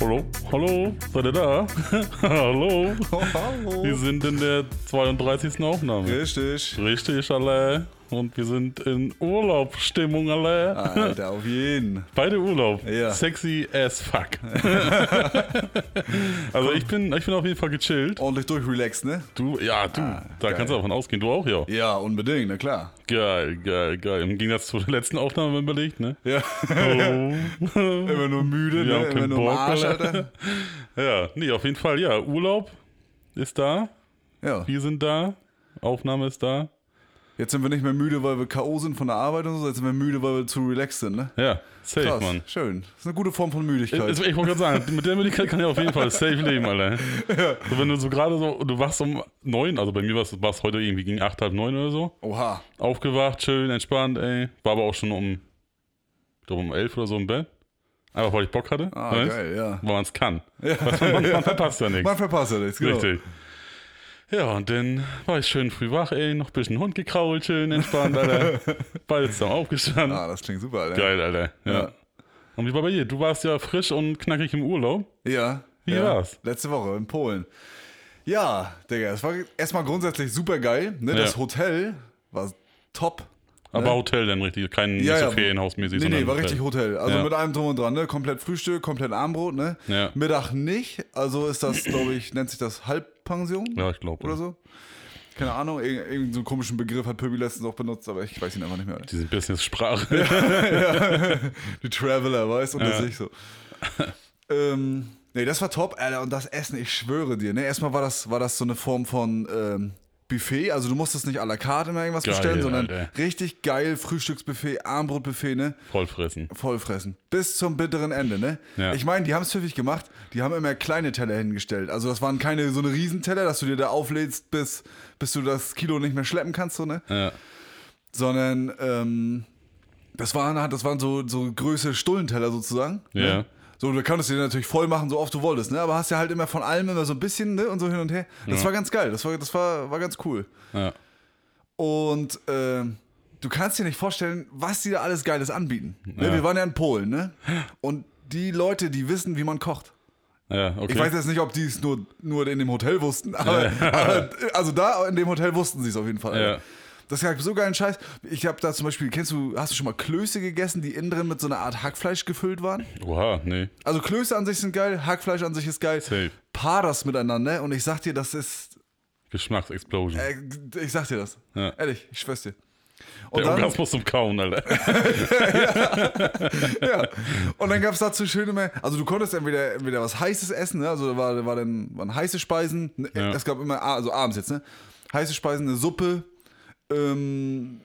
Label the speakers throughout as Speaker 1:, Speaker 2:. Speaker 1: Hallo, hallo, seid ihr da? hallo, wir
Speaker 2: Hallo.
Speaker 1: sind in der 32. Aufnahme.
Speaker 2: Richtig.
Speaker 1: Richtig, alle. Und wir sind in Urlaubsstimmung, alle.
Speaker 2: Alter, auf jeden.
Speaker 1: Beide Urlaub.
Speaker 2: Ah. Ja.
Speaker 1: Sexy as fuck. also ich bin, ich bin auf jeden Fall gechillt.
Speaker 2: Ordentlich durchrelaxed, ne?
Speaker 1: Du, ja, du, da
Speaker 2: geil.
Speaker 1: kannst du davon ausgehen. Du auch, ja.
Speaker 2: Ja, unbedingt, na klar.
Speaker 1: Geil, geil, geil. Im Gegensatz zur letzten Aufnahme, wenn man überlegt, ne?
Speaker 2: Ja.
Speaker 1: Oh.
Speaker 2: Immer nur müde,
Speaker 1: Wir
Speaker 2: ne?
Speaker 1: haben
Speaker 2: Immer
Speaker 1: keinen
Speaker 2: nur
Speaker 1: Bock,
Speaker 2: am Arsch,
Speaker 1: Alter.
Speaker 2: Alter.
Speaker 1: ja, nee, auf jeden Fall, ja. Urlaub ist da.
Speaker 2: Ja.
Speaker 1: Wir sind da. Aufnahme ist da.
Speaker 2: Jetzt sind wir nicht mehr müde, weil wir K.O. sind von der Arbeit und so. Jetzt sind wir müde, weil wir zu relaxed sind, ne?
Speaker 1: Ja, safe,
Speaker 2: Krass.
Speaker 1: Mann.
Speaker 2: Schön. Das ist eine gute Form von
Speaker 1: Ich,
Speaker 2: Müdigkeit.
Speaker 1: ich wollte gerade sagen, mit der Möglichkeit kann ich auf jeden Fall safe leben, Alter. So, wenn du so gerade so, du wachst um neun, also bei mir war es heute irgendwie gegen acht, halb neun oder so.
Speaker 2: Oha.
Speaker 1: Aufgewacht, schön, entspannt, ey. War aber auch schon um, ich glaube um elf oder so im Bett. Einfach weil ich Bock hatte.
Speaker 2: Ah,
Speaker 1: weißt?
Speaker 2: geil, ja.
Speaker 1: Weil man es kann. Weißt du, Man, man verpasst ja nichts.
Speaker 2: Man verpasst ja nichts, genau.
Speaker 1: Richtig. Ja, und dann war ich schön früh wach, ey, noch ein bisschen Hund gekrault, schön entspannt, Alter. Beide zusammen aufgestanden.
Speaker 2: Ah, das klingt super, Alter.
Speaker 1: Geil, Alter. Ja.
Speaker 2: Ja.
Speaker 1: Und wie war bei dir? Du warst ja frisch und knackig im Urlaub.
Speaker 2: Ja.
Speaker 1: Wie
Speaker 2: ja.
Speaker 1: war's?
Speaker 2: Letzte Woche in Polen. Ja, Digga, es war erstmal grundsätzlich super geil. Ne? Das
Speaker 1: Ja.
Speaker 2: Hotel war top.
Speaker 1: Aber Hotel dann richtig, kein nicht so Ferienhausmäßig.
Speaker 2: Ne? Nee,
Speaker 1: sondern halt
Speaker 2: nee,
Speaker 1: Hotel.
Speaker 2: war richtig Hotel. Also
Speaker 1: Ja.
Speaker 2: mit allem drum und dran, ne? Komplett Frühstück, komplett Armbrot, ne?
Speaker 1: Ja.
Speaker 2: Mittag nicht. Also ist das, glaube ich, nennt sich das Halbpension
Speaker 1: Ja, ich glaube.
Speaker 2: oder so. Keine Ahnung, irg- irgendeinen so einen komischen Begriff hat Pöbi letztens auch benutzt, aber ich weiß ihn einfach nicht mehr.
Speaker 1: Diese Business-Sprache. Ja.
Speaker 2: Die Traveler, weißt du, unter sich so. ähm, nee, das war top, Alter. Und das Essen, ich schwöre dir, ne? Erstmal war das, war das so eine Form von ähm, Buffet. Also du musstest nicht à la carte immer irgendwas
Speaker 1: Geil,
Speaker 2: bestellen, sondern
Speaker 1: Alter.
Speaker 2: richtig geil Frühstücksbuffet, Armbrotbuffet, ne?
Speaker 1: Vollfressen.
Speaker 2: vollfressen. Bis zum bitteren Ende, ne?
Speaker 1: Ja.
Speaker 2: Ich meine, die haben es pfiffig gemacht. Die haben immer kleine Teller hingestellt. Also das waren keine so eine Riesenteller, dass du dir da auflädst, bis, bis du das Kilo nicht mehr schleppen kannst, so, ne?
Speaker 1: Ja.
Speaker 2: Sondern ähm, das waren halt- das waren so, so Größe Stullenteller sozusagen.
Speaker 1: Ja.
Speaker 2: Ne? So, du konntest dir natürlich voll machen, so oft du wolltest, ne? Aber hast ja halt immer von allem immer so ein bisschen, ne? Und so hin und her. Das war ganz geil. Das war, das war, war ganz cool.
Speaker 1: ja.
Speaker 2: Und ähm, du kannst dir nicht vorstellen, was die da alles Geiles anbieten. Ne? Wir waren ja in Polen, ne? Und die Leute, die wissen, wie man kocht.
Speaker 1: Ja, okay.
Speaker 2: Ich weiß jetzt nicht, ob die es nur, nur in dem Hotel wussten, aber, aber also da in dem Hotel wussten sie es auf jeden Fall.
Speaker 1: Ja.
Speaker 2: Das gab so geilen Scheiß. Ich habe da zum Beispiel, kennst du, hast du schon mal Klöße gegessen, die innen drin mit so einer Art Hackfleisch gefüllt waren?
Speaker 1: Oha, nee.
Speaker 2: Also Klöße an sich sind geil, Hackfleisch an sich ist geil.
Speaker 1: Safe.
Speaker 2: Paar das miteinander ne? und ich sag dir, das ist,
Speaker 1: Geschmacksexplosion.
Speaker 2: äh, ich sag dir das.
Speaker 1: Ja.
Speaker 2: Ehrlich, ich schwör's dir. Und
Speaker 1: Der Orgasmus zum Kauen, Alter.
Speaker 2: Ja. Und dann gab es dazu schöne mehr. Also du konntest entweder, entweder was Heißes essen, ne? also da war, da war dann, waren heiße Speisen. Ne,
Speaker 1: Ja.
Speaker 2: Es gab immer, ah, also abends jetzt, ne? Heiße Speisen, eine Suppe. Ähm,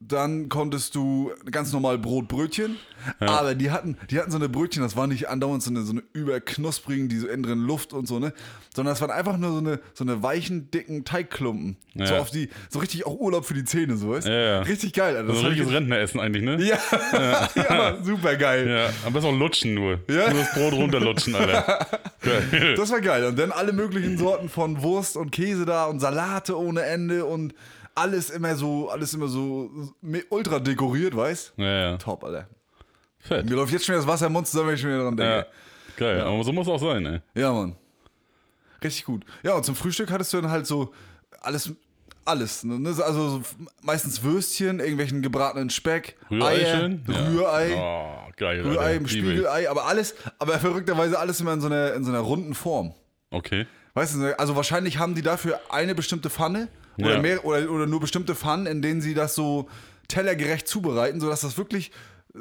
Speaker 2: dann konntest du ganz normal Brot, Brötchen. Aber die hatten, die hatten so eine Brötchen, das war nicht andauernd so eine, so eine überknusprigen, die so innen drin Luft und so, ne? Sondern das waren einfach nur so eine, so eine weichen, dicken Teigklumpen. So
Speaker 1: Ja.
Speaker 2: auf die, so richtig auch Urlaub für die Zähne, so weißt du?
Speaker 1: Ja, ja.
Speaker 2: Richtig geil, Alter. Das
Speaker 1: So ein
Speaker 2: hab ich
Speaker 1: Also richtiges Rentneressen eigentlich, ne?
Speaker 2: ja, ja super geil.
Speaker 1: Ja, am besten auch lutschen nur.
Speaker 2: Ja.
Speaker 1: Nur das Brot runterlutschen, Alter. Geil.
Speaker 2: Das war geil. Und dann alle möglichen Sorten von Wurst und Käse da und Salate ohne Ende und alles immer so, alles immer so me- ultra dekoriert, weißt?
Speaker 1: Ja, ja.
Speaker 2: Top, Alter.
Speaker 1: Fett.
Speaker 2: Mir läuft jetzt schon wieder das Wasser im Mund zusammen, wenn ich schon wieder dran
Speaker 1: Ja.
Speaker 2: denke.
Speaker 1: Geil, aber so muss auch sein, ne? ey.
Speaker 2: Ja, Mann. Richtig gut. Ja, und zum Frühstück hattest du dann halt so alles, alles. Ne? Also so f- meistens Würstchen, irgendwelchen gebratenen Speck,
Speaker 1: Rührei
Speaker 2: Eier,
Speaker 1: schön?
Speaker 2: Rührei.
Speaker 1: Ja. Oh, geil,
Speaker 2: Rührei,
Speaker 1: Alter. Liebe ich.
Speaker 2: Spiegelei, aber alles, aber verrückterweise alles immer in so einer, in so einer runden Form.
Speaker 1: Okay.
Speaker 2: Weißt du, also wahrscheinlich haben die dafür eine bestimmte Pfanne oder,
Speaker 1: Ja.
Speaker 2: mehr, oder, oder nur bestimmte Pfannen, in denen sie das so tellergerecht zubereiten, sodass das wirklich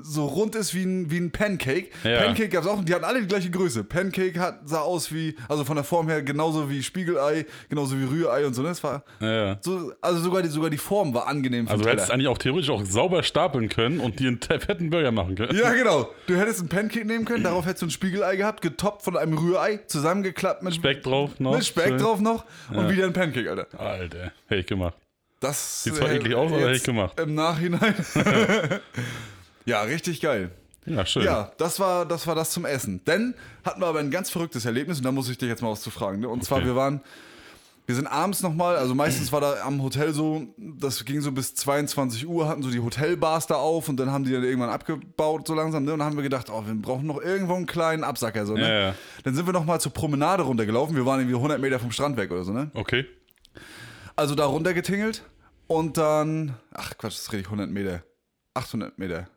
Speaker 2: so rund ist wie ein, wie ein Pancake.
Speaker 1: Ja.
Speaker 2: Pancake gab es auch, die hatten alle die gleiche Größe. Pancake hat, sah aus wie, also von der Form her genauso wie Spiegelei, genauso wie Rührei und so. Ne? Das war
Speaker 1: Ja, ja.
Speaker 2: so also sogar die, sogar die Form war angenehm für
Speaker 1: Also
Speaker 2: den
Speaker 1: du hättest
Speaker 2: Teller.
Speaker 1: eigentlich auch theoretisch auch sauber stapeln können und dir einen te- fetten Burger machen können.
Speaker 2: Ja, genau. Du hättest einen Pancake nehmen können, darauf hättest du ein Spiegelei gehabt, getoppt von einem Rührei, zusammengeklappt mit
Speaker 1: Speck drauf noch.
Speaker 2: mit Speck
Speaker 1: schön.
Speaker 2: drauf noch und wieder ein Pancake, Alter.
Speaker 1: Alter, hätte ich gemacht.
Speaker 2: Das
Speaker 1: Sieht zwar eklig aus, aber hätte ich
Speaker 2: jetzt
Speaker 1: gemacht.
Speaker 2: Im Nachhinein. ja, richtig geil.
Speaker 1: Ja, schön.
Speaker 2: Ja, das war, das war das zum Essen. Dann hatten wir aber ein ganz verrücktes Erlebnis und da muss ich dich jetzt mal was zu fragen. Ne? Und zwar,
Speaker 1: Okay.
Speaker 2: wir waren, Wir sind abends nochmal, also meistens war da am Hotel so, das ging so bis 22 Uhr, hatten so die Hotelbars da auf und dann haben die dann irgendwann abgebaut so langsam. Ne? Und dann haben wir gedacht, oh, wir brauchen noch irgendwo einen kleinen Absacker. So, ne?
Speaker 1: Ja, ja.
Speaker 2: Dann sind wir nochmal zur Promenade runtergelaufen. Wir waren irgendwie 100 Meter vom Strand weg oder so. Ne?
Speaker 1: Okay.
Speaker 2: Also da runtergetingelt und dann, ach Quatsch, das rede ich 100 Meter. 800 Meter.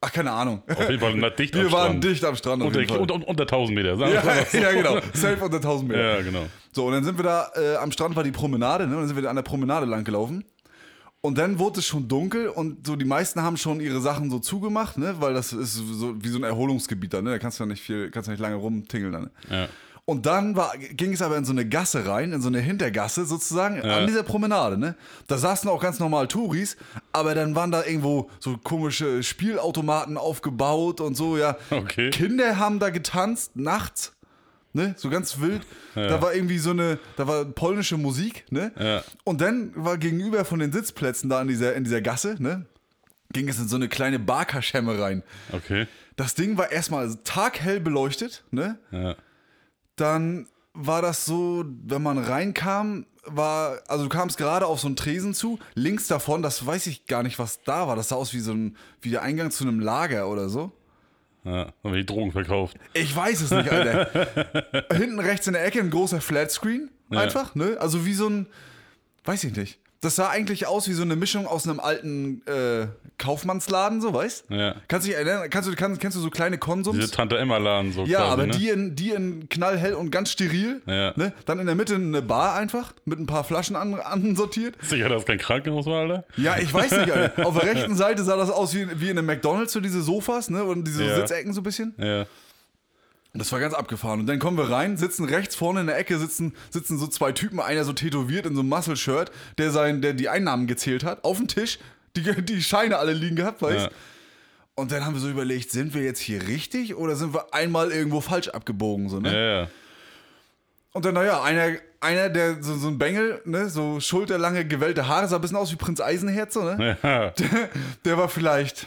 Speaker 2: Ach, keine Ahnung.
Speaker 1: Auf jeden Fall na, dicht am
Speaker 2: Wir waren
Speaker 1: Strand.
Speaker 2: dicht am Strand. auf
Speaker 1: unter,
Speaker 2: jeden Fall.
Speaker 1: unter, unter 1000 Meter. Sagen wir
Speaker 2: ja,
Speaker 1: mal so.
Speaker 2: ja, genau. Safe unter 1000 Meter.
Speaker 1: Ja, genau.
Speaker 2: So, und dann sind wir da, äh, am Strand war die Promenade, ne? Und dann sind wir da an der Promenade lang gelaufen. Und dann wurde es schon dunkel und so die meisten haben schon ihre Sachen so zugemacht, ne? Weil das ist so wie so ein Erholungsgebiet da, ne? Da kannst du ja nicht viel, kannst du nicht lange rumtingeln dann. ne?
Speaker 1: Ja.
Speaker 2: Und dann war, ging es aber in so eine Gasse rein, in so eine Hintergasse sozusagen, an dieser Promenade, ne? Da saßen auch ganz normal Touris, aber dann waren da irgendwo so komische Spielautomaten aufgebaut und so, ja.
Speaker 1: Okay.
Speaker 2: Kinder haben da getanzt, nachts, ne? So ganz wild. Da war irgendwie so eine, da war polnische Musik, ne?
Speaker 1: Ja.
Speaker 2: Und dann war gegenüber von den Sitzplätzen da in dieser, in dieser Gasse, ne? Ging es in so eine kleine Barkerschemme rein.
Speaker 1: Okay.
Speaker 2: Das Ding war erstmal taghell beleuchtet, ne?
Speaker 1: Ja.
Speaker 2: dann war das so, wenn man reinkam, war, also du kamst gerade auf so einen Tresen zu, links davon, das weiß ich gar nicht, was da war. Das sah aus wie so ein, wie der Eingang zu einem Lager oder so.
Speaker 1: Ja. Haben wir die Drogen verkauft.
Speaker 2: Ich weiß es nicht, Alter. Hinten rechts in der Ecke ein großer Flatscreen. Einfach, ne? Also wie so ein, weiß ich nicht. Das sah eigentlich aus wie so eine Mischung aus einem alten äh, Kaufmannsladen, so, weißt?
Speaker 1: Ja.
Speaker 2: Kannst du dich erinnern? Kannst du, kannst, kennst du so kleine Konsums?
Speaker 1: Diese Tante Emma-Laden so
Speaker 2: Ja,
Speaker 1: quasi,
Speaker 2: aber
Speaker 1: ne?
Speaker 2: die, in, die in knallhell und ganz steril.
Speaker 1: Ja.
Speaker 2: Ne? Dann in der Mitte eine Bar einfach mit ein paar Flaschen an, ansortiert.
Speaker 1: Sicher, dass es kein Krankenhaus war, Alter?
Speaker 2: Ja, ich weiß nicht, Alter. Auf der rechten Seite sah das aus wie, wie in einem McDonalds, so diese Sofas ne? und diese
Speaker 1: Ja.
Speaker 2: Sitzecken so ein bisschen.
Speaker 1: Ja.
Speaker 2: Und das war ganz abgefahren. Und dann kommen wir rein, sitzen rechts vorne in der Ecke, sitzen, sitzen so zwei Typen, einer so tätowiert in so einem Muscle-Shirt, der, sein- der die Einnahmen gezählt hat, auf dem Tisch, die, die Scheine alle liegen gehabt, weißt
Speaker 1: Ja.
Speaker 2: Und dann haben wir so überlegt, sind wir jetzt hier richtig oder sind wir einmal irgendwo falsch abgebogen? So, ne?
Speaker 1: Ja, ja.
Speaker 2: Und dann, naja, einer, einer der so, so ein Bengel, ne, so schulterlange, gewellte Haare, sah ein bisschen aus wie Prinz Eisenherz, so, ne?
Speaker 1: ja.
Speaker 2: Der war vielleicht,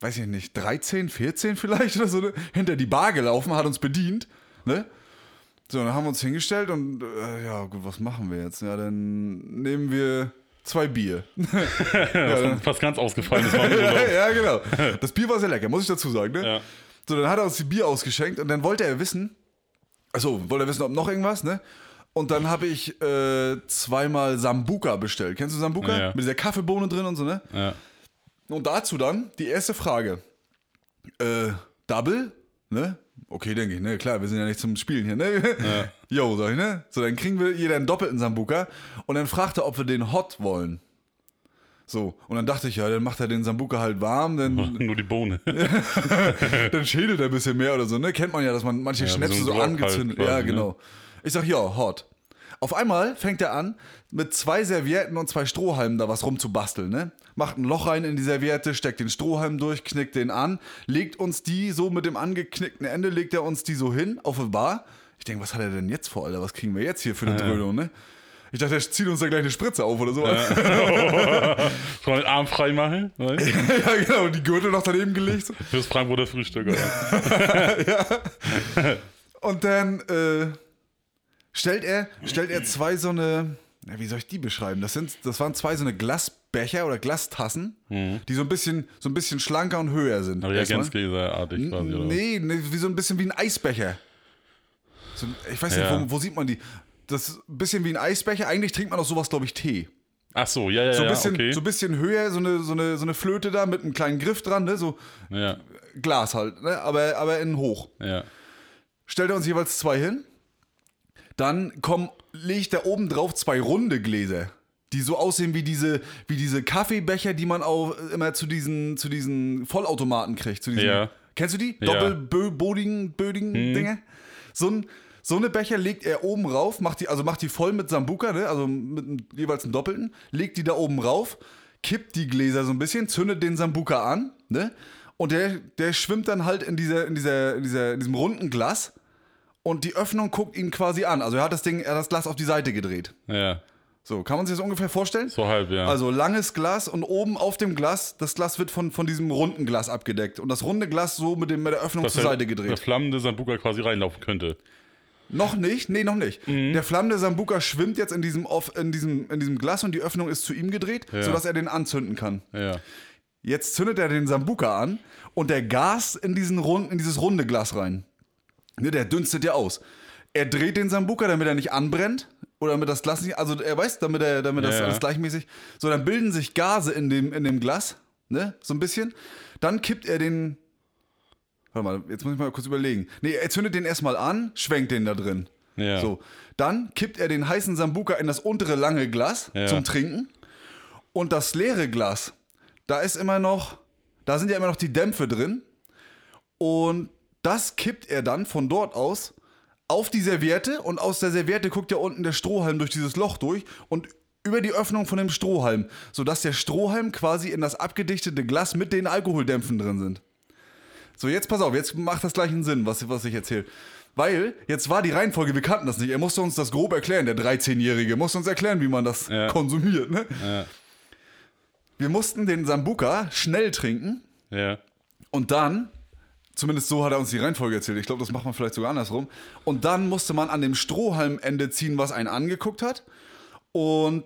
Speaker 2: weiß ich nicht, 13, 14 vielleicht oder so, ne? hinter die Bar gelaufen, hat uns bedient, ne? So, dann haben wir uns hingestellt und, äh, ja, gut, was machen wir jetzt? Ja, dann nehmen wir zwei Bier.
Speaker 1: Das ist fast ganz ausgefallen. Das war mir so-
Speaker 2: ja, genau. Das Bier war sehr lecker, muss ich dazu sagen, ne?
Speaker 1: Ja.
Speaker 2: So, dann hat er uns die Bier ausgeschenkt und dann wollte er wissen, also wollte er wissen, ob noch irgendwas, ne? Und dann habe ich äh, zweimal Sambuka bestellt. Kennst du Sambuka?
Speaker 1: Ja.
Speaker 2: Mit dieser Kaffeebohne drin und so, ne?
Speaker 1: ja.
Speaker 2: Und dazu dann die erste Frage. Äh, Double? Ne? Okay, denke ich, ne? Klar, wir sind ja nicht zum Spielen hier, ne? Jo, sag ich, ne? So, dann kriegen wir jeder einen doppelten Sambuka. Und dann fragt er, ob wir den hot wollen. So, und dann dachte ich, ja, dann macht er den Sambuka halt warm, dann
Speaker 1: Nur die Bohne.
Speaker 2: dann schädelt er ein bisschen mehr oder so, ne? Kennt man ja, dass man manche Schnäpse
Speaker 1: so
Speaker 2: so,
Speaker 1: ein Block
Speaker 2: angezündet.
Speaker 1: halt quasi,
Speaker 2: ja, genau. Ich sag, ja, hot. Auf einmal fängt er an, mit zwei Servietten und zwei Strohhalmen da was rumzubasteln, ne? Macht ein Loch rein in die Serviette, steckt den Strohhalm durch, knickt den an, legt uns die so mit dem angeknickten Ende, legt er uns die so hin auf eine Bar. Ich denke, was hat er denn jetzt vor, Alter? Was kriegen wir jetzt hier für eine Dröhnung, ne? Ich dachte, er zieht uns da gleich eine Spritze auf oder so.
Speaker 1: Kann man den Arm frei machen? Weißt? du?
Speaker 2: ja, genau. Und die Gürtel noch daneben gelegt. so.
Speaker 1: Fürs Frankfurter Frühstück. Oder?
Speaker 2: Und dann äh, stellt er, stellt er zwei so eine, na, wie soll ich die beschreiben? Das sind, das waren zwei so eine Glasbecher oder Glastassen,
Speaker 1: Mhm.
Speaker 2: die so ein bisschen, so ein bisschen schlanker und höher sind. erstmal.
Speaker 1: Reagenzgläserartig quasi. Oder? was?
Speaker 2: nee, nee, wie so ein bisschen wie ein Eisbecher. So, ein- ich weiß
Speaker 1: Ja.
Speaker 2: nicht, wo, wo sieht man die? Das ist ein bisschen wie ein Eisbecher. Eigentlich trinkt man aus sowas, glaube ich, Tee.
Speaker 1: Ach so, ja, ja,
Speaker 2: So ein
Speaker 1: ja.
Speaker 2: bisschen,
Speaker 1: okay.
Speaker 2: so ein bisschen höher, so eine, so, eine, so eine Flöte da mit einem kleinen Griff dran, ne? so
Speaker 1: ja,
Speaker 2: Glas halt, ne? aber, aber in hoch.
Speaker 1: ja.
Speaker 2: stellt er uns jeweils zwei hin. Dann kommen, legt er oben drauf zwei runde Gläser, die so aussehen wie diese, wie diese Kaffeebecher, die man auch immer zu diesen, zu diesen Vollautomaten kriegt. Zu diesen,
Speaker 1: Ja.
Speaker 2: Kennst du die?
Speaker 1: Ja.
Speaker 2: Doppelbödigen, bödigen Dinge. So ein, so eine Becher legt er oben rauf, macht die, also macht die voll mit Sambuka, ne? also mit einem- jeweils einem doppelten, legt die da oben rauf, kippt die Gläser so ein bisschen, zündet den Sambuka an, ne? Und der, der schwimmt dann halt in dieser, in dieser, in dieser, in diesem runden Glas und die Öffnung guckt ihn quasi an. Also er hat das Ding, er hat das Glas auf die Seite gedreht.
Speaker 1: ja.
Speaker 2: So, kann man sich das ungefähr vorstellen?
Speaker 1: So halb, ja.
Speaker 2: Also langes Glas und oben auf dem Glas, das Glas wird von, von diesem runden Glas abgedeckt. Und das runde Glas so mit, dem, mit der Öffnung
Speaker 1: Dass
Speaker 2: zur
Speaker 1: der-
Speaker 2: Seite gedreht.
Speaker 1: Der flammende Sambuka quasi reinlaufen könnte.
Speaker 2: Noch nicht? Nee, noch nicht. Der flammende Sambuka schwimmt jetzt in diesem, Off, in, diesem, in diesem Glas und die Öffnung ist zu ihm gedreht, sodass er den anzünden kann.
Speaker 1: Ja.
Speaker 2: Jetzt zündet er den Sambuka an und der Gas in, diesen Rund, in dieses runde Glas rein. Ne, der dünstet ja aus. Er dreht den Sambuka, damit er nicht anbrennt oder damit das Glas nicht, also er weiß, damit, er, damit das
Speaker 1: Ja, ja.
Speaker 2: alles gleichmäßig. So, dann bilden sich Gase in dem, in dem Glas, ne, so ein bisschen. Dann kippt er den, warte mal, jetzt muss ich mal kurz überlegen. Ne, er zündet den erstmal an, schwenkt den da drin.
Speaker 1: Ja.
Speaker 2: So, dann kippt er den heißen Sambuka in das untere lange Glas
Speaker 1: Ja.
Speaker 2: zum Trinken. Und das leere Glas, da ist immer noch, da sind ja immer noch die Dämpfe drin. Und das kippt er dann von dort aus auf die Serviette und aus der Serviette guckt ja unten der Strohhalm durch dieses Loch durch und über die Öffnung von dem Strohhalm, sodass der Strohhalm quasi in das abgedichtete Glas mit den Alkoholdämpfen drin sind. So, jetzt pass auf, jetzt macht das gleich einen Sinn, was, was ich erzähle. Weil, jetzt war die Reihenfolge, wir kannten das nicht. Er musste uns das grob erklären, der 13-Jährige. Musste uns erklären, wie man das
Speaker 1: Ja.
Speaker 2: konsumiert. Ne?
Speaker 1: Ja.
Speaker 2: Wir mussten den Sambuka schnell trinken
Speaker 1: Ja.
Speaker 2: und dann, zumindest so hat er uns die Reihenfolge erzählt, ich glaube, das macht man vielleicht sogar andersrum. Und dann musste man an dem Strohhalmende ziehen, was einen angeguckt hat. Und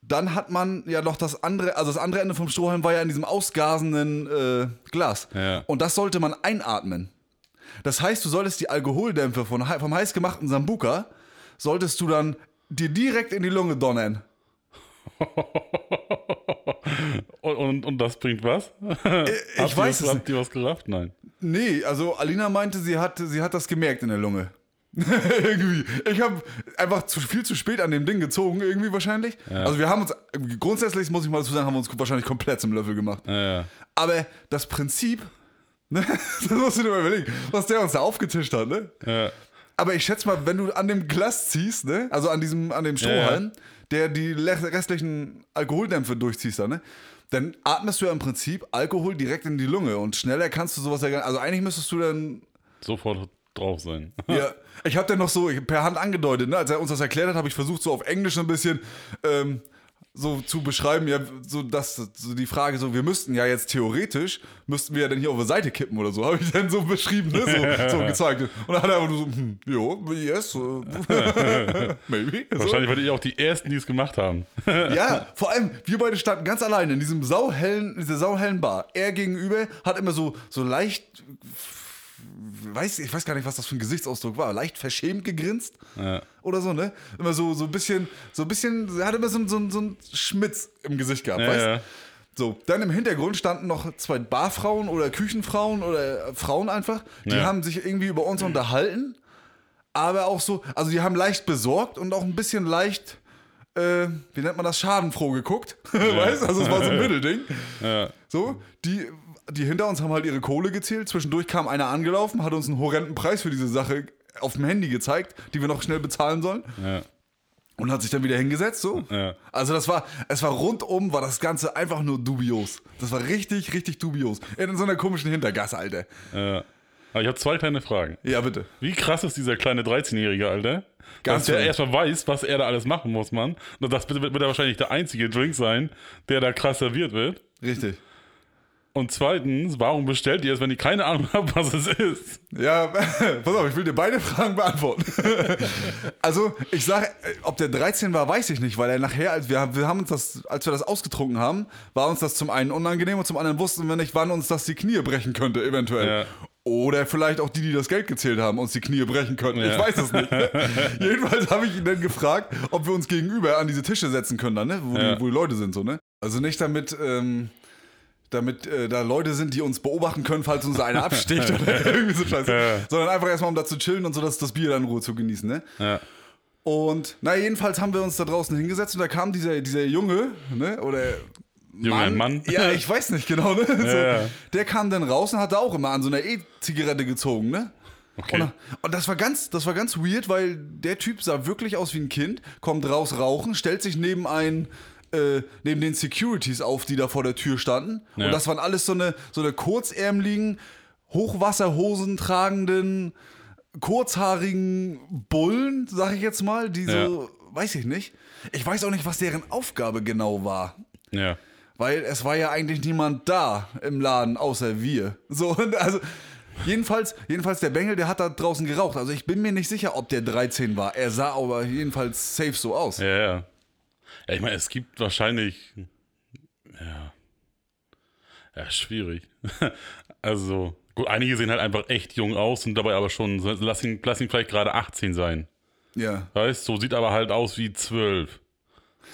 Speaker 2: dann hat man ja noch das andere, also das andere Ende vom Strohhalm war ja in diesem ausgasenden äh, Glas.
Speaker 1: Ja.
Speaker 2: Und das sollte man einatmen. Das heißt, du solltest die Alkoholdämpfe von, hei- vom heiß gemachten Sambuka, solltest du dann dir direkt in die Lunge donnern.
Speaker 1: Und, und, und das bringt was? Ich habt
Speaker 2: weiß
Speaker 1: ihr,
Speaker 2: es
Speaker 1: was- Habt ihr was gerafft? Nein.
Speaker 2: Nee, also Alina meinte, sie hat, sie hat das gemerkt in der Lunge. irgendwie. Ich habe einfach zu, viel zu spät an dem Ding gezogen, irgendwie wahrscheinlich. Also wir haben uns, grundsätzlich muss ich mal dazu sagen, haben wir uns wahrscheinlich komplett zum Löffel gemacht.
Speaker 1: Ja.
Speaker 2: Aber das Prinzip, ne, das musst du dir mal überlegen, was der uns da aufgetischt hat, ne?
Speaker 1: Ja.
Speaker 2: Aber ich schätze mal, wenn du an dem Glas ziehst, ne, also an diesem, an dem Strohhalm, der die le- restlichen Alkoholdämpfe durchziehst, da, ne, dann atmest du ja im Prinzip Alkohol direkt in die Lunge und schneller kannst du sowas ja gar nicht. Also eigentlich müsstest du dann,
Speaker 1: Sofort drauf sein.
Speaker 2: ja, ich habe dann noch so per Hand angedeutet, ne, als er uns das erklärt hat, habe ich versucht so auf Englisch so ein bisschen ähm, so zu beschreiben, ja, so dass so die Frage so, wir müssten ja jetzt theoretisch müssten wir ja dann hier auf der Seite kippen oder so, habe ich dann so beschrieben, ne, so, so gezeigt. Und dann hat er einfach nur so, hm, jo, yes, äh, maybe. So.
Speaker 1: Wahrscheinlich wart ihr auch die Ersten, die es gemacht haben.
Speaker 2: Ja, vor allem, wir beide standen ganz alleine in diesem sauhellen, in dieser sauhellen Bar. Er gegenüber hat immer so, so leicht, weiß, ich weiß gar nicht, was das für ein Gesichtsausdruck war, leicht verschämt gegrinst
Speaker 1: Ja.
Speaker 2: oder so, ne? Immer so, so ein bisschen, so ein bisschen, er hat immer so, ein- so, ein- so einen Schmitz im Gesicht gehabt, weißt
Speaker 1: ja.
Speaker 2: So, dann im Hintergrund standen noch zwei Barfrauen oder Küchenfrauen oder äh, Frauen einfach, die
Speaker 1: Ja.
Speaker 2: haben sich irgendwie über uns unterhalten, aber auch so, also die haben leicht besorgt und auch ein bisschen leicht, äh, wie nennt man das, schadenfroh geguckt, weißt Also es war so ein Mittelding.
Speaker 1: Ja.
Speaker 2: So, die, die hinter uns haben halt ihre Kohle gezählt. Zwischendurch kam einer angelaufen, hat uns einen horrenden Preis für diese Sache auf dem Handy gezeigt, die wir noch schnell bezahlen sollen.
Speaker 1: Ja.
Speaker 2: Und hat sich dann wieder hingesetzt, so.
Speaker 1: Ja.
Speaker 2: Also das war, es war rundum, war das Ganze einfach nur dubios. Das war richtig, richtig dubios. In so einer komischen Hintergasse, Alter.
Speaker 1: ja. Aber ich habe zwei kleine Fragen.
Speaker 2: Ja, bitte.
Speaker 1: Wie krass ist dieser kleine 13-Jährige, Alter?
Speaker 2: Ganz
Speaker 1: Dass der
Speaker 2: verrückt.
Speaker 1: erstmal weiß, was er da alles machen muss, Mann. Und das wird, wird er wahrscheinlich der einzige Drink sein, der da krass serviert wird.
Speaker 2: Richtig.
Speaker 1: Und zweitens, warum bestellt ihr es, wenn ihr keine Ahnung habt, was es ist?
Speaker 2: Ja, pass auf, ich will dir beide Fragen beantworten. also, ich sage, ob der 13 war, weiß ich nicht, weil er nachher, als wir, wir haben uns das, als wir das ausgetrunken haben, war uns das zum einen unangenehm und zum anderen wussten wir nicht, wann uns das die Knie brechen könnte, eventuell.
Speaker 1: Ja.
Speaker 2: Oder vielleicht auch die, die das Geld gezählt haben, uns die Knie brechen könnten. Ich
Speaker 1: Ja.
Speaker 2: weiß es nicht. Ne? Jedenfalls habe ich ihn dann gefragt, ob wir uns gegenüber an diese Tische setzen können, dann, ne? wo,
Speaker 1: Ja.
Speaker 2: die, wo die Leute sind, so, ne? Also nicht damit, ähm, damit äh, da Leute sind, die uns beobachten können, falls uns einer absticht oder irgendwie so scheiße.
Speaker 1: Ja.
Speaker 2: Sondern einfach erstmal, um da zu chillen und so, dass das Bier dann in Ruhe zu genießen, ne?
Speaker 1: Ja.
Speaker 2: Und na, jedenfalls haben wir uns da draußen hingesetzt und da kam dieser, dieser Junge, ne? Oder
Speaker 1: Junge, Mann.
Speaker 2: Ja, ich weiß nicht genau, ne?
Speaker 1: Ja.
Speaker 2: So, der kam dann raus und hat da auch immer an so einer E-Zigarette gezogen, ne?
Speaker 1: Okay.
Speaker 2: Und, und das war ganz, das war ganz weird, weil der Typ sah wirklich aus wie ein Kind, kommt raus rauchen, stellt sich neben ein äh, neben den Securities auf, die da vor der Tür standen.
Speaker 1: Ja.
Speaker 2: Und das waren alles so eine so eine kurzärmeligen, Hochwasserhosen tragenden, kurzhaarigen Bullen, sag ich jetzt mal, die so, weiß ich nicht. Ich weiß auch nicht, was deren Aufgabe genau war.
Speaker 1: Ja.
Speaker 2: Weil es war ja eigentlich niemand da im Laden, außer wir. So, und also, Jedenfalls, jedenfalls der Bengel, der hat da draußen geraucht. Also ich bin mir nicht sicher, ob der 13 war. Er sah aber jedenfalls safe so aus.
Speaker 1: Ja, ja. Ja, ich meine, es gibt wahrscheinlich. Ja. Ja, schwierig. also, gut, einige sehen halt einfach echt jung aus und dabei aber schon. so- Lass ihn, lass ihn vielleicht gerade 18 sein.
Speaker 2: Ja.
Speaker 1: Weißt so sieht aber halt aus wie 12.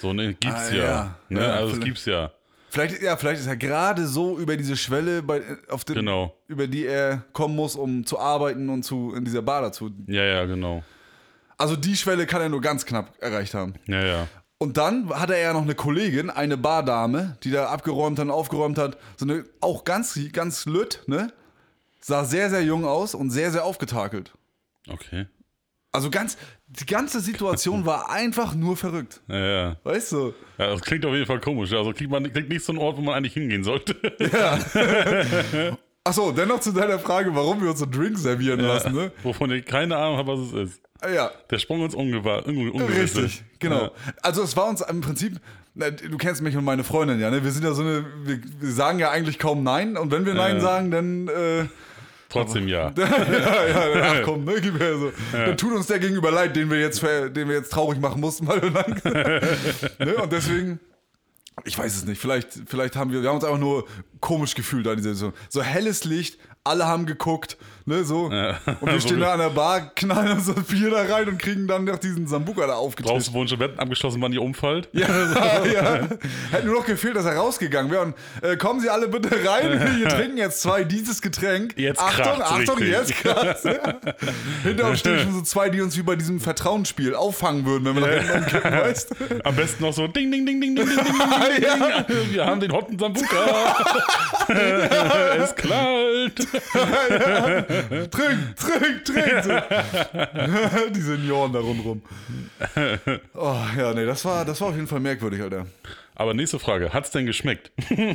Speaker 1: So, ne, gibt's
Speaker 2: Ah,
Speaker 1: ja.
Speaker 2: ja.
Speaker 1: Ne?
Speaker 2: Ja,
Speaker 1: also, es
Speaker 2: vielleicht-
Speaker 1: gibt's ja.
Speaker 2: Vielleicht, ja, vielleicht ist er gerade so über diese Schwelle, bei, auf den,
Speaker 1: Genau.
Speaker 2: über die er kommen muss, um zu arbeiten und zu, in dieser Bar dazu.
Speaker 1: Ja, ja, genau.
Speaker 2: Also die Schwelle kann er nur ganz knapp erreicht haben.
Speaker 1: Ja, ja.
Speaker 2: Und dann hatte er ja noch eine Kollegin, eine Bardame, die da abgeräumt und aufgeräumt hat. So eine, auch ganz, ganz lütt, ne? Sah sehr, sehr jung aus und sehr, sehr aufgetakelt.
Speaker 1: Okay.
Speaker 2: Also ganz, die ganze Situation war einfach nur verrückt.
Speaker 1: Ja, ja.
Speaker 2: Weißt du?
Speaker 1: ja. Das klingt auf jeden Fall komisch. Also, klingt, man, klingt nicht so ein Ort, wo man eigentlich hingehen sollte.
Speaker 2: Achso, dennoch zu deiner Frage, warum wir uns einen Drink servieren lassen, ne? Ah,
Speaker 1: Wovon ich keine Ahnung habe, was es ist.
Speaker 2: Ja,
Speaker 1: Der Sprung ins Ungewahr.
Speaker 2: richtig, genau. Also es war uns im Prinzip, na, du kennst mich und meine Freundin ja, ne? Wir sind ja so eine, wir, wir sagen ja eigentlich kaum Nein und wenn wir Nein
Speaker 1: Ja.
Speaker 2: sagen, dann... Äh,
Speaker 1: Trotzdem ja.
Speaker 2: ja, ja, ja, ach komm, ne, gib her so. Dann tut uns der gegenüber leid, den wir jetzt, ver- den wir jetzt traurig machen mussten, weil wir lang. ne, und deswegen, ich weiß es nicht, vielleicht, vielleicht haben wir, wir haben uns einfach nur komisch gefühlt an dieser Situation. So helles Licht, alle haben geguckt, ne, so. Und wir
Speaker 1: So
Speaker 2: stehen
Speaker 1: wie-
Speaker 2: da an der Bar, knallen uns das Bier da rein und kriegen dann noch diesen Sambuka da aufgetischt.
Speaker 1: Brauchst du wohl schon Wetten abgeschlossen, wann ihr umfallt?
Speaker 2: Ja, ja. Hätte nur noch gefehlt, dass er rausgegangen wäre. Und äh, kommen Sie alle bitte rein. Wir trinken jetzt zwei dieses Getränk.
Speaker 1: Jetzt
Speaker 2: Achtung,
Speaker 1: kracht's
Speaker 2: Achtung,
Speaker 1: richtig.
Speaker 2: jetzt krass. Hinter uns stehen schon so zwei, die uns wie bei diesem Vertrauensspiel auffangen würden, wenn wir nach hinten umkippen, weißt du?
Speaker 1: Am besten noch so Ding, Ding, Ding, Ding, Ding, Ding, Ding, Ding,
Speaker 2: Ja.
Speaker 1: Ding. Wir haben den Hotten Sambuka. es knallt.
Speaker 2: Trink, trink, trink. So. die Senioren da rundrum. Oh, ja, nee, das war, das war auf jeden Fall merkwürdig, Alter.
Speaker 1: Aber nächste Frage. Hat's denn geschmeckt?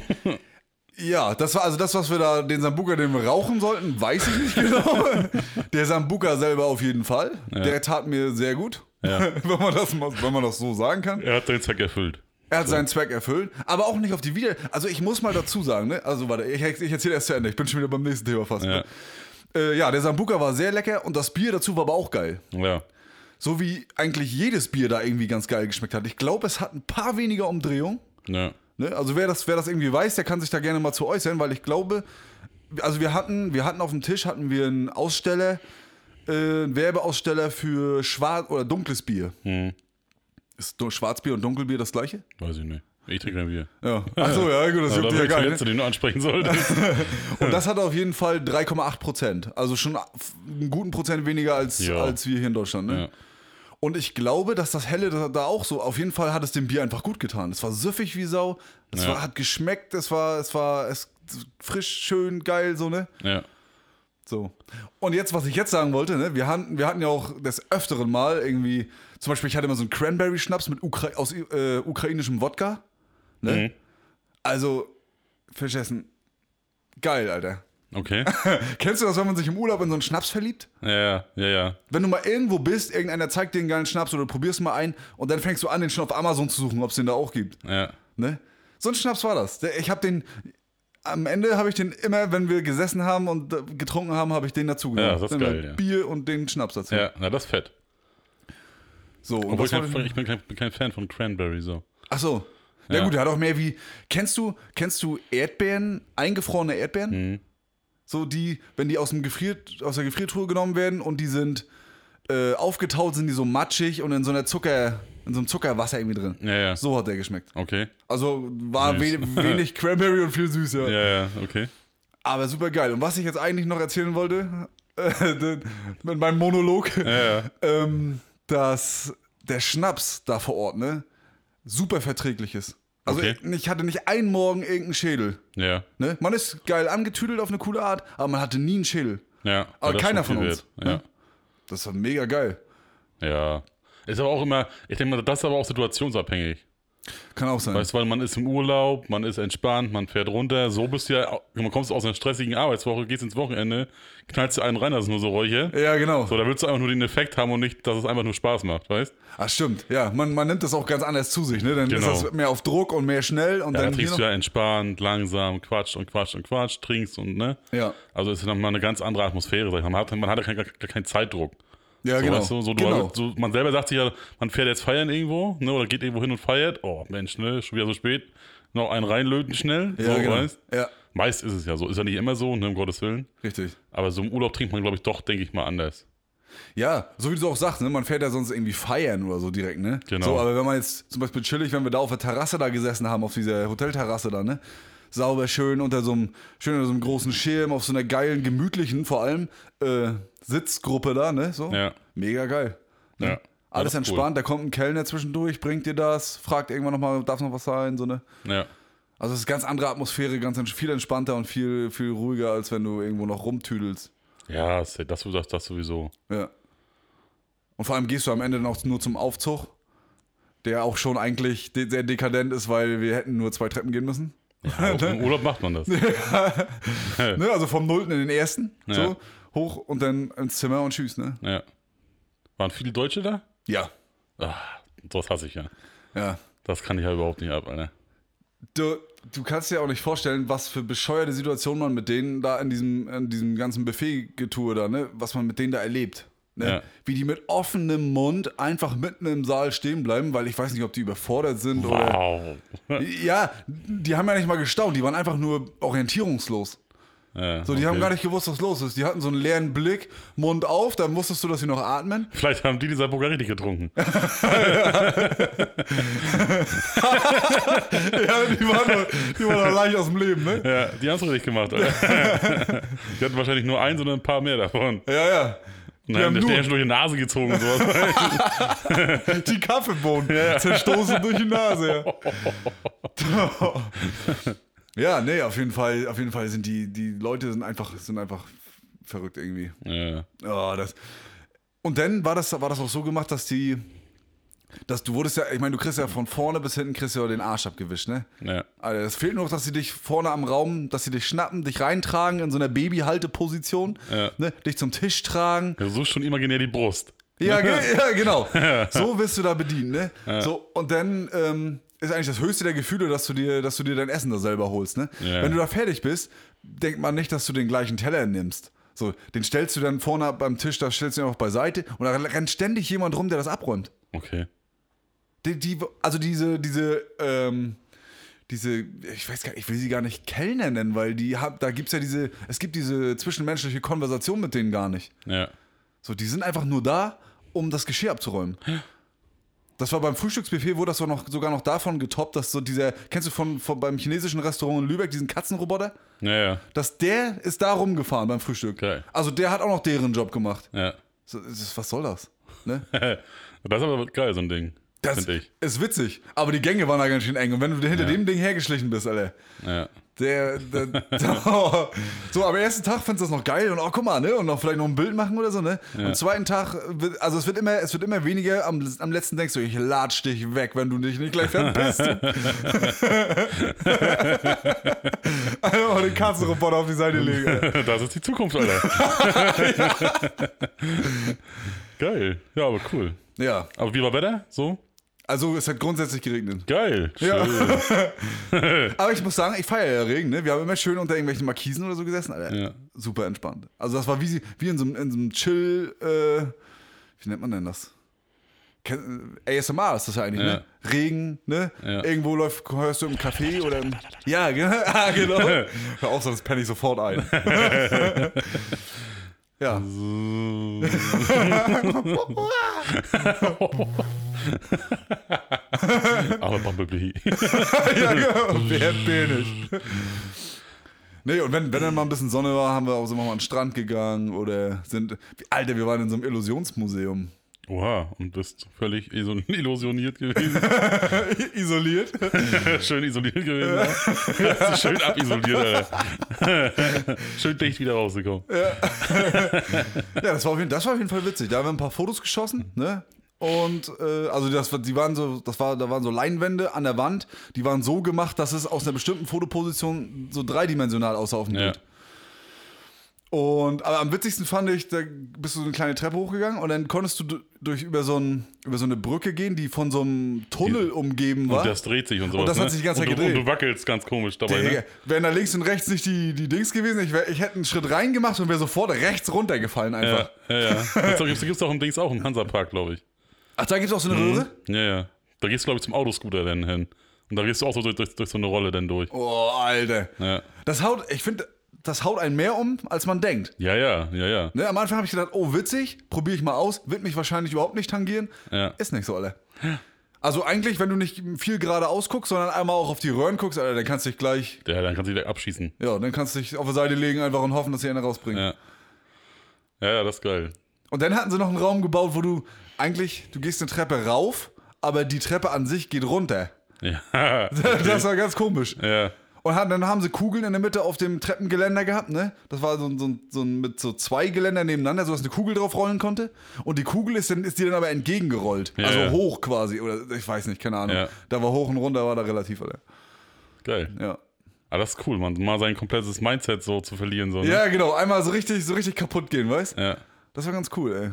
Speaker 2: Ja, das war also das, was wir da, den Sambuka, den wir rauchen sollten, weiß ich nicht genau. Der Sambuka selber auf jeden Fall. Der tat mir sehr gut. Wenn, man das, mal- wenn man das so sagen kann.
Speaker 1: Er hat seinen Zweck erfüllt.
Speaker 2: Er hat seinen Zweck erfüllt, aber auch nicht auf die Wieder. Also ich muss mal dazu sagen, ne? Also warte, ich, ich erzähle erst zu Ende. Ich bin schon wieder beim nächsten Thema fast.
Speaker 1: Ja.
Speaker 2: Äh, ja, der Sambuka war sehr lecker und das Bier dazu war aber auch geil.
Speaker 1: Ja.
Speaker 2: So wie eigentlich jedes Bier da irgendwie ganz geil geschmeckt hat. Ich glaube, es hat ein paar weniger Umdrehungen.
Speaker 1: ja.
Speaker 2: Ne? Also wer das, wer das irgendwie weiß, der kann sich da gerne mal zu äußern, weil ich glaube, also wir hatten, wir hatten auf dem Tisch hatten wir einen Aussteller, äh, einen Werbeaussteller für schwarz oder dunkles Bier. Ist du- Schwarzbier und Dunkelbier das gleiche?
Speaker 1: Weiß ich nicht. Ich trinke ein Bier.
Speaker 2: Ja. Achso, ja gut, das
Speaker 1: Also,
Speaker 2: juckt
Speaker 1: das
Speaker 2: ja
Speaker 1: wäre
Speaker 2: gar
Speaker 1: der
Speaker 2: nicht. ne?
Speaker 1: letzte, den du ansprechen solltest.
Speaker 2: Und das hat auf jeden Fall 3,8 Prozent. Also schon einen guten Prozent weniger als,
Speaker 1: Ja.
Speaker 2: als wir hier in Deutschland. Ne?
Speaker 1: Ja.
Speaker 2: Und ich glaube, dass das Helle da, da auch so, auf jeden Fall hat es dem Bier einfach gut getan. Es war süffig wie Sau, es
Speaker 1: Ja.
Speaker 2: war, hat geschmeckt, es war, es war es, frisch, schön, geil, so, ne?
Speaker 1: ja.
Speaker 2: So. Und jetzt, was ich jetzt sagen wollte, ne? Wir hatten, wir hatten ja auch des Öfteren mal irgendwie, zum Beispiel, ich hatte immer so einen Cranberry-Schnaps mit Ukra aus äh, ukrainischem Wodka, ne?
Speaker 1: Mhm.
Speaker 2: Also, vergessen. Geil, Alter.
Speaker 1: Okay.
Speaker 2: Kennst du das, wenn man sich im Urlaub in so einen Schnaps verliebt?
Speaker 1: Ja, ja, ja, ja.
Speaker 2: Wenn du mal irgendwo bist, irgendeiner zeigt dir einen geilen Schnaps oder du probierst mal einen und dann fängst du an, den schon auf Amazon zu suchen, ob es den da auch gibt.
Speaker 1: ja.
Speaker 2: Ne? So ein Schnaps war das. Der- Ich habe den, am Ende habe ich den immer, wenn wir gesessen haben und äh, getrunken haben, habe ich den dazu genommen.
Speaker 1: Ja, das ist
Speaker 2: Immer
Speaker 1: geil, ja.
Speaker 2: Bier und den Schnaps dazu.
Speaker 1: Ja, na, das ist fett.
Speaker 2: So, und
Speaker 1: Obwohl ich,
Speaker 2: das
Speaker 1: kein,
Speaker 2: war,
Speaker 1: ich bin, kein, bin kein Fan von Cranberry, so.
Speaker 2: ach so. Na
Speaker 1: Ja.
Speaker 2: gut, der hat auch mehr wie, kennst du, kennst du Erdbeeren, eingefrorene Erdbeeren? So die, wenn die aus, dem Gefrier, aus der Gefriertruhe genommen werden und die sind äh, aufgetaut, sind die so matschig und in so einer Zucker, in so einem Zuckerwasser irgendwie drin.
Speaker 1: Ja, ja.
Speaker 2: So hat der geschmeckt.
Speaker 1: Okay.
Speaker 2: Also war
Speaker 1: Süß.
Speaker 2: we wenig Cranberry und viel süß, ja.
Speaker 1: Ja, ja, okay.
Speaker 2: Aber super geil. Und was ich jetzt eigentlich noch erzählen wollte, äh, mit meinem Monolog, ähm, dass der Schnaps da vor Ort, ne, super verträglich ist. Also
Speaker 1: Okay.
Speaker 2: ich, ich hatte nicht einen Morgen irgendeinen Schädel.
Speaker 1: Ja.
Speaker 2: Ne? Man ist geil angetüdelt auf eine coole Art, aber man hatte nie einen Schädel.
Speaker 1: Ja.
Speaker 2: Aber
Speaker 1: das
Speaker 2: keiner
Speaker 1: ist schon
Speaker 2: von
Speaker 1: viel
Speaker 2: uns,
Speaker 1: wert. Ja.
Speaker 2: ne? Das war mega geil.
Speaker 1: Ja. Ist aber auch immer, ich denke mal, das ist aber auch situationsabhängig.
Speaker 2: Kann auch sein.
Speaker 1: Weißt du, weil man ist im Urlaub, man ist entspannt, man fährt runter. So bist du ja, man kommst aus einer stressigen Arbeitswoche, gehst ins Wochenende, knallst du einen rein, das ist nur so Räuche.
Speaker 2: ja, genau.
Speaker 1: So, da willst du einfach nur den Effekt haben und nicht, dass es einfach nur Spaß macht, weißt
Speaker 2: Ah, stimmt. Ja, man, man nimmt das auch ganz anders zu sich, ne? Dann
Speaker 1: Genau.
Speaker 2: ist das mehr auf Druck und mehr schnell und
Speaker 1: ja, dann
Speaker 2: dann. hier
Speaker 1: trinkst du ja entspannt, langsam, quatscht und quatscht und quatscht, trinkst und ne?
Speaker 2: Ja.
Speaker 1: Also ist ja nochmal eine ganz andere Atmosphäre, sag ich mal. Man hat, man hat ja keinen, gar keinen Zeitdruck.
Speaker 2: noch- ja,
Speaker 1: So,
Speaker 2: genau.
Speaker 1: weißt du, so, du
Speaker 2: genau.
Speaker 1: hast- so, man selber sagt sich ja, man fährt jetzt feiern irgendwo, ne? Oder geht irgendwo hin und feiert. Oh Mensch, ne, schon wieder so spät. Noch einen reinlöten schnell.
Speaker 2: ja,
Speaker 1: so,
Speaker 2: genau.
Speaker 1: weißt?
Speaker 2: ja,
Speaker 1: Meist ist es ja so. Ist ja nicht immer so, ne, um Gottes Willen.
Speaker 2: richtig.
Speaker 1: Aber so im Urlaub trinkt man, glaube ich, doch, denke ich mal, anders.
Speaker 2: Ja, so wie du auch sagst, ne? man fährt ja sonst irgendwie feiern oder so direkt, ne?
Speaker 1: Genau.
Speaker 2: So, aber wenn man jetzt zum Beispiel chillig, wenn wir da auf der Terrasse da gesessen haben, auf dieser Hotelterrasse da, ne? Sauber, schön unter so einem, schön unter so einem großen Schirm, auf so einer geilen, gemütlichen vor allem äh, Sitzgruppe da, ne? So.
Speaker 1: Ja.
Speaker 2: Mega geil. Ne?
Speaker 1: Ja.
Speaker 2: Alles
Speaker 1: Ja, cool.
Speaker 2: entspannt, da kommt ein Kellner zwischendurch, bringt dir das, fragt irgendwann nochmal, darf noch was sein, so ne?
Speaker 1: Ja.
Speaker 2: Also es ist ganz andere Atmosphäre, ganz ents- viel entspannter und viel, viel ruhiger, als wenn du irgendwo noch rumtüdelst.
Speaker 1: Ja, das, das, das, das sowieso.
Speaker 2: Ja. Und vor allem gehst du am Ende dann auch nur zum Aufzug, der auch schon eigentlich de sehr dekadent ist, weil wir hätten nur zwei Treppen gehen müssen.
Speaker 1: Ja, auch Im Urlaub macht man das.
Speaker 2: Ne? Also vom Nullten in den ersten,
Speaker 1: Ja.
Speaker 2: so, hoch und dann ins Zimmer und tschüss, ne?
Speaker 1: Ja. Waren viele Deutsche da?
Speaker 2: Ja.
Speaker 1: Ah, sowas hasse ich ja.
Speaker 2: Ja.
Speaker 1: Das kann ich ja überhaupt nicht ab, Alter.
Speaker 2: Du, du kannst dir auch nicht vorstellen, was für bescheuerte Situationen man mit denen da in diesem, in diesem ganzen Buffet-Getue da, ne, was man mit denen da erlebt. Ne?
Speaker 1: Ja.
Speaker 2: Wie die mit offenem Mund einfach mitten im Saal stehen bleiben, weil ich weiß nicht, ob die überfordert sind oder.
Speaker 1: Wow.
Speaker 2: Ja, die haben ja nicht mal gestaunt, die waren einfach nur orientierungslos.
Speaker 1: Ja,
Speaker 2: So, die haben
Speaker 1: okay.
Speaker 2: gar nicht gewusst, was los ist. Die hatten so einen leeren Blick, Mund auf, dann wusstest du, dass sie noch atmen.
Speaker 1: Vielleicht haben die dieser Burger richtig getrunken.
Speaker 2: Ja, die waren, nur, die waren noch leicht aus dem Leben, ne?
Speaker 1: Ja, die haben es richtig gemacht, Alter. die hatten wahrscheinlich nur eins oder ein paar mehr davon.
Speaker 2: Ja, ja.
Speaker 1: Und dann haben
Speaker 2: haben
Speaker 1: die
Speaker 2: nur-
Speaker 1: schon durch die Nase gezogen und sowas.
Speaker 2: Die Kaffeebohnen zerstoßen durch die Nase. Ja. ja, nee, auf jeden Fall, auf jeden Fall sind die, die Leute sind einfach, sind einfach verrückt irgendwie.
Speaker 1: ja.
Speaker 2: Oh, das. Und dann war das, war das auch so gemacht, dass die, dass du wurdest ja, ich meine, du kriegst ja von vorne bis hinten kriegst du ja den Arsch abgewischt, ne?
Speaker 1: Ja.
Speaker 2: Alter, es fehlt nur noch, dass sie dich vorne am Raum, dass sie dich schnappen, dich reintragen in so einer Babyhalteposition,
Speaker 1: Ja.
Speaker 2: ne? dich zum Tisch tragen,
Speaker 1: Du suchst schon imaginär die Brust.
Speaker 2: ja, ge ja genau. So wirst du da bedient, ne? So, und dann ähm, ist eigentlich das höchste der Gefühle, dass du dir, dass du dir dein Essen da selber holst, ne?
Speaker 1: Ja.
Speaker 2: Wenn du da fertig bist, denkt man nicht, dass du den gleichen Teller nimmst. So, den stellst du dann vorne beim Tisch, da stellst du ihn auch beiseite und da rennt ständig jemand rum, der das abräumt.
Speaker 1: Okay.
Speaker 2: Die, die, also diese, diese, ähm, diese, ich weiß gar nicht, ich will sie gar nicht Kellner nennen, weil die hab, da gibt's ja diese, es gibt diese zwischenmenschliche Konversation mit denen gar nicht.
Speaker 1: Ja.
Speaker 2: So, die sind einfach nur da, um das Geschirr abzuräumen. Das war beim Frühstücksbuffet, wurde das so noch, sogar noch davon getoppt, dass so dieser, kennst du von, von beim chinesischen Restaurant in Lübeck diesen Katzenroboter?
Speaker 1: Ja, ja.
Speaker 2: Dass der ist da rumgefahren beim Frühstück.
Speaker 1: Geil.
Speaker 2: Also der hat auch noch deren Job gemacht.
Speaker 1: ja.
Speaker 2: So, das ist- was soll das? Ne?
Speaker 1: Das ist aber geil, so ein Ding.
Speaker 2: Das
Speaker 1: Finde ich.
Speaker 2: ist witzig. Aber die Gänge waren da ganz schön eng. Und wenn du hinter dem Ding hergeschlichen bist, Alter,
Speaker 1: Ja.
Speaker 2: der, der, so am ersten Tag findest du das noch geil und oh guck mal, ne? Und noch vielleicht noch ein Bild machen oder so, ne? Am zweiten Tag, wird, also es wird immer, es wird immer weniger, am, am letzten denkst du, ich latsch dich weg, wenn du dich nicht gleich verpisst. Einfach den Katzenroboter auf die Seite legen. ey.
Speaker 1: Das ist die Zukunft, Alter. Geil. Ja, aber cool.
Speaker 2: Ja,
Speaker 1: Aber wie war Wetter? So?
Speaker 2: also es hat grundsätzlich geregnet.
Speaker 1: Geil. Schön.
Speaker 2: Ja. Aber ich muss sagen, ich feiere ja Regen, ne? Wir haben immer schön unter irgendwelchen Markisen oder so gesessen, Alter.
Speaker 1: Ja.
Speaker 2: Super entspannt. Also das war wie, sie- wie in so einem, in so einem Chill, äh, wie nennt man denn das? Ken- äh, ASMR ist das ja eigentlich, ne? Regen, ne?
Speaker 1: Ja.
Speaker 2: Irgendwo läuft, hörst du im Café oder im. Ja, genau. Ah, genau. Hör auf, sonst penne ich sofort ein. ja. Mm.
Speaker 1: So. aber Bumblebee.
Speaker 2: ja, genau. Wer bin ich? Nee, und wenn, wenn dann mal ein bisschen Sonne war, haben wir auch so mal an den Strand gegangen oder sind. Alter, wir waren in so einem Illusionsmuseum.
Speaker 1: Oha, und bist völlig iso- illusioniert gewesen.
Speaker 2: Isoliert?
Speaker 1: schön isoliert gewesen. ja. Hast dich schön abisoliert, Alter. schön dicht wieder rausgekommen.
Speaker 2: Ja, das war, auf jeden, das war auf jeden Fall witzig. Da haben wir ein paar Fotos geschossen, ne? Und äh, also das, war- die waren so, das war, da waren so Leinwände an der Wand, die waren so gemacht, dass es aus einer bestimmten Fotoposition so dreidimensional aussah auf dem
Speaker 1: Ja.
Speaker 2: Bild. Und aber am witzigsten fand ich, da bist du so eine kleine Treppe hochgegangen und dann konntest du du- durch über so, ein, über so eine Brücke gehen, die von so einem Tunnel umgeben war.
Speaker 1: Und das dreht sich und sowas.
Speaker 2: das hat
Speaker 1: ne?
Speaker 2: sich die ganze
Speaker 1: und
Speaker 2: Zeit
Speaker 1: du,
Speaker 2: gedreht.
Speaker 1: Und du wackelst ganz komisch dabei,
Speaker 2: Digga,
Speaker 1: ne?
Speaker 2: wären da links und rechts nicht die, die Dings gewesen, ich, wär, ich hätte einen Schritt reingemacht und wäre sofort rechts runtergefallen einfach.
Speaker 1: Ja, ja, ja. Da gibt es auch im Dings auch einen Hansapark, glaube ich.
Speaker 2: Ach, da gibt's auch so eine
Speaker 1: Mhm.
Speaker 2: Röhre?
Speaker 1: Ja, ja. Da gehst du, glaube ich, zum Autoscooter dann hin. Und da gehst du auch so durch, durch, durch so eine Rolle dann durch.
Speaker 2: Oh, Alter.
Speaker 1: Ja,
Speaker 2: Das haut, ich finde, das haut einen mehr um, als man denkt.
Speaker 1: ja, ja, ja. ja.
Speaker 2: Ne, am Anfang habe ich gedacht, oh, witzig, probiere ich mal aus, wird mich wahrscheinlich überhaupt nicht tangieren.
Speaker 1: Ja.
Speaker 2: Ist nicht so, Alter. Also eigentlich, wenn du nicht viel geradeaus guckst, sondern einmal auch auf die Röhren guckst, Alter, dann kannst du dich gleich,
Speaker 1: ja dann kannst du dich direkt abschießen.
Speaker 2: ja, dann kannst du dich auf die Seite legen einfach und hoffen, dass sie einen rausbringen.
Speaker 1: Ja. Ja, ja, das ist geil.
Speaker 2: Und dann hatten sie noch einen Raum gebaut, wo du eigentlich, du gehst eine Treppe rauf, aber die Treppe an sich geht runter.
Speaker 1: Ja.
Speaker 2: Das war ganz komisch.
Speaker 1: ja.
Speaker 2: Und haben, dann haben sie Kugeln in der Mitte auf dem Treppengeländer gehabt, ne? Das war so, ein- so, ein- so ein- mit so zwei Geländer nebeneinander, sodass eine Kugel drauf rollen konnte. Und die Kugel ist, dann, ist dir dann aber entgegengerollt.
Speaker 1: Ja,
Speaker 2: also
Speaker 1: ja.
Speaker 2: hoch quasi. Oder ich weiß nicht, keine Ahnung.
Speaker 1: Ja.
Speaker 2: Da war hoch und runter, war da relativ, Alter.
Speaker 1: Geil.
Speaker 2: Ja.
Speaker 1: Aber das ist cool, man. Mal sein komplettes Mindset so zu verlieren. So, ne?
Speaker 2: Ja, genau. Einmal so richtig, so richtig kaputt gehen, weißt
Speaker 1: Ja.
Speaker 2: Das war ganz cool, ey.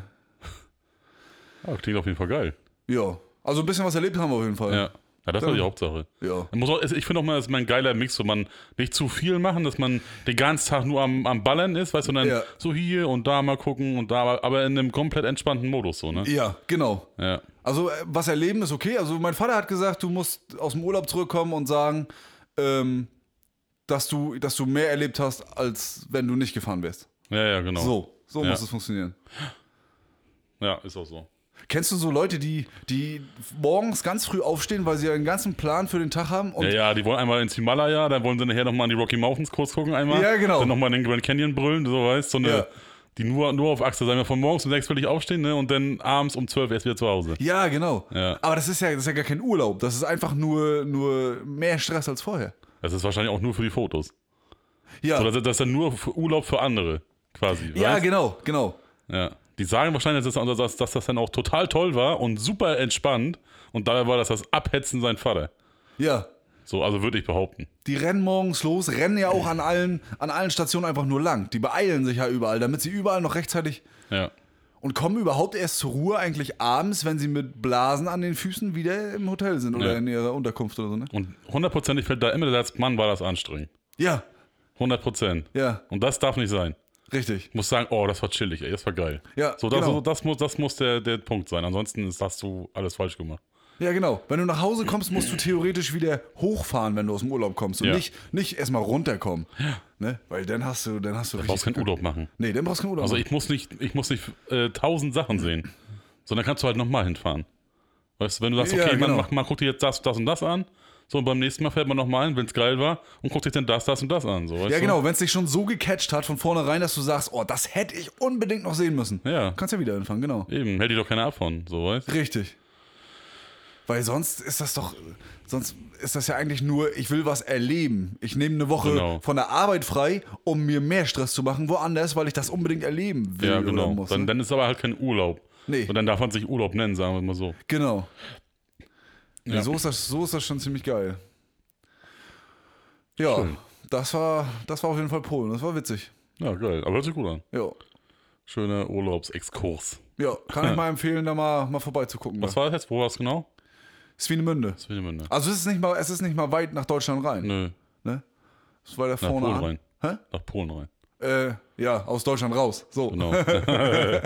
Speaker 1: Ah, klingt auf jeden Fall geil.
Speaker 2: Ja. Also ein bisschen was erlebt haben wir auf jeden Fall.
Speaker 1: Ja. Ja, das war die Hauptsache.
Speaker 2: Ja.
Speaker 1: Man Muss auch, ich finde auch mal, das ist mal ein geiler Mix, wo man nicht zu viel machen, dass man den ganzen Tag nur am, am Ballern ist, weißt du, und dann
Speaker 2: Ja.
Speaker 1: so hier und da mal gucken und da, mal- aber in einem komplett entspannten Modus so, ne?
Speaker 2: Ja, genau.
Speaker 1: Ja.
Speaker 2: Also äh, was erleben ist okay. Also mein Vater hat gesagt, du musst aus dem Urlaub zurückkommen und sagen, ähm, dass, du, dass du mehr erlebt hast, als wenn du nicht gefahren wärst.
Speaker 1: Ja, ja, genau.
Speaker 2: So, so
Speaker 1: Ja.
Speaker 2: muss es funktionieren.
Speaker 1: Ja, ist auch so.
Speaker 2: Kennst du so Leute, die, die morgens ganz früh aufstehen, weil sie ihren ganzen Plan für den Tag haben? Und
Speaker 1: Ja, ja, die wollen einmal ins Himalaya, dann wollen sie nachher nochmal an die Rocky Mountains kurz gucken einmal.
Speaker 2: Ja, genau.
Speaker 1: Dann nochmal in den Grand Canyon brüllen, so weißt so eine,
Speaker 2: Ja.
Speaker 1: die nur, nur auf Achse sein. Von morgens um sechs will ich aufstehen, ne? Und dann abends um zwölf erst wieder zu Hause.
Speaker 2: ja, genau.
Speaker 1: Ja.
Speaker 2: Aber das ist, ja, das ist ja gar kein Urlaub. Das ist einfach nur, nur mehr Stress als vorher.
Speaker 1: Das ist wahrscheinlich auch nur für die Fotos.
Speaker 2: Ja,
Speaker 1: Oder das das ist dann nur für Urlaub für andere, quasi.
Speaker 2: ja
Speaker 1: weißt?
Speaker 2: genau, genau.
Speaker 1: Ja. Die sagen wahrscheinlich, dass das, dass, dass das dann auch total toll war und super entspannt. Und dabei war das das Abhetzen sein Vater.
Speaker 2: Ja.
Speaker 1: So, also würde ich behaupten.
Speaker 2: Die rennen morgens los, rennen ja auch an allen, an allen Stationen einfach nur lang. Die beeilen sich ja überall, damit sie überall noch rechtzeitig
Speaker 1: Ja.
Speaker 2: und kommen überhaupt erst zur Ruhe eigentlich abends, wenn sie mit Blasen an den Füßen wieder im Hotel sind oder
Speaker 1: Ja.
Speaker 2: in ihrer Unterkunft oder so, ne?
Speaker 1: Und hundertprozentig fällt da immer der Satz, Mann, war das anstrengend.
Speaker 2: Ja,
Speaker 1: 100 Prozent.
Speaker 2: ja,
Speaker 1: Und das darf nicht sein.
Speaker 2: richtig.
Speaker 1: Ich muss sagen, oh, das war chillig, ey, das war geil.
Speaker 2: Ja,
Speaker 1: so, das,
Speaker 2: genau.
Speaker 1: so, das muss, das muss der, der Punkt sein. Ansonsten ist, hast du alles falsch gemacht.
Speaker 2: Ja, genau. Wenn du nach Hause kommst, musst du theoretisch wieder hochfahren, wenn du aus dem Urlaub kommst und
Speaker 1: Ja.
Speaker 2: nicht, nicht erstmal runterkommen. Ja. Ne? Weil dann hast du, dann hast du
Speaker 1: Du brauchst keinen Urlaub machen.
Speaker 2: Nee, dann brauchst du keinen Urlaub.
Speaker 1: Also ich muss nicht, ich muss nicht äh, tausend Sachen sehen, sondern kannst du halt nochmal hinfahren. Weißt du, wenn du sagst,
Speaker 2: Ja,
Speaker 1: okay, man,
Speaker 2: genau.
Speaker 1: mach, man guckt dir jetzt das, das und das an, so und beim nächsten Mal fährt man nochmal hin, wenn es geil war, und guckt sich dann das, das und das an. So, weißt
Speaker 2: ja,
Speaker 1: du?
Speaker 2: genau. Wenn es dich schon so gecatcht hat von vornherein, dass du sagst, oh, das hätte ich unbedingt noch sehen müssen.
Speaker 1: Ja.
Speaker 2: Kannst ja wieder anfangen, genau.
Speaker 1: Eben, hält dich doch keiner ab von, so weißt du?
Speaker 2: Richtig. Weil sonst ist das doch, sonst ist das ja eigentlich nur, ich will was erleben. Ich nehme eine Woche
Speaker 1: Genau.
Speaker 2: von der Arbeit frei, um mir mehr Stress zu machen woanders, weil ich das unbedingt erleben will
Speaker 1: Ja,
Speaker 2: oder
Speaker 1: genau.
Speaker 2: muss.
Speaker 1: dann,
Speaker 2: ne?
Speaker 1: dann ist aber halt kein Urlaub.
Speaker 2: Nee.
Speaker 1: Und dann darf man sich Urlaub nennen, sagen wir mal so.
Speaker 2: Genau. Nee,
Speaker 1: Ja.
Speaker 2: so, ist das, so ist das schon ziemlich geil. Ja, das war, das war auf jeden Fall Polen. Das war witzig.
Speaker 1: Ja, geil. Aber hört sich gut an.
Speaker 2: Ja,
Speaker 1: Schöner Urlaubsexkurs.
Speaker 2: ja kann ich mal empfehlen, da mal, mal vorbeizugucken.
Speaker 1: Was war das jetzt? Wo war es genau?
Speaker 2: Swinemünde.
Speaker 1: Swinemünde.
Speaker 2: Also es ist nicht mal, es ist nicht mal weit nach Deutschland rein.
Speaker 1: Nö,
Speaker 2: Ne? Es ist weiter
Speaker 1: nach
Speaker 2: vorne
Speaker 1: Polen
Speaker 2: an.
Speaker 1: rein.
Speaker 2: Hä?
Speaker 1: Nach Polen rein.
Speaker 2: Äh, ja, aus Deutschland raus. So,
Speaker 1: Genau. ja,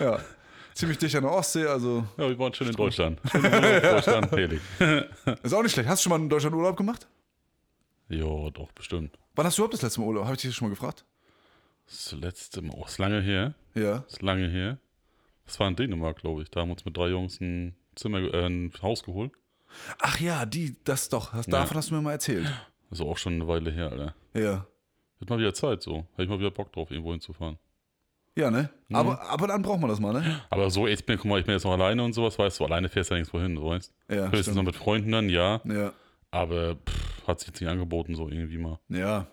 Speaker 2: ja. Ziemlich dicht an der Ostsee, also
Speaker 1: wir waren schön in Deutschland. Schön in Deutschland, herrlich.
Speaker 2: ist auch nicht schlecht. Hast du schon mal in Deutschland Urlaub gemacht?
Speaker 1: Jo, doch, bestimmt.
Speaker 2: Wann hast du überhaupt das letzte Mal Urlaub? Habe ich dich das schon mal gefragt?
Speaker 1: Das letzte Mal, oh, ist lange her.
Speaker 2: Ja.
Speaker 1: Ist lange her. Das war in Dänemark, glaube ich. Da haben wir uns mit drei Jungs ein Zimmer, ge- äh, ein Haus geholt.
Speaker 2: Ach ja, die, das doch. Das, Davon hast du mir mal erzählt.
Speaker 1: Ist auch schon eine Weile her, Alter.
Speaker 2: Ja.
Speaker 1: Wird mal wieder Zeit, so. Hätte ich mal wieder Bock drauf, irgendwo hinzufahren.
Speaker 2: Ja, ne? Aber ab und an braucht man das mal, ne?
Speaker 1: Aber so, jetzt bin, guck mal, ich bin jetzt noch alleine und sowas, weißt du, alleine fährst du ja nirgendwo hin, so, weißt du.
Speaker 2: Ja,
Speaker 1: Höchstens noch mit Freunden dann, ja.
Speaker 2: Ja.
Speaker 1: Aber pff, hat sich jetzt nicht angeboten, so irgendwie mal.
Speaker 2: Ja.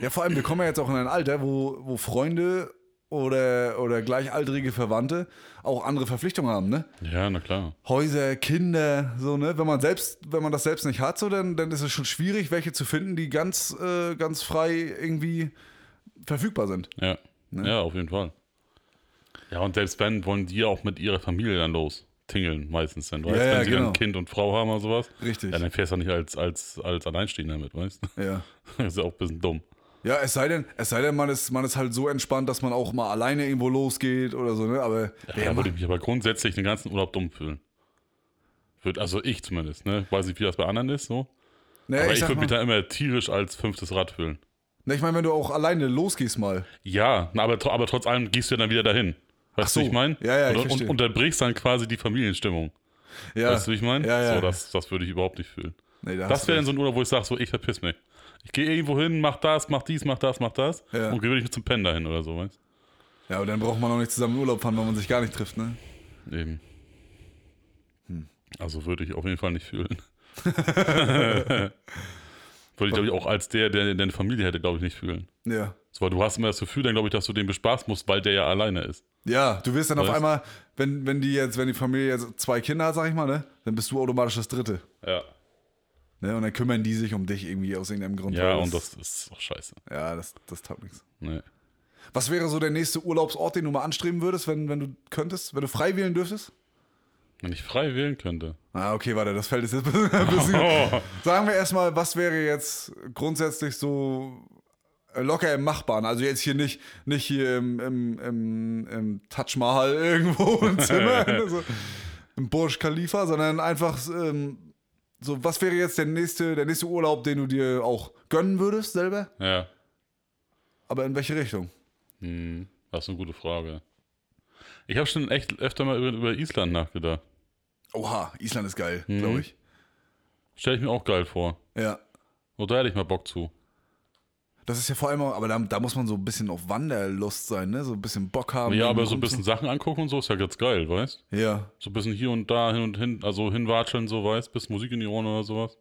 Speaker 2: Ja, vor allem, wir kommen ja jetzt auch in ein Alter, wo, wo Freunde oder, oder gleichaltrige Verwandte auch andere Verpflichtungen haben, ne?
Speaker 1: Ja, na klar.
Speaker 2: Häuser, Kinder, so, ne? Wenn man selbst, wenn man das selbst nicht hat, so, dann, dann ist es schon schwierig, welche zu finden, die ganz, äh, ganz frei irgendwie verfügbar sind.
Speaker 1: Ja.
Speaker 2: Ne?
Speaker 1: ja, auf jeden Fall. Ja, und selbst wenn, wollen die auch mit ihrer Familie dann los. Tingeln meistens dann, weißt
Speaker 2: Ja, ja,
Speaker 1: Wenn sie
Speaker 2: genau.
Speaker 1: dann Kind und Frau haben oder sowas.
Speaker 2: Richtig.
Speaker 1: Ja, dann fährst du nicht als, als, als Alleinstehender mit, weißt du?
Speaker 2: Ja.
Speaker 1: Das ist ja auch ein bisschen dumm.
Speaker 2: Ja, es sei denn, es sei denn, man ist, man ist halt so entspannt, dass man auch mal alleine irgendwo losgeht oder so, ne? Aber
Speaker 1: Ja, da würde ich mich aber grundsätzlich den ganzen Urlaub dumm fühlen. Würd, also ich zumindest, ne? Weiß nicht, wie das bei anderen ist, so.
Speaker 2: ne,
Speaker 1: Aber
Speaker 2: ich
Speaker 1: ich,
Speaker 2: sag
Speaker 1: würde mich
Speaker 2: mal,
Speaker 1: da immer tierisch als fünftes Rad fühlen.
Speaker 2: ne, ich meine, wenn du auch alleine losgehst mal.
Speaker 1: Ja, na, aber, tro- aber trotz allem gehst du ja dann wieder dahin. Weißt
Speaker 2: so.
Speaker 1: du, wie ich meine?
Speaker 2: Ja, ja, ich
Speaker 1: und,
Speaker 2: verstehe.
Speaker 1: und unterbrichst dann quasi die Familienstimmung.
Speaker 2: Ja.
Speaker 1: Weißt du, wie ich meine?
Speaker 2: Ja, ja.
Speaker 1: So, das, das würde ich überhaupt nicht fühlen.
Speaker 2: nee, da
Speaker 1: Das
Speaker 2: hast du
Speaker 1: wäre dann
Speaker 2: recht.
Speaker 1: so ein Urlaub, wo ich sage, so, ich verpiss mich. Ich gehe irgendwo hin, mach das, mach dies, mach das, mach das
Speaker 2: Ja.
Speaker 1: und gewöhne ich mit zum Pen dahin oder so, weißt
Speaker 2: Ja, aber dann braucht man auch nicht zusammen in Urlaub fahren, wenn man sich gar nicht trifft, ne?
Speaker 1: du? Eben. Also würde ich auf jeden Fall nicht fühlen. würde ich, glaube ich, auch als der, der, der eine Familie hätte, glaube ich, nicht fühlen.
Speaker 2: Ja.
Speaker 1: So, weil du hast immer das Gefühl, dann glaube ich, dass du den bespaßen musst, weil der ja alleine ist.
Speaker 2: Ja, du wirst dann auf
Speaker 1: Weißt-
Speaker 2: einmal, wenn, wenn die jetzt, wenn die Familie jetzt zwei Kinder hat, sag ich mal, ne? Dann bist du automatisch das Dritte.
Speaker 1: Ja.
Speaker 2: Ne? Und dann kümmern die sich um dich irgendwie aus irgendeinem Grund.
Speaker 1: Ja,
Speaker 2: weil
Speaker 1: und das ist auch scheiße.
Speaker 2: Ja, das, das taugt nichts.
Speaker 1: Nee.
Speaker 2: Was wäre so der nächste Urlaubsort, den du mal anstreben würdest, wenn, wenn du könntest, wenn du frei wählen dürftest?
Speaker 1: Wenn ich frei wählen könnte.
Speaker 2: Ah, okay, warte, das fällt jetzt ein bisschen. ein bisschen- Sagen wir erstmal, was wäre jetzt grundsätzlich so äh, locker im Machbaren? Also jetzt hier nicht, nicht hier im, im, im, im Taj Mahal irgendwo im Zimmer, also im Burj Khalifa, sondern einfach ähm, so, was wäre jetzt der nächste, der nächste Urlaub, den du dir auch gönnen würdest selber?
Speaker 1: Ja.
Speaker 2: Aber in welche Richtung?
Speaker 1: Hm, das ist eine gute Frage. Ich habe schon echt öfter mal über, über Island nachgedacht.
Speaker 2: Oha, Island ist geil,
Speaker 1: Mhm.
Speaker 2: glaube ich.
Speaker 1: Stelle ich mir auch geil vor.
Speaker 2: Ja.
Speaker 1: Und da hätte ich mal Bock zu.
Speaker 2: Das ist ja vor allem auch, aber da, da muss man so ein bisschen auf Wanderlust sein, ne? So ein bisschen Bock haben.
Speaker 1: Ja, aber so ein
Speaker 2: rumzu-
Speaker 1: bisschen Sachen angucken und so ist ja ganz geil, weißt?
Speaker 2: Ja.
Speaker 1: So ein bisschen hier und da hin und hin, also hinwatscheln, so weißt, bisschen Musik in die Ohren oder sowas.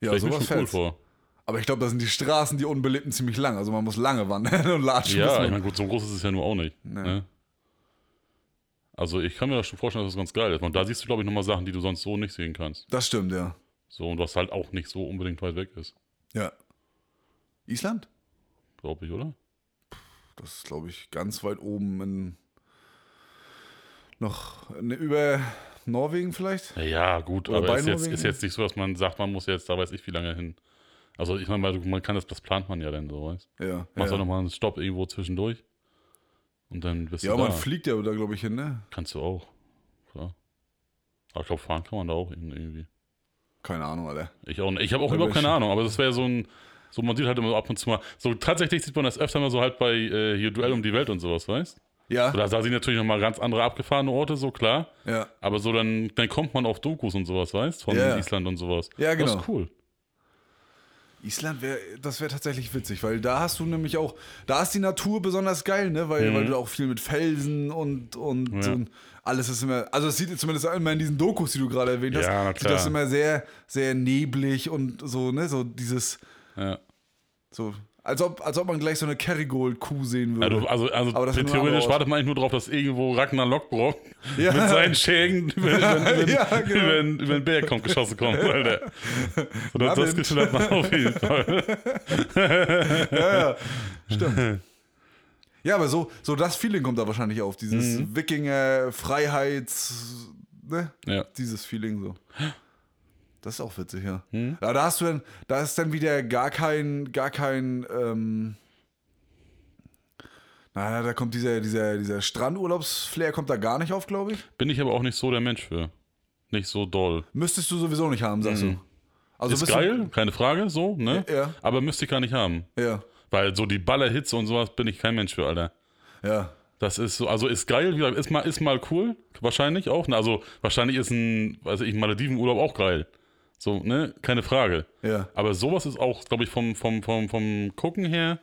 Speaker 2: Ja,
Speaker 1: Stell ich mir
Speaker 2: sowas
Speaker 1: schon cool
Speaker 2: fällt.
Speaker 1: vor.
Speaker 2: aber ich glaube, da sind die Straßen, die unbelebten, ziemlich lang. Also man muss lange wandern und latschen. bis
Speaker 1: Ja,
Speaker 2: man-
Speaker 1: ich meine, gut, so groß ist es ja nur auch nicht. Ne? Also ich kann mir das schon vorstellen, dass das ganz geil ist. Und da siehst du, glaube ich, nochmal Sachen, die du sonst so nicht sehen kannst.
Speaker 2: Das stimmt, ja.
Speaker 1: So, und was halt auch nicht so unbedingt weit weg ist,
Speaker 2: Ja. Island?
Speaker 1: glaube ich, oder?
Speaker 2: Das ist, glaube ich, ganz weit oben in. Noch ne, über Norwegen vielleicht?
Speaker 1: Ja, gut,
Speaker 2: Oder
Speaker 1: aber ist jetzt,
Speaker 2: Beinohrring?
Speaker 1: ist jetzt nicht so, dass man sagt, man muss jetzt, da weiß ich, wie lange hin. Also ich meine, mal, man kann das, das plant man ja dann so, weißt
Speaker 2: Ja.
Speaker 1: Machst
Speaker 2: ja.
Speaker 1: auch nochmal einen Stopp irgendwo zwischendurch. Und dann bist
Speaker 2: ja,
Speaker 1: du da.
Speaker 2: man fliegt ja da, glaube ich, hin, ne?
Speaker 1: Kannst du auch. Klar. Aber ich glaube, fahren kann man da auch in- irgendwie.
Speaker 2: Keine Ahnung, Alter.
Speaker 1: Ich auch nicht. Ich habe auch
Speaker 2: Ja,
Speaker 1: überhaupt
Speaker 2: wär
Speaker 1: keine
Speaker 2: schön.
Speaker 1: Ahnung, aber das wäre so ein. So, man sieht halt immer so ab und zu mal. So, tatsächlich sieht man das öfter mal so halt bei äh, hier Duell um die Welt und sowas, weißt
Speaker 2: Ja.
Speaker 1: Oder da sind natürlich nochmal ganz andere abgefahrene Orte, so klar.
Speaker 2: Ja.
Speaker 1: Aber so, dann, dann kommt man auf Dokus und sowas, weißt Von
Speaker 2: Ja.
Speaker 1: Island und sowas.
Speaker 2: Ja,
Speaker 1: Das
Speaker 2: genau.
Speaker 1: ist cool.
Speaker 2: Island wäre, das wäre tatsächlich witzig, weil da hast du nämlich auch, da ist die Natur besonders geil, ne? Weil, weil du auch viel mit Felsen und, und,
Speaker 1: Mhm. Ja.
Speaker 2: und alles ist immer, also es sieht zumindest immer in diesen Dokus, die du gerade erwähnt hast,
Speaker 1: Ja, na
Speaker 2: sieht das
Speaker 1: klar.
Speaker 2: immer sehr, sehr neblig und so, ne? So dieses,
Speaker 1: Ja.
Speaker 2: so, als ob, als ob man gleich so eine Kerrygold-Kuh sehen würde.
Speaker 1: Also, also, also
Speaker 2: Aber das sind nur andere
Speaker 1: theoretisch
Speaker 2: Orte.
Speaker 1: wartet man eigentlich nur drauf, dass irgendwo Ragnar Lockbrock
Speaker 2: Ja.
Speaker 1: mit seinen Schägen über, über, über,
Speaker 2: Ja, genau.
Speaker 1: über, den- über den Berg kommt, geschossen kommt, Alter. Und das, das
Speaker 2: Marvin.
Speaker 1: Gefühl hat man auf jeden Fall.
Speaker 2: ja, aber so, so das Feeling kommt da wahrscheinlich auf, dieses
Speaker 1: Mhm.
Speaker 2: Wikinger, Freiheits, ne?
Speaker 1: Ja.
Speaker 2: dieses Feeling so. Das ist auch witzig, ja.
Speaker 1: Hm?
Speaker 2: Aber da hast du dann, da ist dann wieder gar kein, gar kein, ähm, naja, da kommt dieser, dieser, dieser Strandurlaubsflair kommt da gar nicht auf, glaube ich.
Speaker 1: Bin ich aber auch nicht so der Mensch für. Nicht so doll.
Speaker 2: Müsstest du sowieso nicht haben, sagst du. Also
Speaker 1: Hm. Ist
Speaker 2: bist
Speaker 1: geil, keine Frage, so, ne?
Speaker 2: Ja, ja.
Speaker 1: Aber müsste ich gar nicht haben.
Speaker 2: Du, ja,
Speaker 1: Weil so die Ballerhitze und sowas bin ich kein Mensch für, Alter.
Speaker 2: ja.
Speaker 1: Das ist so, also ist geil, wie gesagt, ist mal, ist mal cool, wahrscheinlich auch. ne? Also wahrscheinlich ist ein, weiß ich, Maledivenurlaub auch geil. So, ne? Keine Frage.
Speaker 2: Ja.
Speaker 1: Aber sowas ist auch, glaube ich, vom, vom, vom, vom Gucken her,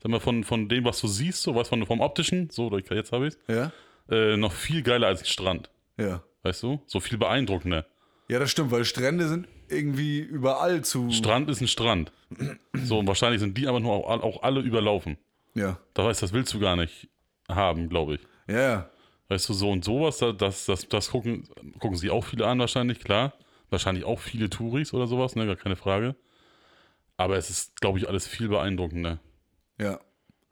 Speaker 1: sag mal, von, von dem, was du siehst, so was von, vom Optischen, so, oder ich- jetzt habe ich
Speaker 2: Ja,
Speaker 1: äh, noch viel geiler als ein Strand.
Speaker 2: ja.
Speaker 1: Weißt du? So viel beeindruckender.
Speaker 2: Ja, das stimmt, weil Strände sind irgendwie überall zu.
Speaker 1: Strand ist ein Strand. So, und wahrscheinlich sind die aber nur auch, auch alle überlaufen.
Speaker 2: ja,
Speaker 1: Da weißt du, das willst du gar nicht haben, glaube ich.
Speaker 2: Ja, ja.
Speaker 1: Weißt du, so und sowas, da- das, das, das gucken, gucken sich auch viele an wahrscheinlich, klar. Wahrscheinlich auch viele Touris oder sowas, ne, gar keine Frage. Aber es ist, glaube ich, alles viel beeindruckender.
Speaker 2: ja.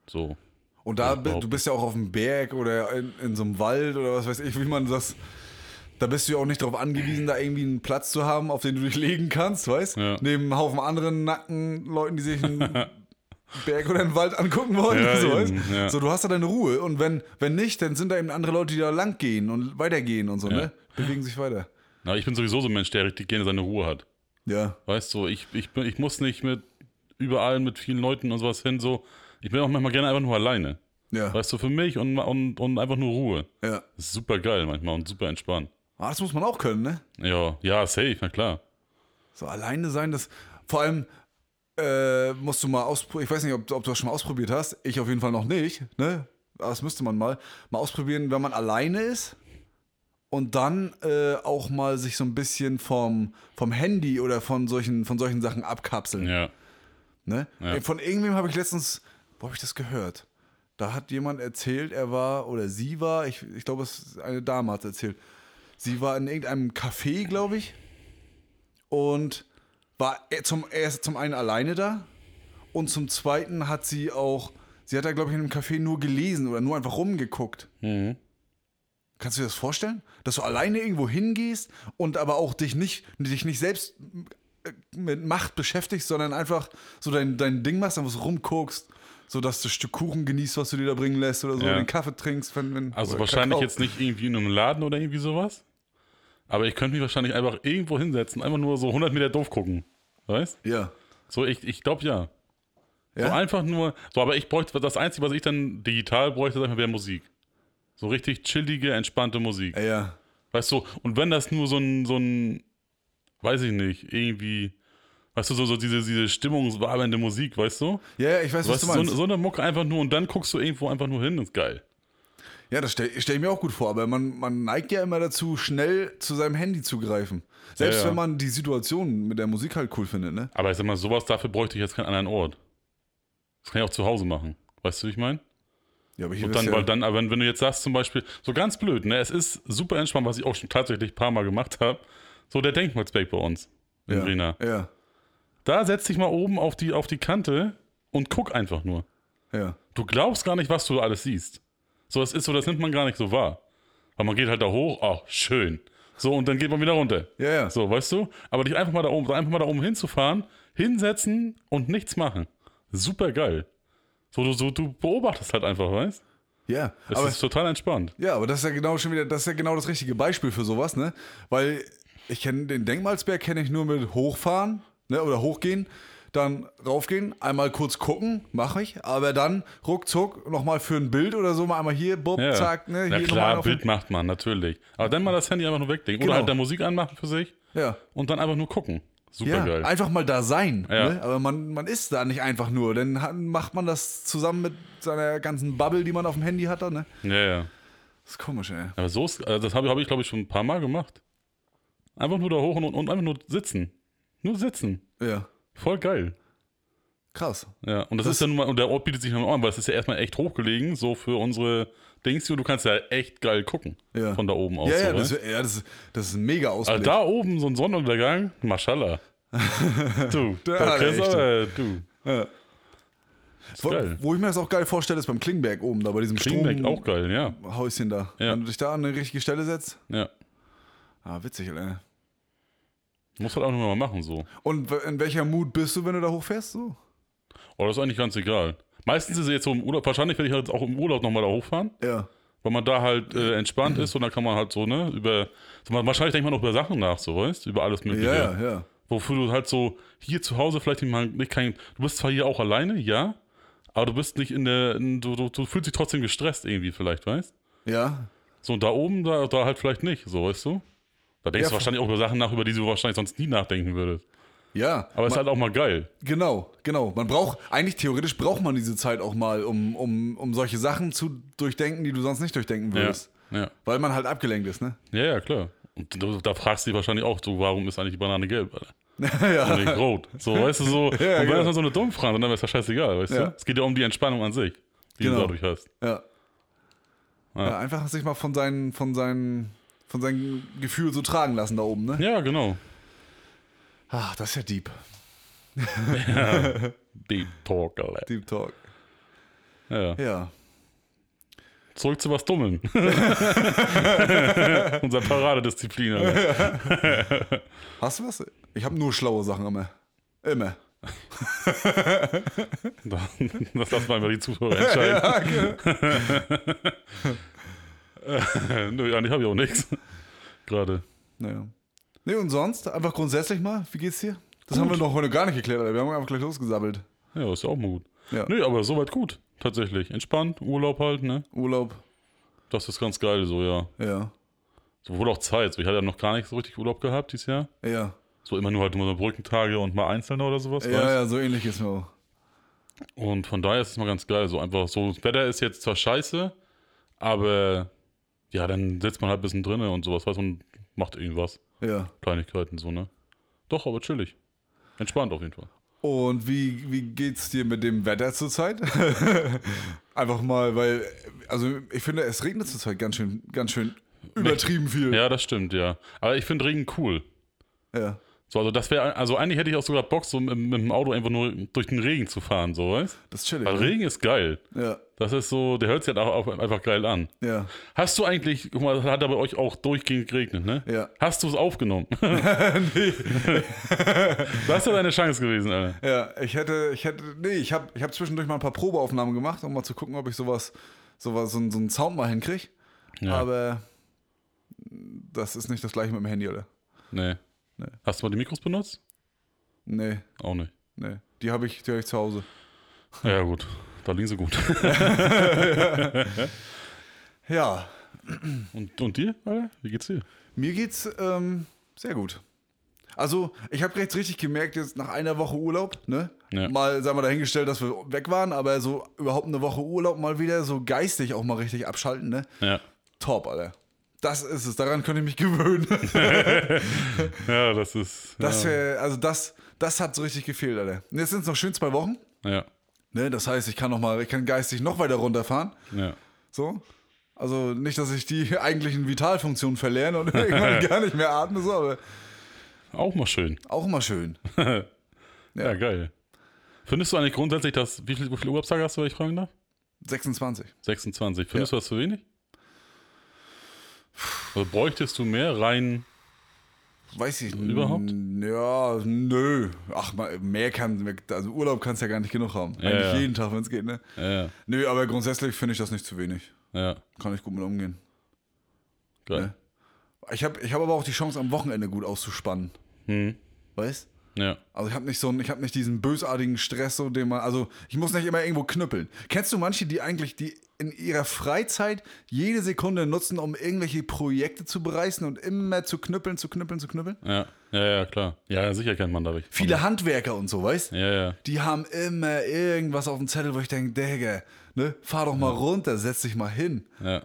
Speaker 1: So.
Speaker 2: Und da,
Speaker 1: Ja,
Speaker 2: bi-
Speaker 1: überhaupt
Speaker 2: du bist ja auch auf dem Berg oder in, in so einem Wald oder was weiß ich, wie man das. Da bist du ja auch nicht darauf angewiesen, da irgendwie einen Platz zu haben, auf den du dich legen kannst, weißt
Speaker 1: Ja.
Speaker 2: Neben einem Haufen anderen nackten Leuten, die sich einen Berg oder einen Wald angucken wollen.
Speaker 1: Ja,
Speaker 2: so, weißt?
Speaker 1: eben, ja.
Speaker 2: so, du hast da deine Ruhe. Und wenn, wenn nicht, dann sind da eben andere Leute, die da lang gehen und weitergehen und so, ne? Bewegen sich weiter.
Speaker 1: Na, ich bin sowieso so ein Mensch, der richtig gerne seine Ruhe hat.
Speaker 2: Ja.
Speaker 1: Weißt du, ich, ich, bin- ich muss nicht mit überall mit vielen Leuten und sowas hin, so. Ich bin auch manchmal gerne einfach nur alleine.
Speaker 2: Ja.
Speaker 1: Weißt du, für mich und, und, und einfach nur Ruhe.
Speaker 2: ja.
Speaker 1: Das ist super geil manchmal und super entspannt.
Speaker 2: Ah, das muss man auch können, ne?
Speaker 1: Ja, ja, safe, na klar.
Speaker 2: So alleine sein, das. Vor allem äh, musst du mal ausprobieren. Ich weiß nicht, ob, du- ob du das schon mal ausprobiert hast. Ich auf jeden Fall noch nicht. Ne? Aber das müsste man mal. Mal ausprobieren, wenn man alleine ist und dann äh, auch mal sich so ein bisschen vom, vom Handy oder von solchen, von solchen Sachen abkapseln.
Speaker 1: Ja.
Speaker 2: Ne?
Speaker 1: Ja.
Speaker 2: Von irgendwem habe ich letztens, wo habe ich das gehört? Da hat jemand erzählt, er war oder sie war, ich, ich glaube, es ist eine Dame hat es erzählt. Sie war in irgendeinem Café, glaube ich, und war er- zum, erst zum einen alleine da und zum zweiten hat sie auch, sie hat da, glaube ich, in einem Café nur gelesen oder nur einfach rumgeguckt.
Speaker 1: Mhm.
Speaker 2: Kannst du dir das vorstellen? Dass du alleine irgendwo hingehst und aber auch dich nicht, dich nicht selbst äh, mit Macht beschäftigst, sondern einfach so dein, dein Ding machst, einfach so rumguckst, so dass du ein Stück Kuchen genießt, was du dir da bringen lässt oder so,
Speaker 1: Ja.
Speaker 2: den Kaffee trinkst. Wenn, wenn,
Speaker 1: Also
Speaker 2: oder
Speaker 1: wahrscheinlich
Speaker 2: Kakao.
Speaker 1: jetzt nicht irgendwie in einem Laden oder irgendwie sowas. Aber ich könnte mich wahrscheinlich einfach irgendwo hinsetzen, einfach nur so 100 Meter doof gucken. Weißt?
Speaker 2: Ja.
Speaker 1: So, ich, ich glaube ja. So
Speaker 2: Ja?
Speaker 1: einfach nur, so, aber ich bräuchte, das Einzige, was ich dann digital bräuchte, sag ich mal, wäre Musik. So richtig chillige, entspannte Musik.
Speaker 2: Ja, ja.
Speaker 1: Weißt du, und wenn das nur so ein, so ein, weiß ich nicht, irgendwie, weißt du, so, so diese, diese stimmungswabernde Musik, weißt du?
Speaker 2: Ja, ja, ich weiß, was
Speaker 1: Weißt,
Speaker 2: du
Speaker 1: du so,
Speaker 2: meinst.
Speaker 1: so eine Mucke einfach nur und dann guckst du irgendwo einfach nur hin, ist geil.
Speaker 2: Ja, das stelle stell ich mir auch gut vor, aber man, man neigt ja immer dazu, schnell zu seinem Handy zu greifen. Selbst
Speaker 1: Ja, ja.
Speaker 2: wenn man die Situation mit der Musik halt cool findet, ne?
Speaker 1: Aber ich sag mal, sowas dafür bräuchte ich jetzt keinen anderen Ort. Das kann ich auch zu Hause machen. Weißt du, wie ich meine?
Speaker 2: Ja, aber hier
Speaker 1: Und
Speaker 2: bist
Speaker 1: dann,
Speaker 2: ja,
Speaker 1: weil dann, aber wenn, wenn du jetzt sagst, zum Beispiel, so ganz blöd, ne, es ist super entspannt, was ich auch schon tatsächlich ein paar Mal gemacht habe. So der Denkmalsberg bei uns in
Speaker 2: ja,
Speaker 1: Rena.
Speaker 2: Ja,
Speaker 1: Da setz dich mal oben auf die, auf die Kante und guck einfach nur.
Speaker 2: ja.
Speaker 1: Du glaubst gar nicht, was du alles siehst. So, das ist so, das nimmt man gar nicht so wahr. Weil man geht halt da hoch, ach, schön. So, und dann geht man wieder runter.
Speaker 2: Ja, ja.
Speaker 1: So, weißt du? Aber dich einfach mal da oben, einfach mal da oben hinzufahren, hinsetzen und nichts machen. Super geil. So, du, so, du beobachtest halt einfach, weißt
Speaker 2: ja.
Speaker 1: Es
Speaker 2: aber
Speaker 1: ist total entspannt.
Speaker 2: Ja, aber das ist ja genau schon wieder, das ist ja genau das richtige Beispiel für sowas, ne? Weil ich kenne den Denkmalsberg kenne ich nur mit hochfahren, ne? Oder hochgehen, dann raufgehen, einmal kurz gucken, mache ich, aber dann ruckzuck nochmal für ein Bild oder so mal einmal hier, bob,
Speaker 1: Ja.
Speaker 2: zack, ne?
Speaker 1: Na
Speaker 2: hier nochmal
Speaker 1: klar,
Speaker 2: auf-
Speaker 1: Bild macht man, natürlich. Aber dann mal das Handy einfach nur weglegen.
Speaker 2: Genau.
Speaker 1: Oder halt da Musik anmachen für sich
Speaker 2: Ja.
Speaker 1: und dann einfach nur gucken. Super
Speaker 2: Ja,
Speaker 1: geil.
Speaker 2: einfach mal da sein.
Speaker 1: Ja.
Speaker 2: Ne? Aber man, man ist da nicht einfach nur. Dann hat, macht man das zusammen mit seiner ganzen Bubble, die man auf dem Handy hat. Da, ne?
Speaker 1: Ja, ja.
Speaker 2: Das ist komisch, ey.
Speaker 1: Aber so ist, also das habe ich- habe ich, glaube ich, schon ein paar Mal gemacht. Einfach nur da hoch und, und einfach nur sitzen. Nur sitzen.
Speaker 2: Ja,
Speaker 1: Voll geil.
Speaker 2: krass.
Speaker 1: Ja, und das, ist ja nun mal, und der Ort bietet sich dann auch an, weil es ist ja erstmal echt hochgelegen, so für unsere Dings hier. Du kannst ja echt geil gucken.
Speaker 2: Ja.
Speaker 1: Von da oben aus.
Speaker 2: Ja,
Speaker 1: so,
Speaker 2: ja,
Speaker 1: ne?
Speaker 2: das, ja das, ist- das ist ein mega Ausblick.
Speaker 1: also da oben so ein Sonnenuntergang, Maschallah. du,
Speaker 2: Da
Speaker 1: da
Speaker 2: hat er
Speaker 1: kriegst
Speaker 2: echt.
Speaker 1: aber, du.
Speaker 2: Ja.
Speaker 1: Ist
Speaker 2: Wo,
Speaker 1: geil.
Speaker 2: wo ich mir das auch geil vorstelle, ist beim Klingberg oben, da bei diesem
Speaker 1: Klingbeck auch geil, ja.
Speaker 2: Stromhäuschen da.
Speaker 1: Ja.
Speaker 2: Wenn du dich da an eine richtige Stelle setzt.
Speaker 1: ja.
Speaker 2: Ah, witzig, Alter.
Speaker 1: Muss halt auch nochmal machen, so.
Speaker 2: Und w- in welcher Mut bist du, wenn du da hochfährst? So?
Speaker 1: Aber das ist eigentlich ganz egal. Meistens ist es jetzt so im Urlaub, wahrscheinlich werde ich jetzt auch im Urlaub nochmal da hochfahren.
Speaker 2: Ja.
Speaker 1: Weil man da halt äh, entspannt ist und dann kann man halt so, ne, über. So, man, wahrscheinlich denkt man auch über Sachen nach, so weißt über alles
Speaker 2: Ja,
Speaker 1: Mögliche.
Speaker 2: ja, ja.
Speaker 1: Wofür du halt so hier zu Hause vielleicht nicht mal nicht kein. Du bist zwar hier auch alleine, ja, aber du bist nicht in der. In, du, du, du fühlst dich trotzdem gestresst irgendwie, vielleicht, weißt
Speaker 2: Ja,
Speaker 1: So, und da oben, da, da halt vielleicht nicht, so weißt du? Da denkst
Speaker 2: Ja,
Speaker 1: du wahrscheinlich auch über Sachen nach, über die du wahrscheinlich sonst nie nachdenken würdest.
Speaker 2: ja.
Speaker 1: Aber es ist
Speaker 2: man,
Speaker 1: halt auch mal geil.
Speaker 2: genau, genau. Man braucht, eigentlich theoretisch braucht man diese Zeit auch mal, um, um, um solche Sachen zu durchdenken, die du sonst nicht durchdenken
Speaker 1: Ja.
Speaker 2: würdest.
Speaker 1: Ja.
Speaker 2: Weil man halt abgelenkt ist, ne?
Speaker 1: ja, ja, klar. Und du, da fragst du dich wahrscheinlich auch, du, warum ist eigentlich die Banane gelb, Alter?
Speaker 2: ja.
Speaker 1: Und nicht rot. So, weißt du, so. und wenn
Speaker 2: genau.
Speaker 1: das mal so eine Dummfrage, dann wäre es ja scheißegal, weißt
Speaker 2: Ja.
Speaker 1: du? Es geht ja um die Entspannung an sich, die
Speaker 2: Genau.
Speaker 1: du dadurch hast.
Speaker 2: ja. Ja, einfach sich mal von seinen, von seinen, von seinem Gefühl so tragen lassen da oben, ne?
Speaker 1: Ja, genau.
Speaker 2: Ach, das ist ja deep.
Speaker 1: Deep Talk, Alter.
Speaker 2: Deep Talk.
Speaker 1: Ja.
Speaker 2: Ja.
Speaker 1: Zurück zu was Dummen. Unser Paradedisziplin, Alter.
Speaker 2: Hast du was? Ich habe nur schlaue Sachen immer. Immer.
Speaker 1: Das lassen wir einfach die Zuhörer entscheiden. äh, nö, eigentlich habe ich auch nichts. Gerade.
Speaker 2: Naja. Nee, und sonst? Einfach grundsätzlich mal, wie geht's dir? Das haben wir noch heute gar nicht geklärt, Alter. Wir haben einfach gleich losgesabbelt.
Speaker 1: Ja, ist ja auch mal gut.
Speaker 2: Ja.
Speaker 1: Nö, aber soweit gut. Tatsächlich. Entspannt, Urlaub halt, ne?
Speaker 2: Urlaub,
Speaker 1: Das ist ganz geil, so, ja.
Speaker 2: ja.
Speaker 1: So wurde auch Zeit. So, ich hatte ja noch gar nicht so richtig Urlaub gehabt dieses Jahr.
Speaker 2: Ja.
Speaker 1: So immer nur halt nur so Brückentage und mal einzelne oder sowas.
Speaker 2: Ja,
Speaker 1: weißt?
Speaker 2: ja, so ähnlich ist mir auch.
Speaker 1: Und von daher ist es mal ganz geil. So einfach so, das Wetter ist jetzt zwar scheiße, aber ja, dann sitzt man halt ein bisschen drinne und sowas, weißt du, und macht irgendwas.
Speaker 2: Ja.
Speaker 1: Kleinigkeiten so, ne? Doch, aber chillig. Entspannt auf jeden Fall.
Speaker 2: Und wie, wie geht's dir mit dem Wetter zurzeit? Einfach mal, weil, also ich finde, es regnet zurzeit ganz schön, ganz schön übertrieben viel.
Speaker 1: Ja, das stimmt, ja. Aber ich finde Regen cool.
Speaker 2: Ja.
Speaker 1: So, also das wäre, also eigentlich hätte ich auch sogar Bock, so mit, mit dem Auto einfach nur durch den Regen zu fahren, so, weißt?
Speaker 2: Das ist chillig.
Speaker 1: Weil
Speaker 2: ne?
Speaker 1: Regen ist geil.
Speaker 2: Ja,
Speaker 1: Das ist so, der hört sich halt auch auch einfach geil an.
Speaker 2: ja.
Speaker 1: Hast du eigentlich, guck mal, das hat ja bei euch auch durchgehend geregnet, ne?
Speaker 2: Ja.
Speaker 1: Hast du es aufgenommen? das wäre deine Chance gewesen, Alter.
Speaker 2: Ja, ich hätte, ich hätte, nee, ich habe ich hab zwischendurch mal ein paar Probeaufnahmen gemacht, um mal zu gucken, ob ich sowas, sowas, so, einen- so einen Sound mal hinkriege.
Speaker 1: Ja.
Speaker 2: Aber das ist nicht das gleiche mit dem Handy, oder?
Speaker 1: Nee.
Speaker 2: Nee.
Speaker 1: Hast du mal die Mikros benutzt?
Speaker 2: Nee,
Speaker 1: Auch nicht.
Speaker 2: nee. Die habe ich, die hab ich zu Hause.
Speaker 1: Ja, gut. Da liegen sie gut.
Speaker 2: Ja,
Speaker 1: Und, und dir, Alter? Wie geht's dir?
Speaker 2: mir geht's ähm, sehr gut. Also, ich habe jetzt richtig gemerkt, jetzt nach einer Woche Urlaub, ne?
Speaker 1: Ja.
Speaker 2: Mal, sagen wir, dahingestellt, dass wir weg waren, aber so überhaupt eine Woche Urlaub mal wieder so geistig auch mal richtig abschalten, ne?
Speaker 1: Ja.
Speaker 2: Top, Alter. Das ist es, daran könnte ich mich gewöhnen.
Speaker 1: Ja, das ist.
Speaker 2: Das, äh, also das, das hat so richtig gefehlt, Alter. Und Jetzt sind es noch schön zwei Wochen.
Speaker 1: ja.
Speaker 2: Ne, das heißt, ich kann noch mal, ich kann geistig noch weiter runterfahren.
Speaker 1: Ja.
Speaker 2: So. Also nicht, dass ich die eigentlichen Vitalfunktionen verlieren und irgendwann gar nicht mehr atme, so, aber
Speaker 1: Auch mal schön.
Speaker 2: auch mal schön.
Speaker 1: Ja. geil. Findest du eigentlich grundsätzlich, dass. Wie viel, wie viele Urlaubstage hast du, wenn ich fragen darf?
Speaker 2: 26.
Speaker 1: 26. Findest du das zu wenig? Also bräuchtest du mehr rein.
Speaker 2: Weiß ich
Speaker 1: Überhaupt?
Speaker 2: n- Ja, nö. Ach, mal- mehr kann, also Urlaub kannst ja gar nicht genug haben. Eigentlich
Speaker 1: ja.
Speaker 2: jeden Tag, wenn es geht, ne?
Speaker 1: Ja,
Speaker 2: Nö, aber grundsätzlich finde ich das nicht zu wenig.
Speaker 1: ja.
Speaker 2: Kann ich gut mit umgehen.
Speaker 1: Geil.
Speaker 2: Ich habe ich hab aber auch die Chance, am Wochenende gut auszuspannen.
Speaker 1: Hm.
Speaker 2: Weißt
Speaker 1: Ja.
Speaker 2: Also ich habe nicht so einen, ich habe nicht diesen bösartigen Stress, so den man, also ich muss nicht immer irgendwo knüppeln. Kennst du manche, die eigentlich die in ihrer Freizeit jede Sekunde nutzen, um irgendwelche Projekte zu bereißen und immer zu knüppeln, zu knüppeln, zu knüppeln?
Speaker 1: Ja, ja, ja, klar. Ja, sicher kennt man dadurch.
Speaker 2: Viele Handwerker und so, weißt?
Speaker 1: Ja, ja.
Speaker 2: Die haben immer irgendwas auf dem Zettel, wo ich denke, Digga, ne, fahr doch mal runter, setz dich mal hin.
Speaker 1: Ja.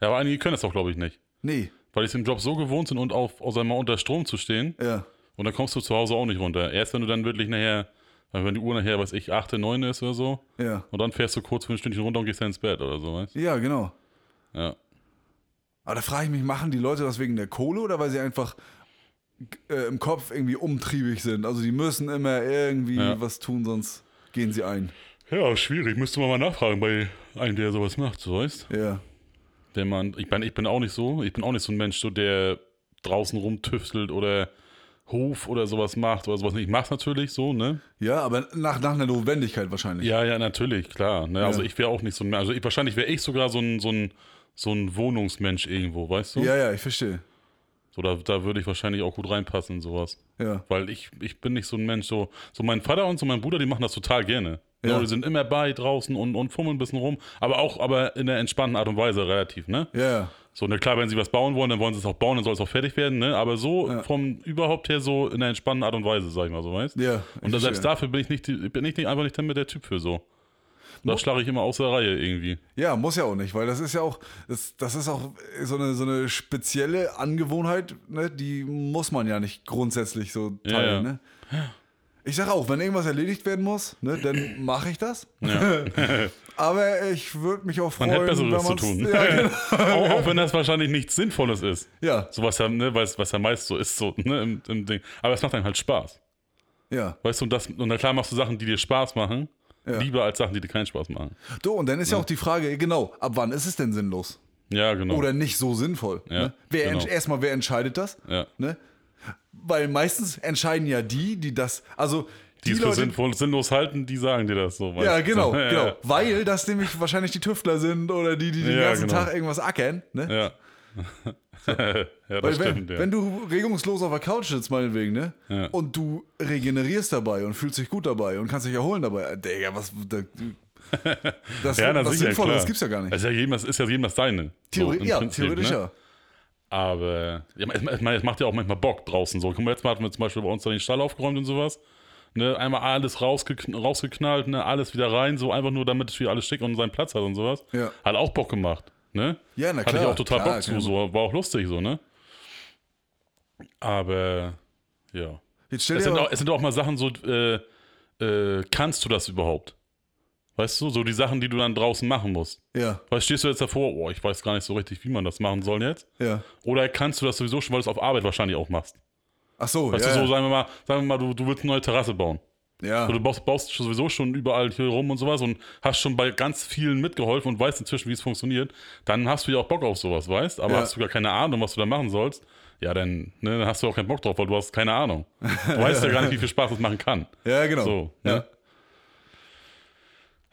Speaker 1: Ja, aber einige können das auch, glaube ich, nicht.
Speaker 2: Nee,
Speaker 1: Weil die es im Job so gewohnt sind und auf, also mal unter Strom zu stehen.
Speaker 2: ja,
Speaker 1: Und dann kommst du zu Hause auch nicht runter. Erst wenn du dann wirklich nachher, äh, wenn die Uhr nachher, weiß ich, 8, 9 ist oder so.
Speaker 2: ja.
Speaker 1: Und dann fährst du kurz für ein Stündchen runter und gehst dann ins Bett oder so, weißt du?
Speaker 2: Ja, genau.
Speaker 1: Ja.
Speaker 2: Aber da frage ich mich, machen die Leute das wegen der Kohle oder weil sie einfach äh, im Kopf irgendwie umtriebig sind? Also die müssen immer irgendwie
Speaker 1: Ja.
Speaker 2: was tun, sonst gehen sie ein.
Speaker 1: Ja, schwierig. Müsste man mal nachfragen bei einem, der sowas macht, so weißt
Speaker 2: Ja,
Speaker 1: Wenn man, ich meine, ich bin auch nicht so, ich bin auch nicht so ein Mensch, so, der draußen rumtüftelt oder Hof oder sowas macht oder sowas. Ich mach's natürlich so, ne?
Speaker 2: ja aber nach, nach einer Notwendigkeit wahrscheinlich.
Speaker 1: Ja, ja, natürlich, klar. Ne? Also ich wäre auch nicht so ein, also ich, wahrscheinlich wäre ich sogar so ein, so ein, so ein Wohnungsmensch irgendwo, weißt du?
Speaker 2: ja, ich verstehe.
Speaker 1: So, da, da würde ich wahrscheinlich auch gut reinpassen, sowas.
Speaker 2: Ja,
Speaker 1: Weil ich, ich bin nicht so ein Mensch, so, so mein Vater und so mein Bruder, die machen das total gerne.
Speaker 2: Ja.
Speaker 1: So, die sind immer bei draußen und, und fummeln ein bisschen rum, aber auch aber in der entspannten Art und Weise relativ, ne?
Speaker 2: ja,
Speaker 1: So, ne, klar, wenn sie was bauen wollen, dann wollen sie es auch bauen, dann soll es auch fertig werden, ne? Aber so vom überhaupt her so in der entspannten Art und Weise, sag ich mal so, weißt
Speaker 2: ja. ich
Speaker 1: und dann selbst
Speaker 2: verstehe.
Speaker 1: dafür bin ich nicht, die- bin ich nicht einfach nicht mit der Typ für so. Und das schlage ich immer aus der Reihe irgendwie.
Speaker 2: Ja, muss ja auch nicht, weil das ist ja auch, das, das ist auch so eine, so eine spezielle Angewohnheit, ne? die muss man ja nicht grundsätzlich so teilen.
Speaker 1: Ja, ja.
Speaker 2: Ne? Ich sage auch, wenn irgendwas erledigt werden muss, ne, dann mache ich das. Aber ich würde mich auch freuen,
Speaker 1: Man hätte Besseres zu
Speaker 2: wenn man's-
Speaker 1: tun.
Speaker 2: Ja, genau.
Speaker 1: auch, auch wenn das wahrscheinlich nichts Sinnvolles ist.
Speaker 2: Ja.
Speaker 1: So was ja, ne, was, was ja meist so ist, so, ne, im, im Ding. Aber es macht einem halt Spaß.
Speaker 2: ja.
Speaker 1: Weißt du, und, das, und na klar machst du Sachen, die dir Spaß machen,
Speaker 2: Ja.
Speaker 1: lieber als Sachen, die dir keinen Spaß machen.
Speaker 2: So, und dann ist ja auch die Frage, genau, ab wann ist es denn sinnlos?
Speaker 1: Ja, genau.
Speaker 2: Oder nicht so sinnvoll?
Speaker 1: Ja,
Speaker 2: ne? wer
Speaker 1: genau.
Speaker 2: entsch- Erstmal, wer entscheidet das?
Speaker 1: ja.
Speaker 2: Ne? Weil meistens entscheiden ja die, die das, also
Speaker 1: Die
Speaker 2: die,
Speaker 1: es für
Speaker 2: Leute,
Speaker 1: sinnvoll, sinnlos halten, die sagen dir das so. weißt
Speaker 2: ja
Speaker 1: du.
Speaker 2: genau,
Speaker 1: ja,
Speaker 2: genau, weil das nämlich wahrscheinlich die Tüftler sind oder die, die den
Speaker 1: Ja,
Speaker 2: ganzen
Speaker 1: genau.
Speaker 2: Tag irgendwas ackern, ne?
Speaker 1: Ja. ja, das
Speaker 2: Weil wenn,
Speaker 1: stimmt, ja.
Speaker 2: wenn du regungslos auf der Couch sitzt, meinetwegen, ne?
Speaker 1: Ja.
Speaker 2: Und du regenerierst dabei und fühlst dich gut dabei und kannst dich erholen dabei. Äh, Digga, was. Da, das
Speaker 1: ja, na,
Speaker 2: das
Speaker 1: sicher,
Speaker 2: Sinnvolle,
Speaker 1: klar.
Speaker 2: das gibt's ja gar nicht.
Speaker 1: Das ist ja jedem, das, ist ja jedem das Deine. So,
Speaker 2: Theori
Speaker 1: im
Speaker 2: ja,
Speaker 1: Prinzip,
Speaker 2: theoretisch
Speaker 1: ne?
Speaker 2: ja.
Speaker 1: Aber ja, ich meine, es macht ja auch manchmal Bock draußen so. Guck mal, Jetzt mal hatten wir zum Beispiel bei uns dann den Stall aufgeräumt und sowas. Ne, einmal alles rausgekn rausgeknallt, ne, alles wieder rein, so einfach nur, damit es wieder alles schick und seinen Platz hat und sowas.
Speaker 2: Ja.
Speaker 1: Hat auch Bock gemacht. Ne?
Speaker 2: Ja, na
Speaker 1: Hatte ich
Speaker 2: klar,
Speaker 1: auch total
Speaker 2: klar, genau.
Speaker 1: Bock zu,
Speaker 2: klar.
Speaker 1: so, war auch lustig so, ne? Aber ja.
Speaker 2: Jetzt stell
Speaker 1: Es
Speaker 2: dir
Speaker 1: sind,
Speaker 2: aber,
Speaker 1: auch, es sind auch mal Sachen so, äh, äh, kannst du das überhaupt? Weißt du, so die Sachen, die du dann draußen machen musst.
Speaker 2: ja,
Speaker 1: Weißt, stehst du jetzt davor, oh, ich weiß gar nicht so richtig, wie man das machen soll jetzt?
Speaker 2: ja.
Speaker 1: Oder kannst du das sowieso schon, weil du es auf Arbeit wahrscheinlich auch machst?
Speaker 2: Ach so,
Speaker 1: Weißt
Speaker 2: ja,
Speaker 1: du, so
Speaker 2: ja.
Speaker 1: sagen wir mal, sagen wir mal du, du willst eine neue Terrasse bauen.
Speaker 2: ja.
Speaker 1: So, du baust, baust sowieso schon überall hier rum und sowas und hast schon bei ganz vielen mitgeholfen und weißt inzwischen, wie es funktioniert. Dann hast du ja auch Bock auf sowas, weißt? Aber
Speaker 2: Ja.
Speaker 1: hast du gar keine Ahnung, was du da machen sollst. Ja, dann, ne, dann hast du auch keinen Bock drauf, weil du hast keine Ahnung. Du weißt ja gar nicht, wie viel Spaß das machen kann.
Speaker 2: ja, genau.
Speaker 1: So,
Speaker 2: ja.
Speaker 1: ne?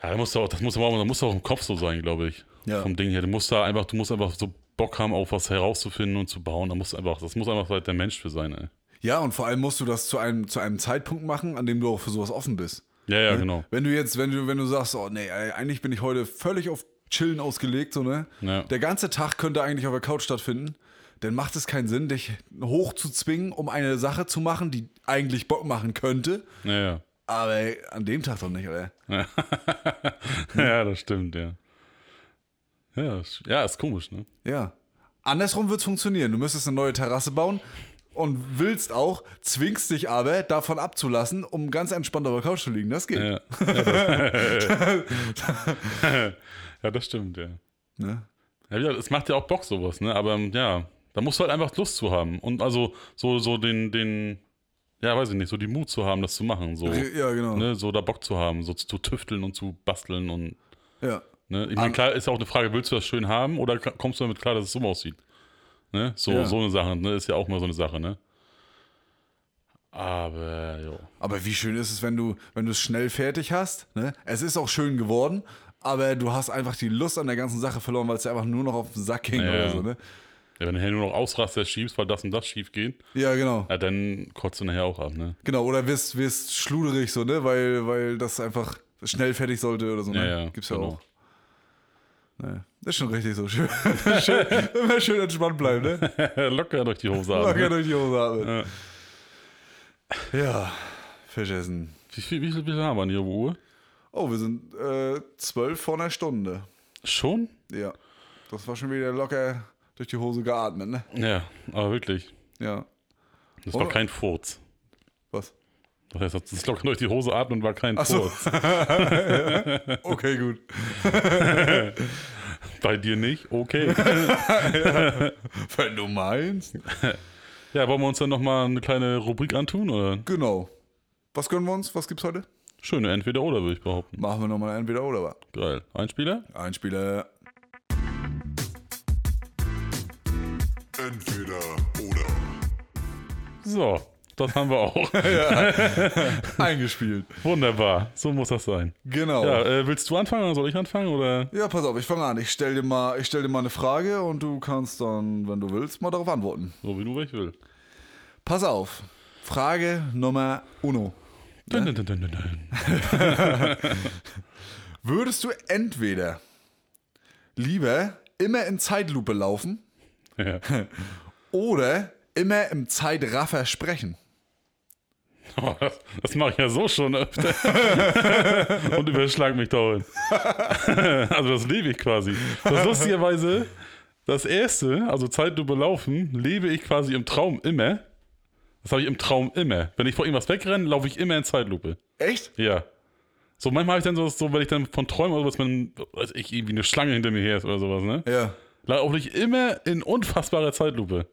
Speaker 1: Ja, da musst du auch, das muss aber auch, das muss auch im Kopf so sein, glaube ich.
Speaker 2: Ja.
Speaker 1: Vom Ding her. Du musst da einfach, du musst einfach so Bock haben, auf was herauszufinden und zu bauen. Da musst du einfach, das muss einfach halt der Mensch für sein, ey.
Speaker 2: Ja, und vor allem musst du das zu einem, zu einem Zeitpunkt machen, an dem du auch für sowas offen bist.
Speaker 1: Ja, ja, genau.
Speaker 2: Wenn du jetzt, wenn du, wenn du sagst, oh nee, ey, eigentlich bin ich heute völlig auf Chillen ausgelegt, so, ne?
Speaker 1: Ja.
Speaker 2: Der ganze Tag könnte eigentlich auf der Couch stattfinden, dann macht es keinen Sinn, dich hochzuzwingen, um eine Sache zu machen, die eigentlich Bock machen könnte.
Speaker 1: Ja, ja.
Speaker 2: Aber ey, an dem Tag doch nicht, oder?
Speaker 1: ja, das stimmt, ja. Ja, ist- ja, ist komisch, ne?
Speaker 2: Ja. Andersrum wird es funktionieren. Du müsstest eine neue Terrasse bauen und willst auch, zwingst dich aber, davon abzulassen, um ganz entspannt auf der Couch zu liegen. Das geht.
Speaker 1: Ja, ja, das, ja, das stimmt, ja.
Speaker 2: Ne?
Speaker 1: Ja, wie gesagt, es macht ja auch Bock, sowas, ne? Aber ähm, ja, da musst du halt einfach Lust zu haben. Und also so, so den, den, ja, weiß ich nicht, so die Mut zu haben, das zu machen. So,
Speaker 2: Ja, genau.
Speaker 1: ne? so da Bock zu haben, so zu, zu tüfteln und zu basteln und,
Speaker 2: Ja.
Speaker 1: ne? Ich meine, klar ist ja auch eine Frage, willst du das schön haben oder k- kommst du damit klar, dass es so aussieht? Ne? So,
Speaker 2: Ja.
Speaker 1: so eine Sache, ne? Ist ja auch mal so eine Sache, ne? Aber, jo.
Speaker 2: Aber wie schön ist es, wenn du, wenn du es schnell fertig hast? Ne? Es ist auch schön geworden, aber du hast einfach die Lust an der ganzen Sache verloren, weil es dir einfach nur noch auf den Sack ging
Speaker 1: Ja.
Speaker 2: oder so, ne?
Speaker 1: Ja, wenn du hier nur noch Ausraster schiebst, weil das und das schief geht,
Speaker 2: Ja, genau.
Speaker 1: ja, dann kotzt du nachher auch ab, ne?
Speaker 2: Genau. Oder wirst, wirst schluderig so, ne? Weil, weil das einfach schnell fertig sollte oder so, ne?
Speaker 1: Ja, ja,
Speaker 2: Gibt's ja
Speaker 1: genau.
Speaker 2: auch. Naja. Das ist schon richtig so. Schön, schön, immer schön entspannt bleiben, ne?
Speaker 1: Locker durch die Hose ab.
Speaker 2: Locker
Speaker 1: Ne?
Speaker 2: durch die Hose atmen. Ja. Fisch essen.
Speaker 1: Wie viel, wie viel, wie viel haben wir denn hier auf der Uhr?
Speaker 2: Oh, wir sind äh, zwölf vor einer Stunde.
Speaker 1: Schon?
Speaker 2: Ja. Das war schon wieder locker durch die Hose geatmet, ne?
Speaker 1: Ja, aber wirklich.
Speaker 2: Ja.
Speaker 1: Das
Speaker 2: Oder?
Speaker 1: war kein Furz.
Speaker 2: Was?
Speaker 1: Das heißt, das ist locker durch die Hose atmen und war kein
Speaker 2: Ach so.
Speaker 1: Furz.
Speaker 2: Okay, gut.
Speaker 1: Bei dir nicht? Okay.
Speaker 2: Wenn du meinst.
Speaker 1: ja, wollen wir uns dann nochmal eine kleine Rubrik antun? Oder?
Speaker 2: Genau. Was gönnen wir uns? Was gibt's heute?
Speaker 1: Schöne Entweder-Oder, würde ich behaupten.
Speaker 2: Machen wir nochmal ein wieder oder was?
Speaker 1: Geil. Einspieler?
Speaker 2: Ein Spieler.
Speaker 3: Entweder oder.
Speaker 1: So, das haben wir auch.
Speaker 2: Eingespielt.
Speaker 1: Wunderbar. So muss das sein.
Speaker 2: Genau.
Speaker 1: Ja,
Speaker 2: Ja.
Speaker 1: äh, willst du anfangen oder soll ich anfangen? Oder?
Speaker 2: pass auf, ich fange an. Ich stell dir mal, ich stell dir mal eine Frage und du kannst dann, wenn du willst, mal darauf antworten.
Speaker 1: So wie du welch will.
Speaker 2: Pass auf. Frage Nummer uno.
Speaker 1: Dun, dun, dun, dun, dun, dun.
Speaker 2: Würdest du entweder lieber immer in Zeitlupe laufen
Speaker 1: Ja.
Speaker 2: oder immer im Zeitraffer sprechen?
Speaker 1: Oh, das das mache ich ja so schon öfter. Und überschlag mich dauernd. also das lebe ich quasi. Das lustigerweise, das erste, also Zeitlupe laufen, lebe ich quasi im Traum immer. Das habe ich im Traum immer. Wenn ich vor irgendwas wegrenne, laufe ich immer in Zeitlupe.
Speaker 2: Echt?
Speaker 1: Ja. So manchmal habe ich dann so, so, wenn ich dann von träume oder was, wenn weiß ich, irgendwie eine Schlange hinter mir her ist oder sowas, ne?
Speaker 2: Ja.
Speaker 1: Laufe ich immer in unfassbarer Zeitlupe.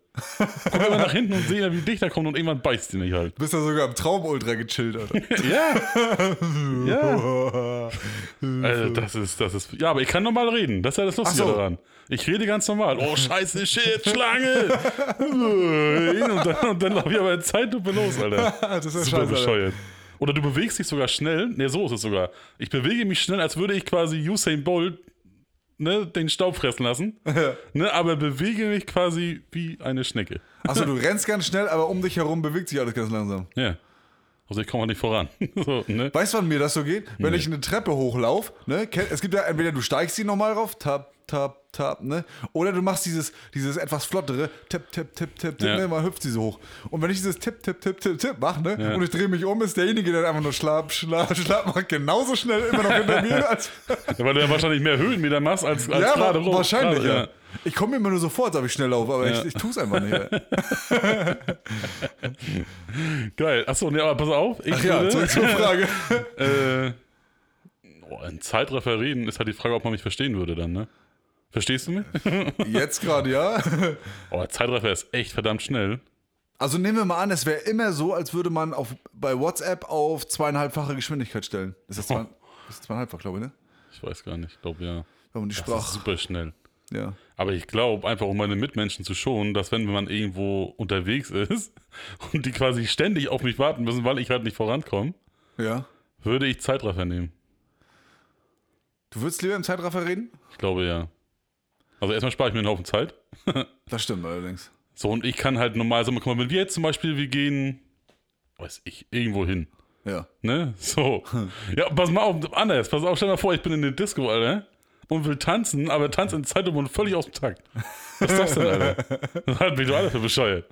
Speaker 1: Guck immer nach hinten und sehe, wie dicht er kommt und irgendwann beißt ihn nicht halt.
Speaker 2: Bist ja sogar im Traum ultra gechillt, Alter. Oh.
Speaker 1: Ja. ja. Also das ist, das ist. Ja, aber ich kann normal reden. Das ist ja das Lustige
Speaker 2: Ach so.
Speaker 1: daran. Ich rede ganz normal. Oh, scheiße, shit, Schlange! Äh, und dann, und dann laufe ich aber in Zeitlupe los, Alter.
Speaker 2: das ist ja
Speaker 1: Super
Speaker 2: scheiße. Alter.
Speaker 1: bescheuert. Oder du bewegst dich sogar schnell. Ne, so ist es sogar. Ich bewege mich schnell, als würde ich quasi Usain Bolt ne, den Staub fressen lassen. ne, aber bewege mich quasi wie eine Schnecke.
Speaker 2: Achso, du rennst ganz schnell, aber um dich herum bewegt sich alles ganz langsam.
Speaker 1: Ja. Also ich komme auch nicht voran. so, ne?
Speaker 2: Weißt du, wann mir das so geht? Wenn ich eine Treppe hochlaufe, ne? ken- Es gibt ja entweder du steigst sie nochmal rauf, tap, tap, tap, ne? Oder du machst dieses, dieses etwas flottere, tipp, tipp, tipp, tipp, tipp,
Speaker 1: Ja.
Speaker 2: ne? Mal hüpft sie so hoch. Und wenn ich dieses tipp, tipp, tipp, tipp, tipp mache, ne? Und ich drehe mich um, ist derjenige, der einfach nur schlapp, schlapp, schlapp macht, genauso schnell immer noch hinter mir. Als,
Speaker 1: Ja, weil du ja wahrscheinlich mehr Höhenmeter machst als, als
Speaker 2: ja, wa-
Speaker 1: gerade rum.
Speaker 2: wahrscheinlich,
Speaker 1: Gerade,
Speaker 2: ja. Ich komme mir immer nur so vor, als ob ich schnell laufe, aber
Speaker 1: Ja.
Speaker 2: ich, ich tue es einfach nicht. ey.
Speaker 1: Geil. Achso, ne, aber pass auf. Ich
Speaker 2: Ach ja,
Speaker 1: würde,
Speaker 2: zurück zur Frage.
Speaker 1: äh, oh, in Zeitraffer reden ist halt die Frage, ob man mich verstehen würde dann, ne? Verstehst du mich?
Speaker 2: Jetzt gerade, ja?
Speaker 1: Oh, Zeitraffer ist echt verdammt schnell.
Speaker 2: Also nehmen wir mal an, es wäre immer so, als würde man auf, bei WhatsApp auf zweieinhalbfache Geschwindigkeit stellen. Ist das, zwei, ist das zweieinhalbfach, glaube ich, ne?
Speaker 1: Ich weiß gar nicht. Ich glaube, ja.
Speaker 2: Wenn man die
Speaker 1: Das ist
Speaker 2: Sprache.
Speaker 1: super schnell.
Speaker 2: Ja.
Speaker 1: Aber ich glaube, einfach um meine Mitmenschen zu schonen, dass wenn man irgendwo unterwegs ist und die quasi ständig auf mich warten müssen, weil ich halt nicht vorankomme,
Speaker 2: Ja.
Speaker 1: würde ich Zeitraffer nehmen.
Speaker 2: Du würdest lieber im Zeitraffer reden?
Speaker 1: Ich glaube ja. Also erstmal spare ich mir einen Haufen Zeit.
Speaker 2: Das stimmt allerdings.
Speaker 1: So, und ich kann halt normal so, guck mal, wenn wir jetzt zum Beispiel, wir gehen, weiß ich, irgendwo hin.
Speaker 2: Ja.
Speaker 1: Ne? So. Ja, pass mal auf, anders. Pass auf, stell mal vor, ich bin in der Disco, Alter. Und will tanzen, aber tanzt in Zeitung und völlig aus dem Takt. Was ist das denn, Alter? Das hat mich doch alle für bescheuert.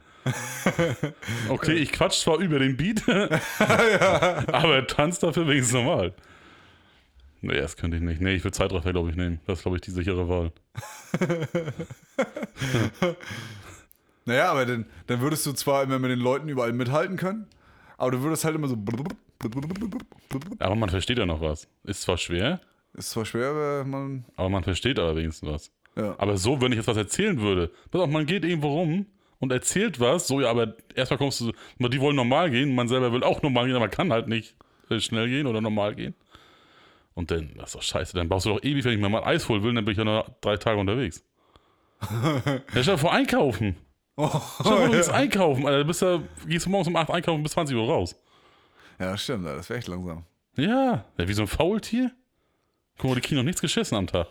Speaker 1: Okay, ich quatsch zwar über den Beat, aber tanzt dafür wenigstens normal. Nee, das könnte ich nicht. Nee, ich will Zeitraffer, glaube ich, nehmen. Das ist, glaube ich, die sichere Wahl.
Speaker 2: Naja, aber dann, dann würdest du zwar immer mit den Leuten überall mithalten können, aber du würdest halt immer so.
Speaker 1: Aber man versteht ja noch was. Ist zwar schwer,
Speaker 2: Ist zwar schwer, aber man.
Speaker 1: aber man versteht aber wenigstens was.
Speaker 2: Ja.
Speaker 1: Aber so, wenn ich jetzt was erzählen würde, pass auf, man geht irgendwo rum und erzählt was, so, ja, aber erstmal kommst du, so, die wollen normal gehen, man selber will auch normal gehen, aber man kann halt nicht äh, schnell gehen oder normal gehen. Und dann, das ist doch scheiße, dann brauchst du doch ewig, wenn ich mir mal Eis holen will, dann bin ich ja noch drei Tage unterwegs. ja, stell dir vor, einkaufen.
Speaker 2: Oh,
Speaker 1: Stell dir vor, du gehst
Speaker 2: ja.
Speaker 1: einkaufen, Alter, du bist ja, gehst du morgens um 8 einkaufen bis 20 Uhr raus.
Speaker 2: ja, stimmt, das wäre echt langsam.
Speaker 1: Ja, ja wie so ein Faultier. Guck mal, die Kinder noch nichts geschissen am Tag.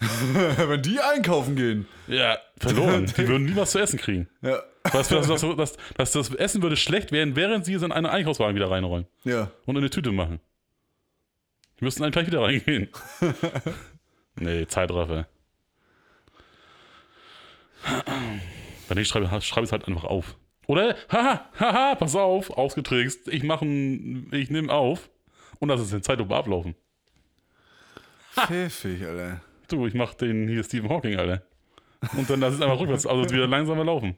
Speaker 2: Wenn die einkaufen gehen.
Speaker 1: Ja, verloren. Die würden nie was zu essen kriegen.
Speaker 2: Ja.
Speaker 1: Das, das, das, das, das, das Essen würde schlecht werden, während sie es in einen Einkaufswagen wieder reinräumen
Speaker 2: Ja.
Speaker 1: und in eine Tüte machen. Die müssten dann gleich wieder reingehen. nee, Zeitraffer. Wenn ich schreibe, ha- schreibe ich es halt einfach auf. Oder, haha, haha, pass auf, ausgetrickst, ich mache, ein- ich nehme auf und lass es in Zeitlupe ablaufen.
Speaker 2: Pfiffig, Alter.
Speaker 1: Du, ich mach den hier Stephen Hawking, Alter. Und dann lass es einfach rückwärts, also wieder langsamer laufen.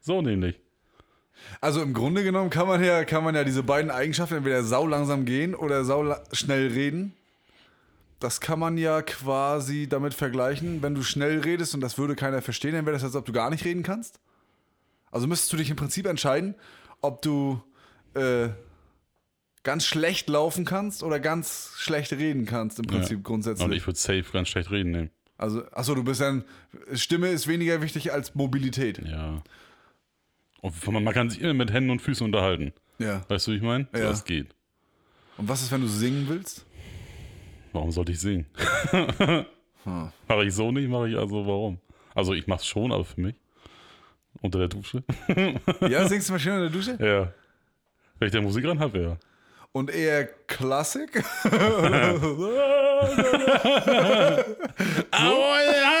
Speaker 1: So nämlich.
Speaker 2: Also im Grunde genommen kann man ja, kann man ja diese beiden Eigenschaften entweder sau langsam gehen oder sau la- schnell reden. Das kann man ja quasi damit vergleichen, wenn du schnell redest und das würde keiner verstehen, dann wäre das, als ob du gar nicht reden kannst. Also müsstest du dich im Prinzip entscheiden, ob du äh, ganz schlecht laufen kannst oder ganz schlecht reden kannst, im Prinzip
Speaker 1: Und
Speaker 2: grundsätzlich.
Speaker 1: ich würde safe ganz schlecht reden nehmen.
Speaker 2: Also, achso, du bist dann, Stimme ist weniger wichtig als Mobilität.
Speaker 1: Ja. Und man, man kann sich immer mit Händen und Füßen unterhalten.
Speaker 2: Ja.
Speaker 1: Weißt du, wie ich meine?
Speaker 2: Ja.
Speaker 1: Das geht.
Speaker 2: Und was ist, wenn du singen willst?
Speaker 1: Warum sollte ich singen?
Speaker 2: Hm.
Speaker 1: Mache ich so nicht, mache ich also warum? Also ich mach's schon, aber für mich. Unter der Dusche.
Speaker 2: Ja, singst du mal schön in der Dusche?
Speaker 1: ja. Wenn ich der Musik ran habe, ja.
Speaker 2: Und eher Klassik?
Speaker 1: Oh, ja.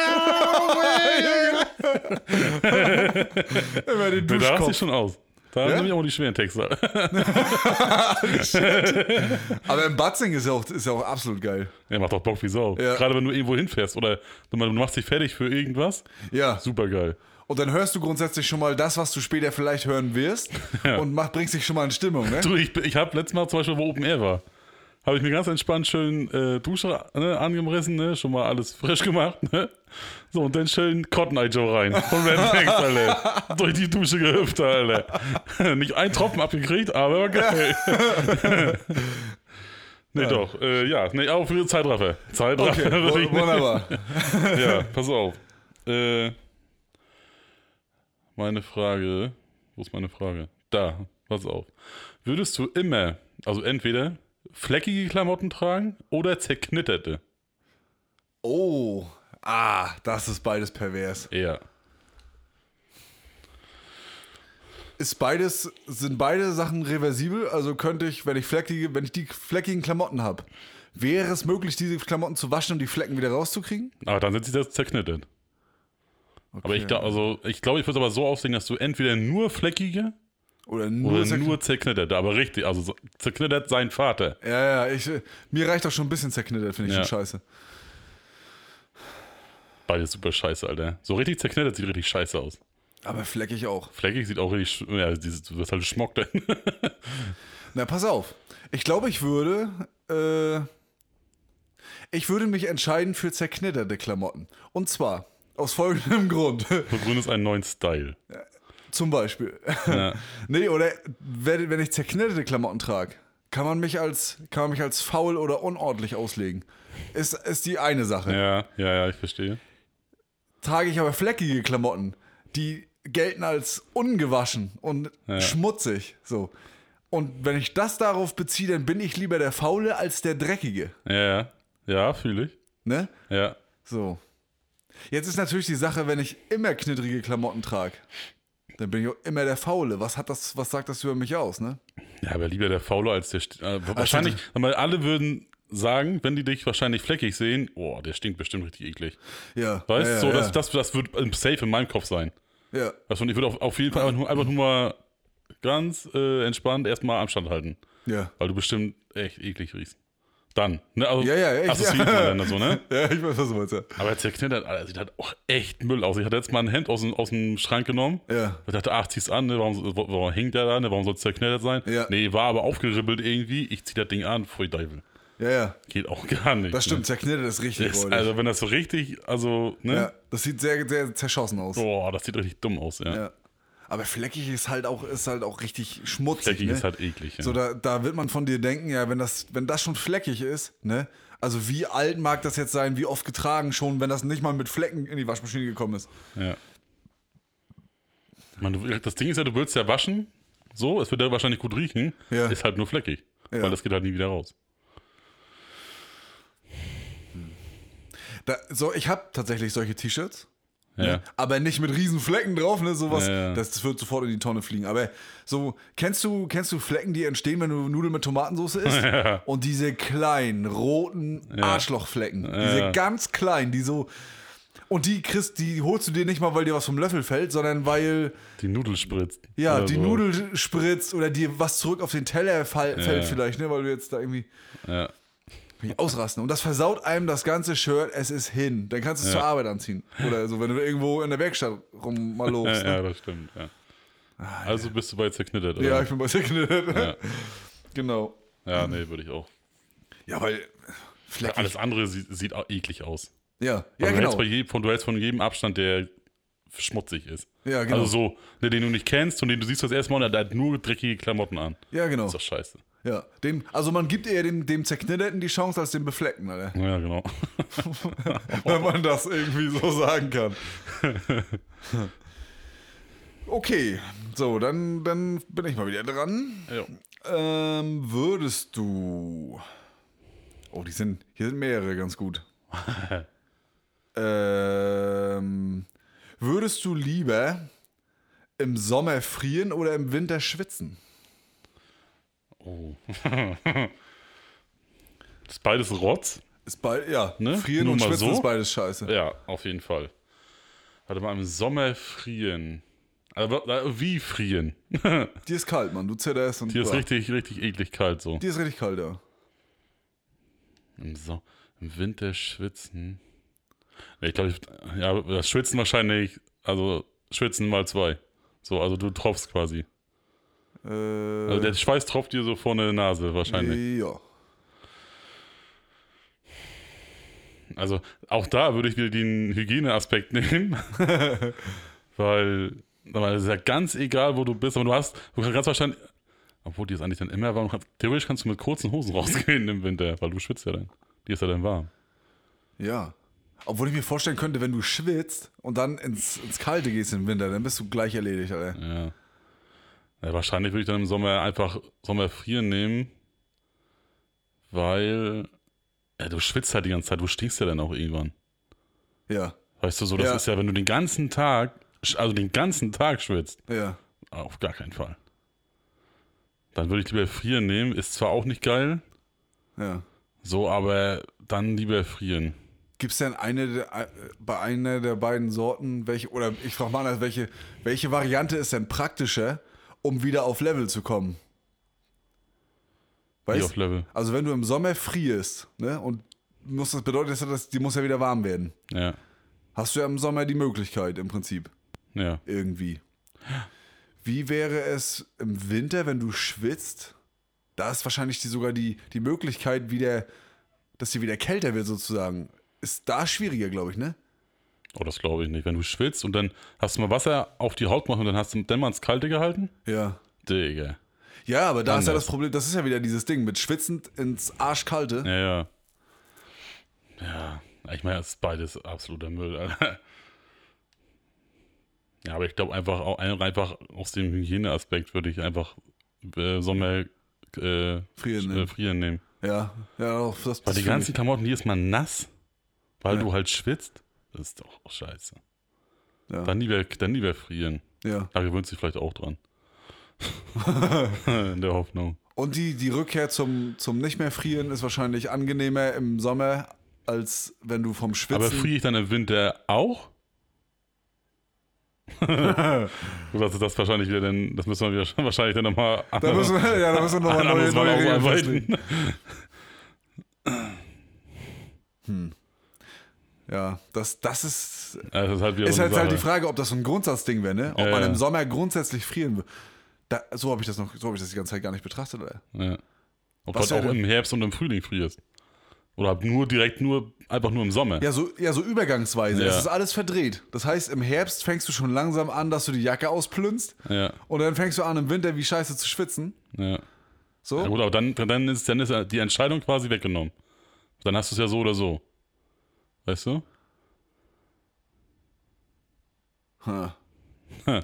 Speaker 2: Immer den
Speaker 1: Da raste ich
Speaker 2: Duschkopf.
Speaker 1: schon aus. Da
Speaker 2: Ja?
Speaker 1: nehme ich auch die schweren Texte.
Speaker 2: Aber im Batzing ist ja auch, ist ja auch absolut geil.
Speaker 1: Ja, macht doch Bock wie Sau.
Speaker 2: Ja.
Speaker 1: Gerade wenn du irgendwo hinfährst oder wenn man, du machst dich fertig für irgendwas.
Speaker 2: Ja.
Speaker 1: Super geil.
Speaker 2: Und dann hörst du grundsätzlich schon mal das, was du später vielleicht hören wirst und mach, bringst dich schon mal in Stimmung, ne?
Speaker 1: Du, ich, ich habe letztes Mal zum Beispiel, wo Open Air war, habe ich mir ganz entspannt schön äh, Dusche ne, angerissen, ne? schon mal alles frisch gemacht. Ne? So, und dann schön Cotton Eye Joe rein. Von Red Banks, Alter. Durch die Dusche gehüpft, Alter. Nicht ein Tropfen abgekriegt, aber war geil. nee, doch. Äh, ja, nee, auch für Zeitraffer. Zeitraffer.
Speaker 2: Okay,
Speaker 1: wirklich,
Speaker 2: wu-
Speaker 1: ne?
Speaker 2: wunderbar.
Speaker 1: Ja, pass auf. Äh, meine Frage. Wo ist meine Frage? Da, pass auf. Würdest du immer, also entweder fleckige Klamotten tragen oder zerknitterte?
Speaker 2: Oh, ah, das ist beides pervers.
Speaker 1: Ja.
Speaker 2: Ist beides, sind beide Sachen reversibel? Also könnte ich, wenn ich fleckige, wenn ich die fleckigen Klamotten habe, wäre es möglich, diese Klamotten zu waschen und die Flecken wieder rauszukriegen?
Speaker 1: Aber Ah, dann sind sie das zerknittet. Aber ich glaube, also ich glaube, ich würde es aber so aufsehen, dass du entweder nur fleckige
Speaker 2: Oder nur,
Speaker 1: oder
Speaker 2: zerkn-
Speaker 1: nur zerknitterte, aber richtig, also so- zerknittert sein Vater.
Speaker 2: Ja, ja, ich, äh, mir reicht auch schon ein bisschen zerknittert, finde ich
Speaker 1: Ja.
Speaker 2: schon scheiße.
Speaker 1: Beides super scheiße, Alter. So richtig zerknittert sieht richtig scheiße aus.
Speaker 2: Aber fleckig auch.
Speaker 1: Fleckig sieht auch richtig, sch- ja, dieses- du wirst halt Schmock dann.
Speaker 2: Na, pass auf. Ich glaube, ich würde. Äh, ich würde mich entscheiden für zerknitterte Klamotten. Und zwar aus folgendem Grund.
Speaker 1: So grün ist ein neuen Style.
Speaker 2: Zum Beispiel.
Speaker 1: Ja.
Speaker 2: nee, oder wenn, wenn ich zerknitterte Klamotten trage, kann man mich als, kann man mich als faul oder unordentlich auslegen. Ist, ist die eine Sache.
Speaker 1: Ja, ja, ja, ich verstehe.
Speaker 2: Trage ich aber fleckige Klamotten, die gelten als ungewaschen und schmutzig. So. Und wenn ich das darauf beziehe, dann bin ich lieber der Faule als der Dreckige.
Speaker 1: Ja, ja, ja fühle ich.
Speaker 2: Ne?
Speaker 1: Ja.
Speaker 2: So. Jetzt ist natürlich die Sache, wenn ich immer knittrige Klamotten trage, dann bin ich auch immer der Faule. Was hat das, was sagt das über mich aus, ne?
Speaker 1: Ja, aber lieber der Faule als der. St äh, wahrscheinlich, sag mal, alle würden sagen, wenn die dich wahrscheinlich fleckig sehen, oh, der stinkt bestimmt richtig eklig.
Speaker 2: Ja.
Speaker 1: Weißt du,
Speaker 2: ja, ja,
Speaker 1: so,
Speaker 2: ja.
Speaker 1: das, das, das wird im safe in meinem Kopf sein.
Speaker 2: Ja.
Speaker 1: Weißt du, und ich würde auf, auf jeden Fall einfach nur, einfach nur mal ganz äh, entspannt erstmal am Stand halten,
Speaker 2: Ja.
Speaker 1: weil du bestimmt echt eklig riechst. Dann, ne? Also,
Speaker 2: Ja, ja, echt,
Speaker 1: assoziiert
Speaker 2: ja.
Speaker 1: man dann so, ne?
Speaker 2: Ja, ich weiß, was du meinst. Ja.
Speaker 1: Aber zerknittert, Alter, sieht halt auch echt Müll aus. Ich hatte jetzt mal ein Hemd aus, dem- aus dem Schrank genommen.
Speaker 2: Ja.
Speaker 1: Ich dachte, ach, zieh's an, ne? warum, wa- warum hängt der da, ne? warum soll es zerknittert sein?
Speaker 2: Ja.
Speaker 1: Nee, war aber aufgeribbelt irgendwie. Ich zieh das Ding an, pfui Teufel.
Speaker 2: Ja, ja.
Speaker 1: Geht auch gar nicht.
Speaker 2: Das stimmt, zerknittert ist
Speaker 1: Ne?
Speaker 2: richtig
Speaker 1: Ist,
Speaker 2: räudig.
Speaker 1: also, wenn das so richtig, also, ne?
Speaker 2: ja, das sieht sehr, sehr zerschossen aus.
Speaker 1: Boah, das sieht richtig dumm aus, ja.
Speaker 2: Ja. Aber fleckig ist halt auch, ist halt auch richtig schmutzig.
Speaker 1: Fleckig
Speaker 2: ne?
Speaker 1: ist halt eklig, ja.
Speaker 2: So, da, da wird man von dir denken, ja, wenn das, wenn das schon fleckig ist, ne? Also wie alt mag das jetzt sein, wie oft getragen schon, wenn das nicht mal mit Flecken in die Waschmaschine gekommen ist.
Speaker 1: ja. Man, du, das Ding ist ja, du willst ja waschen, so, es wird ja wahrscheinlich gut riechen,
Speaker 2: Ja.
Speaker 1: ist halt nur fleckig.
Speaker 2: Ja.
Speaker 1: Weil das geht halt nie wieder raus.
Speaker 2: Da, so, ich habe tatsächlich solche T-Shirts, ne?
Speaker 1: Ja.
Speaker 2: aber nicht mit riesen Flecken drauf, ne? Sowas,
Speaker 1: Ja, ja.
Speaker 2: das wird sofort in die Tonne fliegen. Aber so, kennst du, kennst du Flecken, die entstehen, wenn du Nudeln mit Tomatensauce isst? Und diese kleinen roten Arschlochflecken,
Speaker 1: ja.
Speaker 2: diese ganz kleinen, die so und die kriegst, die holst du dir nicht mal, weil dir was vom Löffel fällt, sondern weil
Speaker 1: Die Nudel spritzt.
Speaker 2: Ja,
Speaker 1: Oder
Speaker 2: die
Speaker 1: so.
Speaker 2: Nudel spritzt oder dir was zurück auf den Teller fall, fällt vielleicht, ne, weil du jetzt da irgendwie
Speaker 1: Ja.
Speaker 2: irgendwie ausrasten. Und das versaut einem das ganze Shirt, es ist hin. Dann kannst du es zur Arbeit anziehen. Oder so, wenn du irgendwo in der Werkstatt rum mal
Speaker 1: Ja,
Speaker 2: lobst.
Speaker 1: ja,
Speaker 2: ne? Ah,
Speaker 1: das stimmt, ja. Also bist du bei zerknittert,
Speaker 2: ja.
Speaker 1: oder?
Speaker 2: ich bin bei Second Genau.
Speaker 1: Ja, nee, würde ich auch.
Speaker 2: Ja, weil Fleck.
Speaker 1: Alles andere sieht, sieht auch eklig aus.
Speaker 2: Ja, ja,
Speaker 1: Ja, du,
Speaker 2: genau.
Speaker 1: hältst Also, bei je, von, du hältst von jedem Abstand, der schmutzig ist.
Speaker 2: Ja, genau.
Speaker 1: Also so, ne, den du nicht kennst und den du siehst das erste Mal und er hat nur dreckige Klamotten an.
Speaker 2: Ja, genau.
Speaker 1: Ist doch scheiße.
Speaker 2: Ja. Dem, also man gibt eher dem, dem Zerknitterten die Chance als dem Befleckten, Alter.
Speaker 1: Ja, genau.
Speaker 2: wenn man das irgendwie so sagen kann. Okay, so, dann, dann bin ich mal wieder dran.
Speaker 1: Ja.
Speaker 2: Ähm, würdest du. Oh, die sind. Hier sind mehrere ganz gut. ähm, würdest du lieber im Sommer frieren oder im Winter schwitzen?
Speaker 1: Oh. ist beides Rotz?
Speaker 2: Ist bald, ja,
Speaker 1: Ne?
Speaker 2: frieren
Speaker 1: Nur
Speaker 2: und
Speaker 1: mal
Speaker 2: schwitzen
Speaker 1: so?
Speaker 2: ist beides scheiße.
Speaker 1: Ja, auf jeden Fall. Warte mal, im Sommer frieren. Aber wa- wie frieren?
Speaker 2: Die ist kalt, Mann. Du zitterst und.
Speaker 1: Die ist
Speaker 2: Uah.
Speaker 1: richtig, richtig eklig kalt so.
Speaker 2: Die ist richtig kalt, ja.
Speaker 1: Im, so Im Winter schwitzen. Nee, Ich glaube, ich- ja, das Schwitzen wahrscheinlich, also Schwitzen mal zwei. So, also du tropfst quasi.
Speaker 2: Äh,
Speaker 1: Also der Schweiß tropft dir so vorne in die Nase wahrscheinlich.
Speaker 2: Ja.
Speaker 1: Also auch da würde ich wieder den Hygieneaspekt nehmen. weil, sag mal, es ist ja ganz egal, wo du bist, aber du hast, du kannst ganz wahrscheinlich, obwohl die ist eigentlich dann immer warm, du kannst, theoretisch kannst du mit kurzen Hosen rausgehen im Winter, weil du schwitzt ja dann. Die ist ja dann warm.
Speaker 2: Ja. Obwohl ich mir vorstellen könnte, wenn du schwitzt und dann ins, ins Kalte gehst im Winter, dann bist du gleich erledigt, Alter.
Speaker 1: Ja. ja wahrscheinlich würde ich dann im Sommer einfach Sommer frieren nehmen, weil ja, du schwitzt halt die ganze Zeit, du stinkst ja dann auch irgendwann.
Speaker 2: Ja,
Speaker 1: Weißt du, so, das
Speaker 2: Ja.
Speaker 1: ist ja, wenn du den ganzen Tag, sch- also den ganzen Tag schwitzt,
Speaker 2: ja.
Speaker 1: auf gar keinen Fall. Dann würde ich lieber frieren nehmen, ist zwar auch nicht geil,
Speaker 2: Ja.
Speaker 1: so, aber dann lieber frieren.
Speaker 2: Gibt es denn eine der, äh, bei einer der beiden Sorten, welche, oder ich frage mal anders, welche, welche Variante ist denn praktischer, um wieder auf Level zu kommen?
Speaker 1: Wie
Speaker 2: Weißt
Speaker 1: auf Level.
Speaker 2: Also wenn du im Sommer frierst, ne, und muss das bedeutet, dass das, die muss ja wieder warm werden.
Speaker 1: Ja,
Speaker 2: Hast du ja im Sommer die Möglichkeit im Prinzip.
Speaker 1: ja.
Speaker 2: irgendwie. Wie wäre es im Winter, wenn du schwitzt? Da ist wahrscheinlich die, sogar die, die Möglichkeit, wieder, dass sie wieder kälter wird, sozusagen. Ist da schwieriger, glaube ich, ne?
Speaker 1: Oh, das glaube ich nicht. Wenn du schwitzt und dann hast du mal Wasser auf die Haut gemacht und dann hast du dann mal ins Kalte gehalten?
Speaker 2: Ja.
Speaker 1: Digga.
Speaker 2: Ja, aber da ist ja
Speaker 1: Anders.
Speaker 2: das Problem, das ist ja wieder dieses Ding mit schwitzend ins Arschkalte.
Speaker 1: Ja, ja. Ja, ich meine, es ist beides absoluter Müll, Alter. Ja, aber ich glaube einfach, auch- einfach aus dem Hygieneaspekt würde ich einfach äh, Sommer äh,
Speaker 2: Frieren,
Speaker 1: sch-
Speaker 2: ne?
Speaker 1: äh, frieren nehmen.
Speaker 2: Ja, ja, doch, das,
Speaker 1: Weil
Speaker 2: das
Speaker 1: die
Speaker 2: fühl
Speaker 1: ganzen
Speaker 2: ich.
Speaker 1: Klamotten hier ist mal nass, weil
Speaker 2: Ja.
Speaker 1: du halt schwitzt. Das ist doch auch scheiße.
Speaker 2: Ja.
Speaker 1: Dann, lieber, dann lieber frieren.
Speaker 2: ja.
Speaker 1: Da gewöhnt sich vielleicht auch dran. In der Hoffnung.
Speaker 2: Und die, die Rückkehr zum, zum nicht mehr frieren ist wahrscheinlich angenehmer im Sommer, als wenn du vom Schwitzen.
Speaker 1: Aber friere ich dann im Winter auch? Gut, das ist das wahrscheinlich wieder, denn das müssen wir wieder schon wahrscheinlich dann nochmal
Speaker 2: da müssen wir, ja, da müssen wir nochmal neue, neue Regeln festlegen.
Speaker 1: ausarbeiten.
Speaker 2: Ja, das, das ist,
Speaker 1: Also das ist halt wieder
Speaker 2: ist
Speaker 1: so
Speaker 2: halt,
Speaker 1: eine
Speaker 2: halt die
Speaker 1: Sache.
Speaker 2: Frage, ob das so ein Grundsatzding wäre, ne? Ob
Speaker 1: Ja,
Speaker 2: man
Speaker 1: ja.
Speaker 2: im Sommer grundsätzlich frieren würde. Da, so habe ich das noch, so habe ich das die ganze Zeit gar nicht betrachtet. Alter.
Speaker 1: Ja. Ob
Speaker 2: Was
Speaker 1: du halt
Speaker 2: wäre
Speaker 1: auch
Speaker 2: denn-
Speaker 1: im Herbst und im Frühling frierst. Oder halt nur direkt nur, einfach nur im Sommer.
Speaker 2: Ja, so, ja, so übergangsweise.
Speaker 1: Ja.
Speaker 2: Es ist alles verdreht. Das heißt, im Herbst fängst du schon langsam an, dass du die Jacke ausplünst
Speaker 1: Ja,
Speaker 2: und dann fängst du an, im Winter wie scheiße zu schwitzen.
Speaker 1: ja.
Speaker 2: So?
Speaker 1: Ja, gut, aber dann, dann, ist, dann ist ja die Entscheidung quasi weggenommen. Dann hast du es ja so oder so. Weißt du?
Speaker 2: Ha.
Speaker 1: Ha.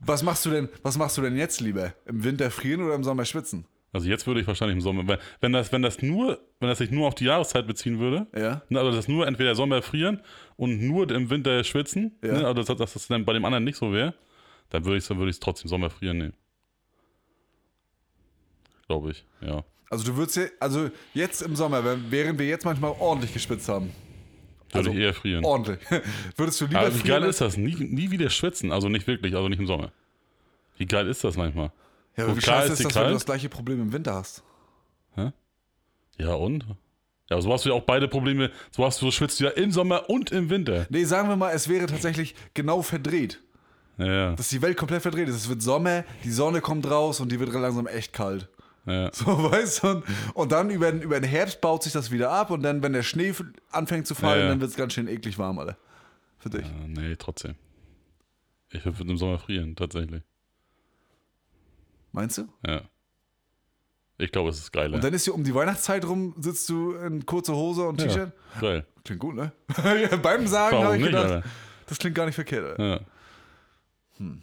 Speaker 2: Was machst du denn, was machst du denn jetzt lieber? Im Winter frieren oder im Sommer schwitzen?
Speaker 1: Also jetzt würde ich wahrscheinlich im Sommer, wenn, wenn das, wenn das nur, wenn das sich nur auf die Jahreszeit beziehen würde,
Speaker 2: Ja.
Speaker 1: ne, also das nur entweder Sommer frieren und nur im Winter schwitzen,
Speaker 2: Ja.
Speaker 1: ne, also dass, dass das dann bei dem anderen nicht so wäre, dann würde ich es würde ich's trotzdem Sommer frieren nehmen. Glaube ich, ja.
Speaker 2: Also du würdest ja, also jetzt im Sommer, wenn- während wir jetzt manchmal ordentlich geschwitzt haben.
Speaker 1: Würde ich eher frieren.
Speaker 2: Ordentlich. Würdest du Also Oh, lieber
Speaker 1: Aber wie
Speaker 2: frieren
Speaker 1: geil ist also das? Nie, nie wieder schwitzen, also nicht wirklich, also nicht im Sommer. Wie geil ist das manchmal?
Speaker 2: Ja, aber
Speaker 1: Und
Speaker 2: wie
Speaker 1: klar ist
Speaker 2: scheiße ist
Speaker 1: die
Speaker 2: das, wenn du
Speaker 1: kalt.
Speaker 2: das gleiche Problem im Winter hast?
Speaker 1: Ja und? Ja, so hast du ja auch beide Probleme. So hast du, so schwitzt du ja im Sommer und im Winter.
Speaker 2: Nee, sagen wir mal, es wäre tatsächlich genau verdreht.
Speaker 1: Ja,
Speaker 2: Dass die Welt komplett verdreht ist. Es wird Sommer, die Sonne kommt raus und die wird langsam echt kalt.
Speaker 1: ja.
Speaker 2: So, weißt du? Und, und dann über den, über den Herbst baut sich das wieder ab und dann, wenn der Schnee f- anfängt zu fallen,
Speaker 1: Ja, ja.
Speaker 2: dann wird es ganz schön eklig warm, Alter. Für dich.
Speaker 1: Äh, nee, trotzdem. Ich würde im Sommer frieren, tatsächlich.
Speaker 2: Meinst du?
Speaker 1: Ja. Ich glaube, es ist
Speaker 2: Und
Speaker 1: geiler.
Speaker 2: dann ist hier um die Weihnachtszeit rum, sitzt du in kurzer Hose und T-Shirt.
Speaker 1: Geil.
Speaker 2: Klingt gut, ne? ja, beim Sagen
Speaker 1: Warum
Speaker 2: habe ich
Speaker 1: nicht,
Speaker 2: gedacht,
Speaker 1: Alter?
Speaker 2: das klingt gar nicht verkehrt, Alter.
Speaker 1: Ja.
Speaker 2: Hm.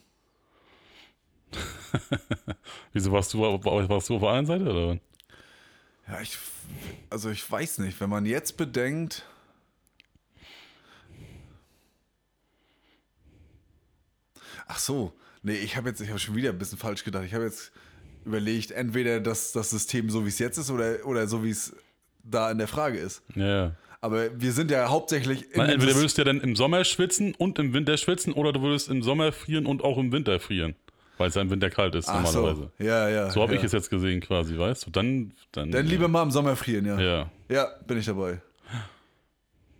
Speaker 1: Wieso warst du, auf- warst du auf der anderen Seite? Oder? was?
Speaker 2: Ja, ich. Also ich weiß nicht, wenn man jetzt bedenkt. Ach so, nee, ich habe jetzt, ich habe schon wieder ein bisschen falsch gedacht. Ich habe jetzt überlegt, entweder das, das System so wie es jetzt ist oder, oder so wie es da in der Frage ist.
Speaker 1: Ja, ja.
Speaker 2: Aber wir sind ja hauptsächlich in
Speaker 1: Nein,
Speaker 2: dem
Speaker 1: entweder
Speaker 2: Sys-
Speaker 1: würdest du ja dann im Sommer schwitzen und im Winter schwitzen oder du würdest im Sommer frieren und auch im Winter frieren, weil es ja im Winter kalt ist
Speaker 2: Ach
Speaker 1: normalerweise.
Speaker 2: so. Ja, ja.
Speaker 1: So habe
Speaker 2: ja.
Speaker 1: ich es jetzt gesehen quasi, weißt du? Dann, dann,
Speaker 2: Dann lieber mal im Sommer frieren, ja. Ja,
Speaker 1: Ja,
Speaker 2: bin ich dabei.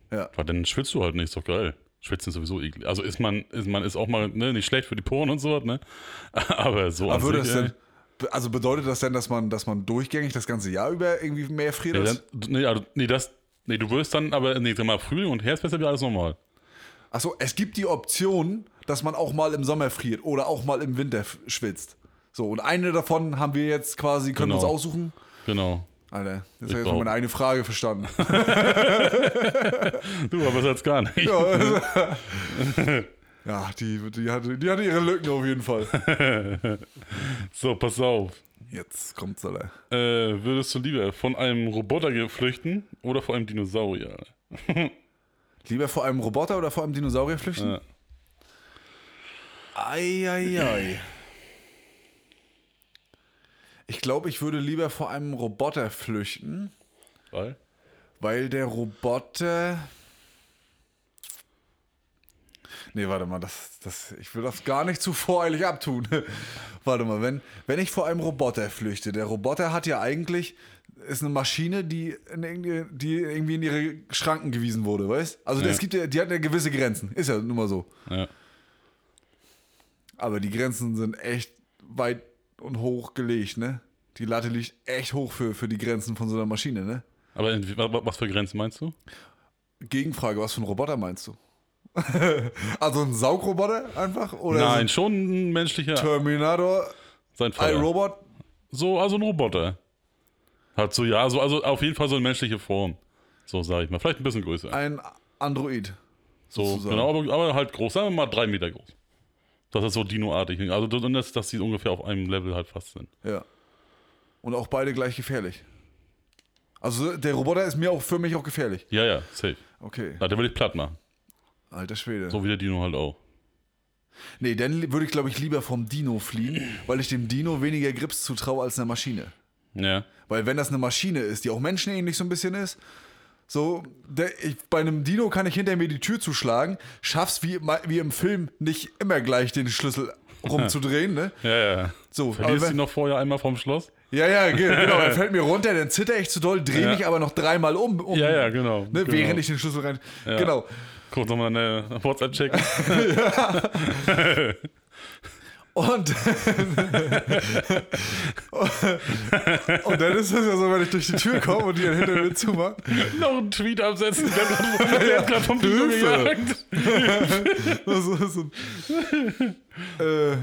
Speaker 1: aber dann schwitzt du halt nicht, ist doch geil. Schwitzen ist sowieso eklig. Also ist man, ist man ist auch mal ne, nicht schlecht für die Poren und sowas, ne? Aber so äh,
Speaker 2: Aber würde das
Speaker 1: ey.
Speaker 2: denn, be- also bedeutet das denn, dass man, dass man durchgängig das ganze Jahr über irgendwie mehr friert?
Speaker 1: Nee,
Speaker 2: als-
Speaker 1: dann, nee, also, nee, das, nee, du wirst dann aber, nee, sag mal, Frühling und Herbst besser wieder alles normal.
Speaker 2: Achso, es gibt die Option, dass man auch mal im Sommer friert oder auch mal im Winter f- schwitzt. So, und eine davon haben wir jetzt quasi, können wir
Speaker 1: Genau.
Speaker 2: uns aussuchen.
Speaker 1: Genau.
Speaker 2: Alter, das habe ich jetzt
Speaker 1: glaub-
Speaker 2: mal meine eine Frage verstanden.
Speaker 1: Du, aber jetzt gar nicht.
Speaker 2: ja, die, die, hatte, die hatte ihre Lücken auf jeden Fall.
Speaker 1: So, pass auf.
Speaker 2: Jetzt kommt's, Alter.
Speaker 1: Äh, würdest du lieber von einem Roboter ge- flüchten oder vor einem Dinosaurier?
Speaker 2: Lieber vor einem Roboter oder vor einem Dinosaurier flüchten?
Speaker 1: Ja.
Speaker 2: Eieiei. Ich glaube, ich würde lieber vor einem Roboter flüchten,
Speaker 1: Weil?
Speaker 2: weil der Roboter. Nee, warte mal, das, das, ich will das gar nicht zu voreilig abtun. warte mal, wenn, wenn ich vor einem Roboter flüchte, der Roboter hat ja eigentlich, ist eine Maschine, die, in irgendwie, die irgendwie in ihre Schranken gewiesen wurde, weißt? Also
Speaker 1: Ja.
Speaker 2: es gibt ja, die hat ja gewisse Grenzen, ist ja nun mal so.
Speaker 1: Ja.
Speaker 2: Aber die Grenzen sind echt weit und hoch gelegt, ne? Die Latte liegt echt hoch für, für die Grenzen von so einer Maschine, ne?
Speaker 1: Aber in, wa- wa- was für Grenzen meinst du?
Speaker 2: Gegenfrage, was für ein Roboter meinst du? also ein Saugroboter einfach? Oder so
Speaker 1: Nein,
Speaker 2: ein
Speaker 1: schon ein menschlicher.
Speaker 2: Terminator,
Speaker 1: Sein Vater.
Speaker 2: iRobot?
Speaker 1: So, also ein Roboter. Hat so, ja, so, also auf jeden Fall so eine menschliche Form. So sage ich mal. Vielleicht ein bisschen größer.
Speaker 2: Ein Android.
Speaker 1: So,
Speaker 2: sozusagen.
Speaker 1: genau, aber, aber halt groß. Sagen wir mal drei Meter groß. Das ist so Dino-artig. Also, das- und das, dass die ungefähr auf einem Level halt fast sind.
Speaker 2: Ja. Und auch beide gleich gefährlich. Also der Roboter ist mir auch für mich auch gefährlich.
Speaker 1: Ja, ja, safe.
Speaker 2: Okay.
Speaker 1: Ja, der will ich platt machen.
Speaker 2: Alter Schwede.
Speaker 1: So wie der Dino halt auch.
Speaker 2: Nee, dann li- würde ich glaube ich lieber vom Dino fliehen, weil ich dem Dino weniger Grips zutraue als einer Maschine.
Speaker 1: Ja.
Speaker 2: Weil wenn das eine Maschine ist, die auch menschenähnlich so ein bisschen ist, so, der, ich, bei einem Dino kann ich hinter mir die Tür zuschlagen, schaff's wie, ma- wie im Film nicht immer gleich den Schlüssel rumzudrehen, ne?
Speaker 1: Ja, ja.
Speaker 2: So,
Speaker 1: Verlierst
Speaker 2: aber-
Speaker 1: du ihn noch vorher einmal vom Schloss?
Speaker 2: Ja, ja, ge- genau, er fällt mir runter, dann zitter ich zu doll, drehe
Speaker 1: Ja.
Speaker 2: mich aber noch dreimal um, um
Speaker 1: Ja, ja, genau.
Speaker 2: ne,
Speaker 1: genau.
Speaker 2: während ich den Schlüssel rein...
Speaker 1: Ja.
Speaker 2: Genau.
Speaker 1: Kurz nochmal eine WhatsApp checken.
Speaker 2: Und, und dann ist es ja so, wenn ich durch die Tür komme und die dann hinter mir zumacht,
Speaker 1: noch einen Tweet absetzen. Der hat gerade vom Dino
Speaker 2: Hilfe.
Speaker 1: gejagt.
Speaker 2: so, so, so. äh,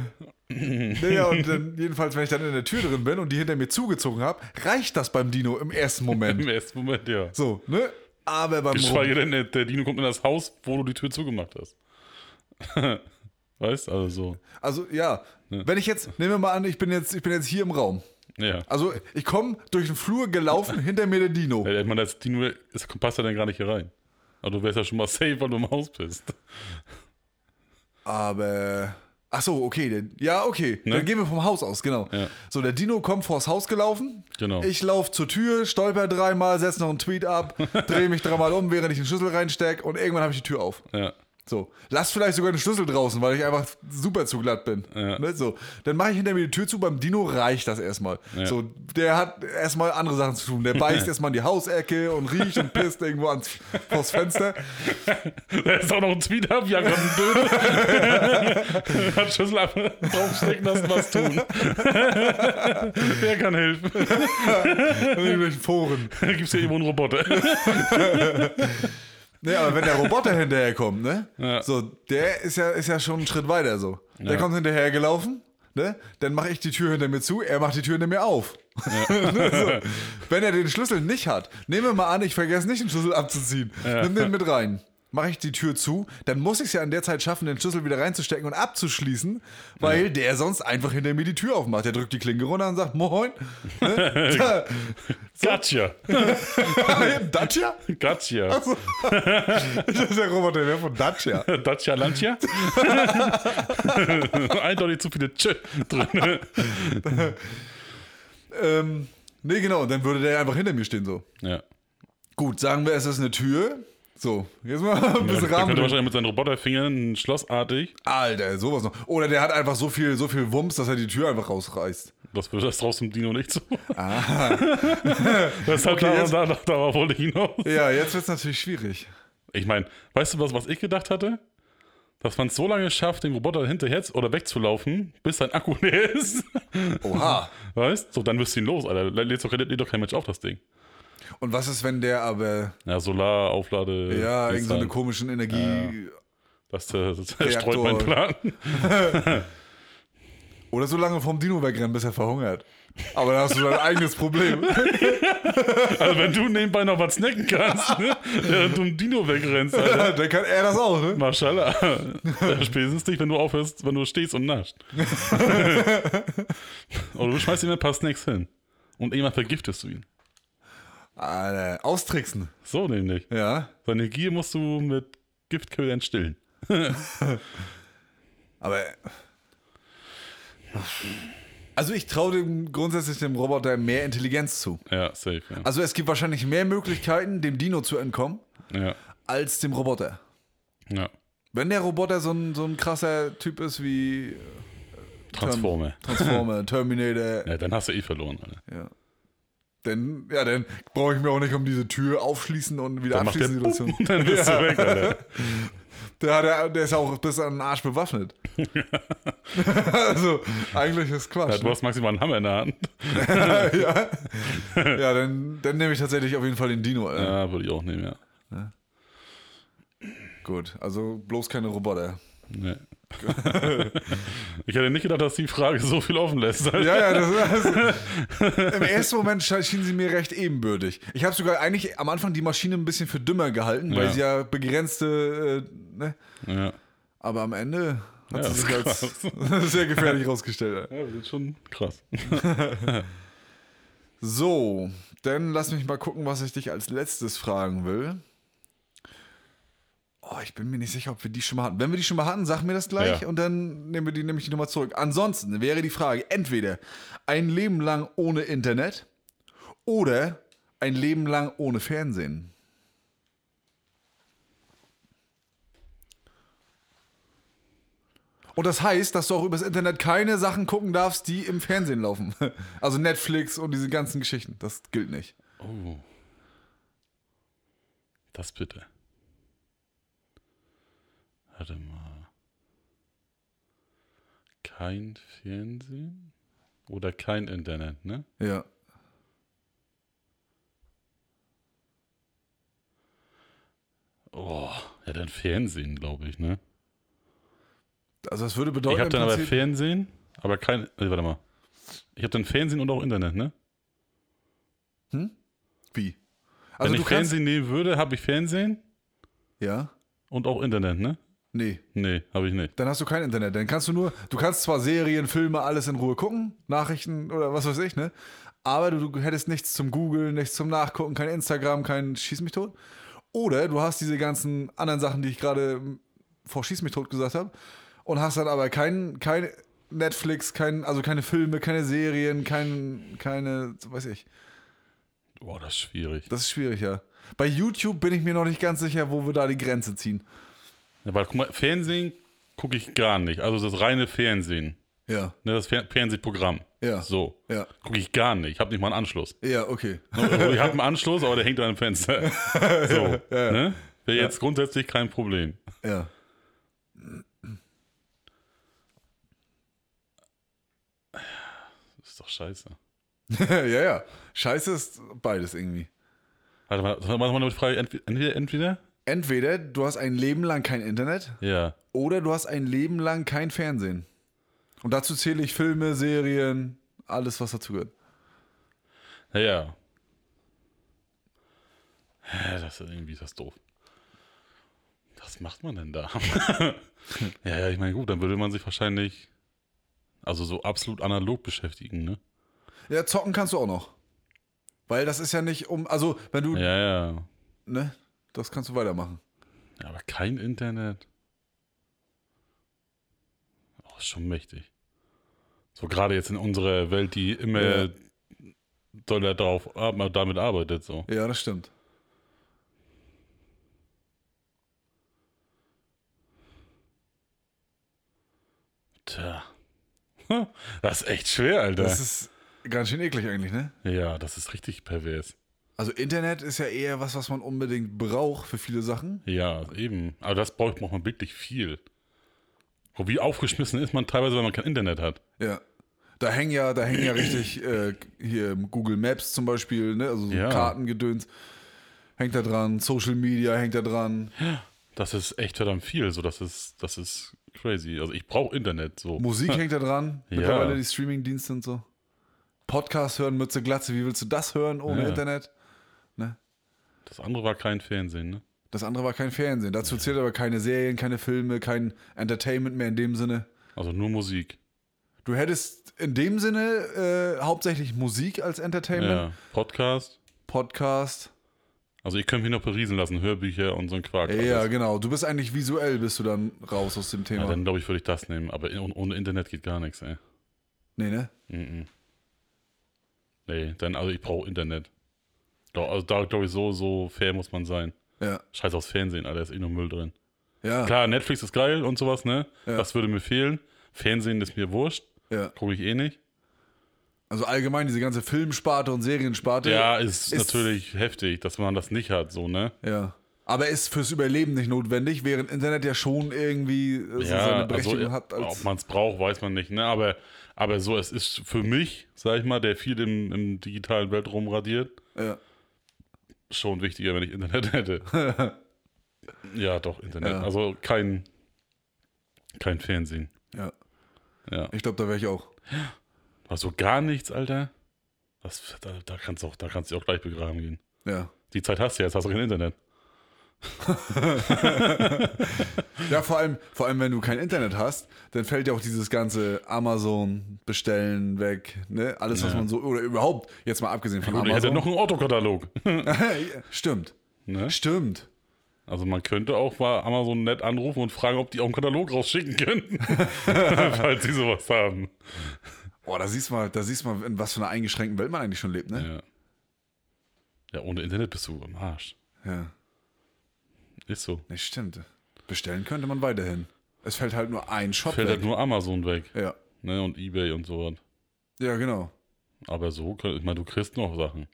Speaker 2: naja, und dann, jedenfalls, wenn ich dann in der Tür drin bin und die hinter mir zugezogen habe, reicht das beim Dino im ersten Moment.
Speaker 1: Im ersten Moment, ja.
Speaker 2: So, ne? Aber beim Rob
Speaker 1: Geschweige denn, der, der Dino kommt in das Haus, wo du die Tür zugemacht hast. weißt also so.
Speaker 2: Also, ja. Wenn ich jetzt, nehmen wir mal an, ich bin jetzt, ich bin jetzt hier im Raum.
Speaker 1: Ja.
Speaker 2: Also, ich komme durch den Flur gelaufen, hinter mir der Dino.
Speaker 1: ja ich meine, das Dino ist, passt ja dann gar nicht hier rein. Aber du wärst ja schon mal safe, weil du im Haus bist.
Speaker 2: Aber. Ach so, okay. Dann, ja, okay. Dann gehen wir vom Haus aus, genau.
Speaker 1: Ne? Ja.
Speaker 2: So, der Dino kommt vors Haus gelaufen.
Speaker 1: Genau.
Speaker 2: Ich laufe zur Tür, stolper dreimal, setze noch einen Tweet ab, drehe mich dreimal um, während ich den Schlüssel reinstecke und irgendwann habe ich die Tür auf.
Speaker 1: Ja.
Speaker 2: So, lass vielleicht sogar den Schlüssel draußen, weil ich einfach super zu glatt bin.
Speaker 1: Ja.
Speaker 2: Ne, so, dann mache ich hinter mir die Tür zu, beim Dino reicht das erstmal. So, der hat erstmal andere Sachen zu tun. Der beißt erstmal in die Hausecke und riecht und pisst irgendwo ans vors Fenster.
Speaker 1: Da ist auch noch ein Tweet ab, ja, gerade ein Bild. Hat Schlüssel ab- draufstecken lassen, was tun. Wer kann helfen?
Speaker 2: In irgendwelchen Foren.
Speaker 1: Da gibt's ja irgendwo einen Roboter.
Speaker 2: Nee, Ne, aber wenn der Roboter hinterherkommt, ne? So, der ist ja, ist ja schon einen Schritt weiter so. Der kommt hinterhergelaufen, ne? Dann mache ich die Tür hinter mir zu, er macht die Tür hinter mir auf. Ne, so. Wenn er den Schlüssel nicht hat, nehmen wir mal an, ich vergesse nicht, den Schlüssel abzuziehen. Nimm den mit rein. Mache ich die Tür zu, dann muss ich es ja in der Zeit schaffen, den Schlüssel wieder reinzustecken und abzuschließen, weil der sonst einfach hinter mir die Tür aufmacht. Der drückt die Klinke runter und sagt, moin. Ne?
Speaker 1: Gotcha.
Speaker 2: Dacia?
Speaker 1: Gotcha.
Speaker 2: Das ist der Roboter, der von Dacia.
Speaker 1: Dacia Lancia. Eindeutig zu viele Tschö drin.
Speaker 2: Ähm, nee, genau, dann würde der einfach hinter mir stehen so.
Speaker 1: Ja.
Speaker 2: Gut, sagen wir, es ist eine Tür. So, jetzt mal ein
Speaker 1: Ja,
Speaker 2: bisschen
Speaker 1: der könnte
Speaker 2: Rahmen.
Speaker 1: wahrscheinlich mit seinen Roboterfingern schlossartig.
Speaker 2: Alter, sowas noch. Oder der hat einfach so viel, so viel Wumms, dass er die Tür einfach rausreißt.
Speaker 1: Das würde das draußen im Dino nicht so.
Speaker 2: Ah.
Speaker 1: Das hat
Speaker 2: Okay,
Speaker 1: okay,
Speaker 2: jetzt-
Speaker 1: da, da, da war wohl hinaus.
Speaker 2: ja, jetzt wird's natürlich schwierig.
Speaker 1: Ich meine, weißt du was, was ich gedacht hatte? Dass man es so lange schafft, dem Roboter hinterher oder wegzulaufen, bis sein Akku leer ist.
Speaker 2: Oha.
Speaker 1: Weißt So, dann wirst du ihn los, Alter. Lädt doch, lädt doch kein Mensch auf das Ding.
Speaker 2: Und was ist, wenn der aber,
Speaker 1: Ja, Solarauflade.
Speaker 2: ja,
Speaker 1: Dings
Speaker 2: irgend so eine
Speaker 1: dann.
Speaker 2: komischen Energie.
Speaker 1: Das, äh, das zerstreut
Speaker 2: Reaktor.
Speaker 1: meinen Plan.
Speaker 2: Oder so lange vom Dino wegrennen, bis er verhungert. Aber da hast du dein eigenes Problem.
Speaker 1: Also, wenn du nebenbei noch was snacken kannst, ne? während du im Dino wegrennst, Alter.
Speaker 2: Dann kann er das auch, ne?
Speaker 1: Maschallah. Spätestens dich, wenn du aufhörst, wenn du stehst und nascht. Oder du schmeißt ihm ein paar Snacks hin. Und irgendwann vergiftest du ihn.
Speaker 2: Alter, austricksen.
Speaker 1: So nämlich.
Speaker 2: Ja.
Speaker 1: Seine Gier musst du mit Giftködern stillen.
Speaker 2: Aber. Also ich traue dem grundsätzlich dem Roboter mehr Intelligenz zu.
Speaker 1: Ja, safe. Ja.
Speaker 2: Also es gibt wahrscheinlich mehr Möglichkeiten, dem Dino zu entkommen,
Speaker 1: ja.
Speaker 2: als dem Roboter.
Speaker 1: ja.
Speaker 2: Wenn der Roboter so ein, so ein krasser Typ ist wie
Speaker 1: Transformer.
Speaker 2: Transformer, Terminator,
Speaker 1: Ja, dann hast du eh verloren, Alter.
Speaker 2: ja. Dann, ja, dann brauche ich mir auch nicht um diese Tür aufschließen und wieder
Speaker 1: Dann macht der
Speaker 2: abschließen. Situation.
Speaker 1: Boom und dann bist du weg, Alter.
Speaker 2: Der, hat ja- der ist ja auch bis an den Arsch bewaffnet. also, eigentlich ist
Speaker 1: Ja,
Speaker 2: Quatsch. ne?
Speaker 1: Du hast maximal einen Hammer in der Hand.
Speaker 2: ja, ja dann, dann nehme ich tatsächlich auf jeden Fall den Dino. Äh.
Speaker 1: Ja, würde ich auch nehmen, ja.
Speaker 2: Gut, also bloß keine Roboter.
Speaker 1: Nee. ich hätte nicht gedacht, dass die Frage so viel offen lässt. Alter.
Speaker 2: Ja, ja, das also, Im ersten Moment schien schien sie mir recht ebenbürtig. Ich habe sogar eigentlich am Anfang die Maschine ein bisschen für dümmer gehalten, weil
Speaker 1: Ja.
Speaker 2: sie ja begrenzte. Äh, ne?
Speaker 1: Ja.
Speaker 2: Aber am Ende hat
Speaker 1: Ja,
Speaker 2: sie
Speaker 1: das
Speaker 2: sich als
Speaker 1: ist
Speaker 2: sehr gefährlich rausgestellt.
Speaker 1: ja, das ist schon krass.
Speaker 2: So, dann lass mich mal gucken, was ich dich als letztes fragen will. Oh, ich bin mir nicht sicher, ob wir die schon mal hatten. Wenn wir die schon mal hatten, sag mir das gleich
Speaker 1: Ja.
Speaker 2: und dann nehmen wir die nämlich nochmal zurück. Ansonsten wäre die Frage entweder ein Leben lang ohne Internet oder ein Leben lang ohne Fernsehen. Und das heißt, dass du auch übers Internet keine Sachen gucken darfst, die im Fernsehen laufen. Also Netflix und diese ganzen Geschichten. Das gilt nicht.
Speaker 1: Oh. Das bitte. Warte mal. Kein Fernsehen? Oder kein Internet, ne?
Speaker 2: Ja.
Speaker 1: Oh, ja, dann Fernsehen, glaube ich, ne?
Speaker 2: Also das würde
Speaker 1: Ich
Speaker 2: bedeuten,
Speaker 1: habe dann
Speaker 2: im
Speaker 1: aber
Speaker 2: Prinzip-
Speaker 1: Fernsehen, aber kein. Äh, warte mal. Ich habe dann Fernsehen und auch Internet, ne?
Speaker 2: wie? Also
Speaker 1: Wenn ich
Speaker 2: du kannst,
Speaker 1: Fernsehen nehmen würde, habe ich Fernsehen
Speaker 2: ja?
Speaker 1: und auch Internet, ne?
Speaker 2: Nee,
Speaker 1: Nee, habe ich nicht.
Speaker 2: dann hast du kein Internet. Dann kannst du nur, du kannst zwar Serien, Filme, alles in Ruhe gucken, Nachrichten oder was weiß ich, ne? Aber du, du hättest nichts zum Googeln, nichts zum Nachgucken, kein Instagram, kein Schieß mich tot. Oder du hast diese ganzen anderen Sachen, die ich gerade mm, vor Schieß mich tot gesagt habe, und hast dann aber kein, kein Netflix, kein, also keine Filme, keine Serien, kein, keine, weiß ich.
Speaker 1: Boah, das ist schwierig.
Speaker 2: Das ist schwierig, ja. Bei YouTube bin ich mir noch nicht ganz sicher, wo wir da die Grenze ziehen.
Speaker 1: Ja, weil guck mal, Fernsehen gucke ich gar nicht. Also das reine Fernsehen.
Speaker 2: Ja,
Speaker 1: Ne, das Fer Fernsehprogramm.
Speaker 2: Ja.
Speaker 1: So.
Speaker 2: ja,
Speaker 1: Gucke ich gar nicht. Ich habe nicht mal einen Anschluss.
Speaker 2: ja, okay.
Speaker 1: Also ich habe einen Anschluss, aber der hängt an einem Fenster. So. Ne? Wäre jetzt grundsätzlich kein Problem.
Speaker 2: Ja.
Speaker 1: Das ist doch scheiße.
Speaker 2: ja, ja. Scheiße ist beides irgendwie.
Speaker 1: Warte mal, warte mal eine Frage. Entweder, entweder, entweder?
Speaker 2: Entweder du hast ein Leben lang kein Internet
Speaker 1: Ja.
Speaker 2: oder du hast ein Leben lang kein Fernsehen. Und dazu zähle ich Filme, Serien, alles, was dazu gehört.
Speaker 1: Ja. Ja, das ist irgendwie das ist doof. Was macht man denn da? ja, ja, ich meine, gut, dann würde man sich wahrscheinlich also so absolut analog beschäftigen, ne?
Speaker 2: Ja, zocken kannst du auch noch. Weil das ist ja nicht um. Also, wenn du.
Speaker 1: Ja, ja.
Speaker 2: Ne? Das kannst du weitermachen.
Speaker 1: Ja, aber kein Internet. Oh, ist schon mächtig. So gerade jetzt in unserer Welt, die immer
Speaker 2: Ja.
Speaker 1: doller darauf ah, damit arbeitet, so.
Speaker 2: Ja, das stimmt.
Speaker 1: Tja. Das ist echt schwer, Alter.
Speaker 2: Das ist ganz schön eklig eigentlich, ne?
Speaker 1: ja, das ist richtig pervers.
Speaker 2: Also Internet ist ja eher was, was man unbedingt braucht für viele Sachen.
Speaker 1: Ja, eben. Aber das braucht, braucht man wirklich viel. Und wie aufgeschmissen ist man teilweise, wenn man kein Internet hat.
Speaker 2: Ja. Da hängen ja, da hängen ja richtig äh, hier Google Maps zum Beispiel, ne? Also so
Speaker 1: Ja.
Speaker 2: Kartengedöns hängt da dran, Social Media hängt da dran,
Speaker 1: Das ist echt verdammt viel. So, das ist, das ist crazy. Also ich brauche Internet. So.
Speaker 2: Musik hängt da dran,
Speaker 1: Ja.
Speaker 2: mittlerweile die Streamingdienste und so. Podcast hören, Mütze Glatze, wie willst du das hören ohne
Speaker 1: Ja.
Speaker 2: Internet?
Speaker 1: Das andere war kein Fernsehen, ne?
Speaker 2: Das andere war kein Fernsehen. Dazu zählt aber keine Serien, keine Filme, kein Entertainment mehr in dem Sinne.
Speaker 1: Also nur Musik.
Speaker 2: Du hättest in dem Sinne äh, hauptsächlich Musik als Entertainment,
Speaker 1: Ja. Podcast.
Speaker 2: Podcast.
Speaker 1: Also ich könnte mich noch beriesen lassen. Hörbücher und so ein Quark.
Speaker 2: Ja,
Speaker 1: alles.
Speaker 2: genau. Du bist eigentlich visuell, bist du dann raus aus dem Thema.
Speaker 1: ja dann glaube ich, würde ich das nehmen. Aber in, ohne Internet geht gar nichts, ey.
Speaker 2: nee, ne?
Speaker 1: Mhm. Nee, dann, also ich brauche Internet. Doch, also da glaube ich, so, so fair muss man sein.
Speaker 2: Ja.
Speaker 1: Scheiß aufs Fernsehen, Alter, ist eh nur Müll drin.
Speaker 2: Ja.
Speaker 1: Klar, Netflix ist geil und sowas, ne?
Speaker 2: Ja.
Speaker 1: Das würde mir fehlen. Fernsehen ist mir wurscht,
Speaker 2: ja.
Speaker 1: gucke ich eh nicht.
Speaker 2: Also allgemein diese ganze Filmsparte und Seriensparte.
Speaker 1: Ja, ist,
Speaker 2: ist-
Speaker 1: natürlich heftig, dass man das nicht hat, so, ne?
Speaker 2: ja. Aber ist fürs Überleben nicht notwendig, während Internet ja schon irgendwie äh, so seine
Speaker 1: Ja, also,
Speaker 2: Berechtigung
Speaker 1: äh,
Speaker 2: hat.
Speaker 1: ob
Speaker 2: Als,
Speaker 1: man es braucht, weiß man nicht, ne? Aber, aber so, es ist für mich, sag ich mal, der viel im, im digitalen Welt rumradiert,
Speaker 2: ja.
Speaker 1: schon wichtiger, wenn ich Internet hätte. ja, doch, Internet.
Speaker 2: Ja.
Speaker 1: Also kein, kein Fernsehen.
Speaker 2: Ja.
Speaker 1: Ja.
Speaker 2: Ich glaube, da wäre ich auch.
Speaker 1: Also gar nichts, Alter. Das, da, da, kannst du auch, da kannst du auch gleich begraben gehen.
Speaker 2: Ja.
Speaker 1: Die Zeit hast du jetzt, hast du kein Internet.
Speaker 2: Ja, vor allem, vor allem, wenn du kein Internet hast, dann fällt ja auch dieses ganze Amazon-Bestellen weg, ne? Alles, was
Speaker 1: Ja.
Speaker 2: man so, oder überhaupt, jetzt mal abgesehen von
Speaker 1: Oder ich hätte
Speaker 2: Amazon.
Speaker 1: noch einen Autokatalog.
Speaker 2: Stimmt.
Speaker 1: ne?
Speaker 2: Stimmt.
Speaker 1: Also man könnte auch mal Amazon nett anrufen und fragen, ob die auch einen Katalog rausschicken können. Falls sie sowas haben.
Speaker 2: Boah, da siehst du mal, da siehst du mal, in was für einer eingeschränkten Welt man eigentlich schon lebt, ne?
Speaker 1: Ja. ja, ohne Internet bist du am Arsch.
Speaker 2: Ja.
Speaker 1: Ist so.
Speaker 2: Nee, stimmt. Bestellen könnte man weiterhin. Es fällt halt nur ein Shop
Speaker 1: Fällt
Speaker 2: weg.
Speaker 1: halt nur Amazon weg.
Speaker 2: ja.
Speaker 1: Ne? Und Ebay und sowas.
Speaker 2: ja, genau.
Speaker 1: Aber so, kann- ich meine, du kriegst noch Sachen.